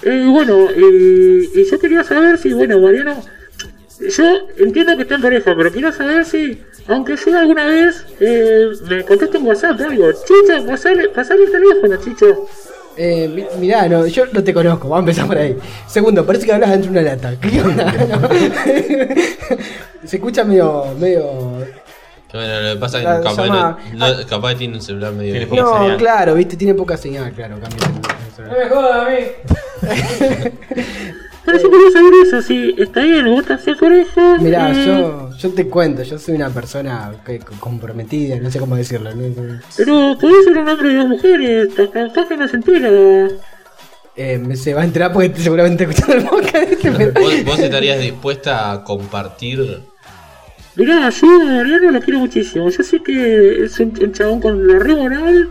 [SPEAKER 13] Eh, y bueno, y, y yo quería saber si, bueno, Mariano, yo entiendo que está en pareja, pero quiero saber si, aunque sea alguna vez, eh, me conteste un WhatsApp o algo. Chicho, pasale, pasale el teléfono, Chicho.
[SPEAKER 3] Eh, mi- mirá, no, yo no te conozco, vamos a empezar por ahí. Segundo, parece que hablas dentro de una lata. ¿Qué onda? *laughs* No. Se escucha medio. medio.
[SPEAKER 8] Bueno, lo que pasa es
[SPEAKER 3] La
[SPEAKER 8] que capaz,
[SPEAKER 3] llamada-
[SPEAKER 8] no- no- capaz tiene un celular medio.
[SPEAKER 3] No, claro, viste, tiene poca señal, claro, cambia.
[SPEAKER 11] No me jodas a mí.
[SPEAKER 13] Pero si querés saber eso, si está bien, vos te haces oreja.
[SPEAKER 3] Eh. Mirá,
[SPEAKER 13] eh,
[SPEAKER 3] yo, yo te cuento, yo soy una persona que- comprometida, no sé cómo decirlo. ¿no?
[SPEAKER 13] Pero podés ser un hombre de dos mujeres, te capaz que no se entera.
[SPEAKER 3] Eh, me- se va a enterar porque seguramente escuchando el podcast. este, pero-
[SPEAKER 8] ¿Vos, vos estarías dispuesta a compartir?
[SPEAKER 13] Mirá, yo a Mariano lo quiero muchísimo. Yo sé que es un, un chabón con la re moral,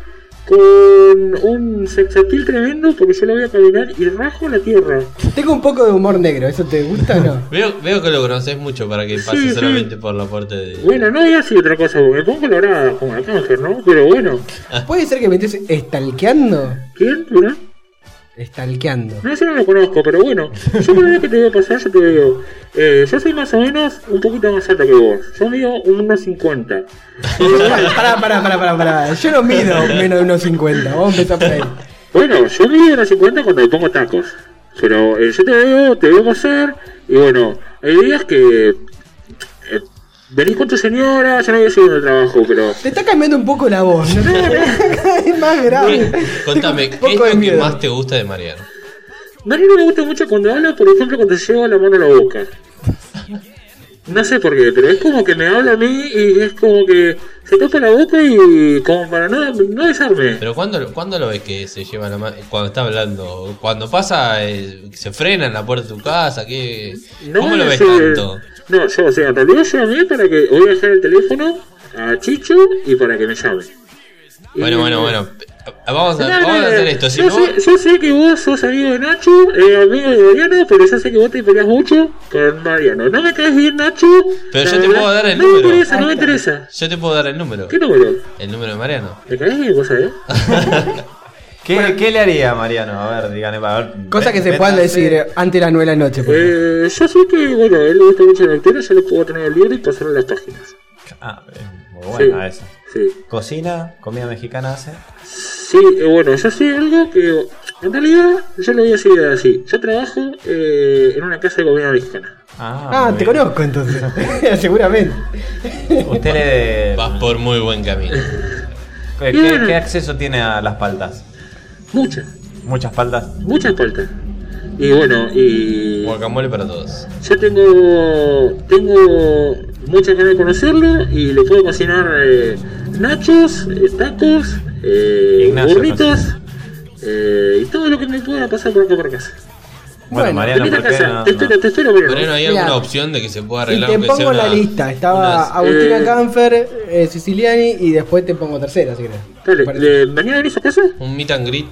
[SPEAKER 13] con un sexapil tremendo, porque yo lo voy a caminar y rajo la tierra.
[SPEAKER 3] Tengo un poco de humor negro, ¿eso te gusta o
[SPEAKER 8] *laughs*
[SPEAKER 3] no?
[SPEAKER 8] Veo, veo que lo conoces mucho para que pase
[SPEAKER 13] Sí, sí.
[SPEAKER 8] solamente por la parte de.
[SPEAKER 13] Bueno, no voy a decir otra cosa, porque me pongo colorada como la cáncer, ¿no? Pero bueno.
[SPEAKER 3] ¿Puede ser que me estés estalqueando?
[SPEAKER 13] ¿Quién? Mirá.
[SPEAKER 3] Estalqueando.
[SPEAKER 13] No, yo no lo conozco, pero bueno. Yo cada vez que te veo pasar, yo te veo. Eh, yo soy más o menos un poquito más alto que vos. Yo mido unos 50.
[SPEAKER 3] pará, pará, pará, pará, pará. Yo no mido menos de unos 50, vamos a empezar por ahí.
[SPEAKER 13] Bueno, yo mido unos 50 cuando me pongo tacos. Pero eh, yo te veo, te veo pasar. Y bueno, hay días que. eh, venís con tu señora, yo no voy a seguir en el trabajo, pero.
[SPEAKER 3] Te está cambiando un poco la voz, ¿no? es más grave.
[SPEAKER 13] *laughs*
[SPEAKER 8] Contame, ¿qué es lo que más te gusta de Mariano?
[SPEAKER 13] Mariano me gusta mucho cuando habla, por ejemplo, cuando lleva la mano a la boca. No sé por qué, pero es como que me habla a mí y es como que se tapa la boca y como para no, no besarme.
[SPEAKER 8] Pero cuando, cuando lo ves que se lleva la mano, cuando está hablando, cuando pasa, eh, se frena en la puerta de tu casa, ¿qué?
[SPEAKER 13] No,
[SPEAKER 8] ¿cómo lo ves
[SPEAKER 13] yo-
[SPEAKER 8] tanto?
[SPEAKER 13] No, yo, o sea, en realidad yo a mí para que voy a dejar el teléfono a Chicho y para que me llame.
[SPEAKER 8] Bueno, bueno, bueno. Vamos a,
[SPEAKER 13] No, no,
[SPEAKER 8] vamos a
[SPEAKER 13] no,
[SPEAKER 8] hacer esto. Si
[SPEAKER 13] yo,
[SPEAKER 8] no,
[SPEAKER 13] sé, yo sé que vos sos amigo de Nacho, eh, amigo de Mariano, pero yo sé que vos te peleas mucho con Mariano. No me caes bien, Nacho.
[SPEAKER 8] pero
[SPEAKER 13] la
[SPEAKER 8] yo te
[SPEAKER 13] verdad,
[SPEAKER 8] puedo dar el
[SPEAKER 13] no
[SPEAKER 8] número.
[SPEAKER 13] No me interesa, no me interesa.
[SPEAKER 8] Yo te puedo dar el número.
[SPEAKER 13] ¿Qué número?
[SPEAKER 8] El número de Mariano.
[SPEAKER 13] ¿Me caes bien, vos sabés?
[SPEAKER 6] ¿Qué, qué le haría a Mariano? A ver, díganme. A ver,
[SPEAKER 3] Cosa que se
[SPEAKER 6] métanse.
[SPEAKER 3] puedan decir eh, antes de las 9 de la noche. por ejemplo.
[SPEAKER 13] Eh, yo sé que, bueno, a él le gusta mucho la lectura, yo le puedo tener el libro y pasarle las páginas.
[SPEAKER 6] Ah, eh, muy buena
[SPEAKER 13] Sí,
[SPEAKER 6] esa.
[SPEAKER 13] sí.
[SPEAKER 6] Cocina, comida mexicana hace.
[SPEAKER 13] Sí, eh, bueno, yo sé algo que, en realidad, yo lo voy a decir así. Yo trabajo eh, en una casa de comida mexicana.
[SPEAKER 3] Ah, te conozco entonces. *laughs* Seguramente.
[SPEAKER 6] Usted
[SPEAKER 3] *laughs*
[SPEAKER 6] le...
[SPEAKER 8] Vas por muy buen camino.
[SPEAKER 6] ¿Qué, qué- qué acceso tiene a las paltas?
[SPEAKER 13] Muchas.
[SPEAKER 6] Muchas paltas.
[SPEAKER 13] Muchas paltas. Y bueno, y...
[SPEAKER 8] Guacamole para todos.
[SPEAKER 13] Yo tengo tengo muchas ganas de conocerlo y le puedo cocinar eh, nachos, eh, tacos, eh,
[SPEAKER 6] Ignacio,
[SPEAKER 13] burritos eh, y todo lo que me pueda pasar por acá por casa.
[SPEAKER 6] Bueno, Mariano,
[SPEAKER 13] Venite
[SPEAKER 6] ¿por
[SPEAKER 13] a
[SPEAKER 6] qué
[SPEAKER 13] casa,
[SPEAKER 6] no?
[SPEAKER 13] te espero, te espero, Mariano.
[SPEAKER 8] Mariano, ¿hay
[SPEAKER 3] Mira,
[SPEAKER 8] alguna opción de que se
[SPEAKER 3] Y
[SPEAKER 8] pueda arreglar?
[SPEAKER 3] te
[SPEAKER 8] aunque sea
[SPEAKER 3] pongo la
[SPEAKER 8] una-
[SPEAKER 3] lista. Estaba
[SPEAKER 8] unas-
[SPEAKER 3] Agustina
[SPEAKER 13] eh,
[SPEAKER 3] Canfer, eh, Siciliani y después te pongo tercera, si querés.
[SPEAKER 13] Dale, eh, ¿de ¿mañana venís a casa?
[SPEAKER 8] Un meet and greet.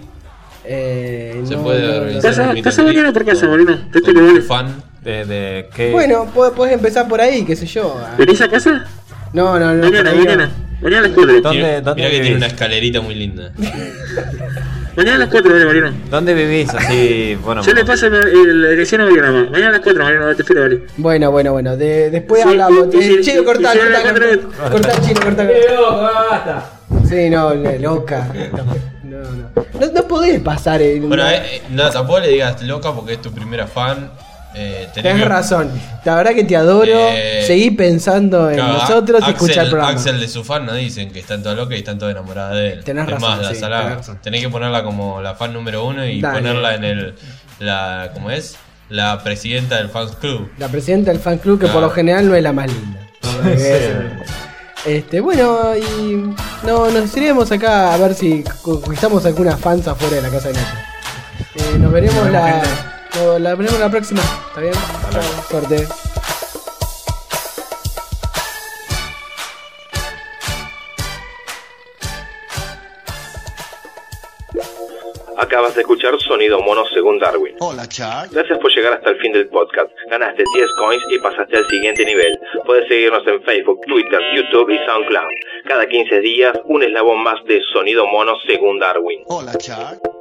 [SPEAKER 3] Eh,
[SPEAKER 8] Se
[SPEAKER 3] no,
[SPEAKER 8] puede
[SPEAKER 3] no, no.
[SPEAKER 8] organizar
[SPEAKER 13] Pasa-
[SPEAKER 8] un meet
[SPEAKER 13] pasa
[SPEAKER 8] and greet
[SPEAKER 13] mañana por casa,
[SPEAKER 8] con-
[SPEAKER 13] Mariano. Te
[SPEAKER 8] con
[SPEAKER 13] espero,
[SPEAKER 8] un
[SPEAKER 13] vale.
[SPEAKER 8] fan.
[SPEAKER 6] De, de qué...
[SPEAKER 3] Bueno, po- podés empezar por ahí, qué sé yo. Ah,
[SPEAKER 13] ¿Venís a casa?
[SPEAKER 3] No, no, no. por
[SPEAKER 13] Mañana,
[SPEAKER 3] ahí no.
[SPEAKER 13] mañana. Mañana a las 4.
[SPEAKER 8] Tiene- Mirá que tiene una escalerita muy linda.
[SPEAKER 13] Mañana a las 4, dale, Mariano.
[SPEAKER 6] ¿Dónde vivís? Así, bueno.
[SPEAKER 13] Yo le paso el- el- la dirección a Mariano. Mañana a las 4, Mariano, te espero, vale.
[SPEAKER 3] Bueno, bueno, bueno. de- después
[SPEAKER 13] Sí,
[SPEAKER 3] hablamos.
[SPEAKER 13] y- y
[SPEAKER 3] Eh,
[SPEAKER 13] si-
[SPEAKER 3] Che,
[SPEAKER 13] y-
[SPEAKER 3] cortá,
[SPEAKER 13] y si
[SPEAKER 3] cortá,
[SPEAKER 13] la
[SPEAKER 3] cortá. Cortá, chino, cortá. Sí, no, no, loca. No, no. No, no podés pasar en.
[SPEAKER 8] Bueno, eh, eh, no, tampoco le digas loca porque es tu primera fan. Eh, tenés
[SPEAKER 3] Tenés
[SPEAKER 8] que-
[SPEAKER 3] razón. La verdad que te adoro.
[SPEAKER 8] Eh,
[SPEAKER 3] Seguí pensando en
[SPEAKER 8] Claro,
[SPEAKER 3] nosotros y
[SPEAKER 8] Axel-
[SPEAKER 3] escuchar el programa.
[SPEAKER 8] Axel de su fan no dicen que están todas locas y están todas enamoradas de él.
[SPEAKER 3] Tenés
[SPEAKER 8] es
[SPEAKER 3] razón,
[SPEAKER 8] más, la
[SPEAKER 3] sí,
[SPEAKER 8] salada.
[SPEAKER 3] tenés razón.
[SPEAKER 8] Tenés que ponerla como la fan número uno y
[SPEAKER 3] Dale.
[SPEAKER 8] ponerla en el. La, ¿Cómo es? La presidenta del fans club.
[SPEAKER 3] La presidenta del fan club, que por
[SPEAKER 8] Ah.
[SPEAKER 3] lo general no es la más linda. *laughs* Este, bueno, y. No, nos iremos acá a ver si conquistamos algunas fans afuera de la casa de Nacho. Eh, nos veremos la. no, la veremos la próxima, ¿está bien? Chao, Suerte.
[SPEAKER 1] Acabas de escuchar Sonido Mono según Darwin. Hola, Charles. Gracias por llegar hasta el fin del podcast. Ganaste 10 coins y pasaste al siguiente nivel. Puedes seguirnos en Facebook, Twitter, YouTube y SoundCloud. Cada 15 días, un eslabón más de Sonido Mono según Darwin.
[SPEAKER 9] Hola, Chuck.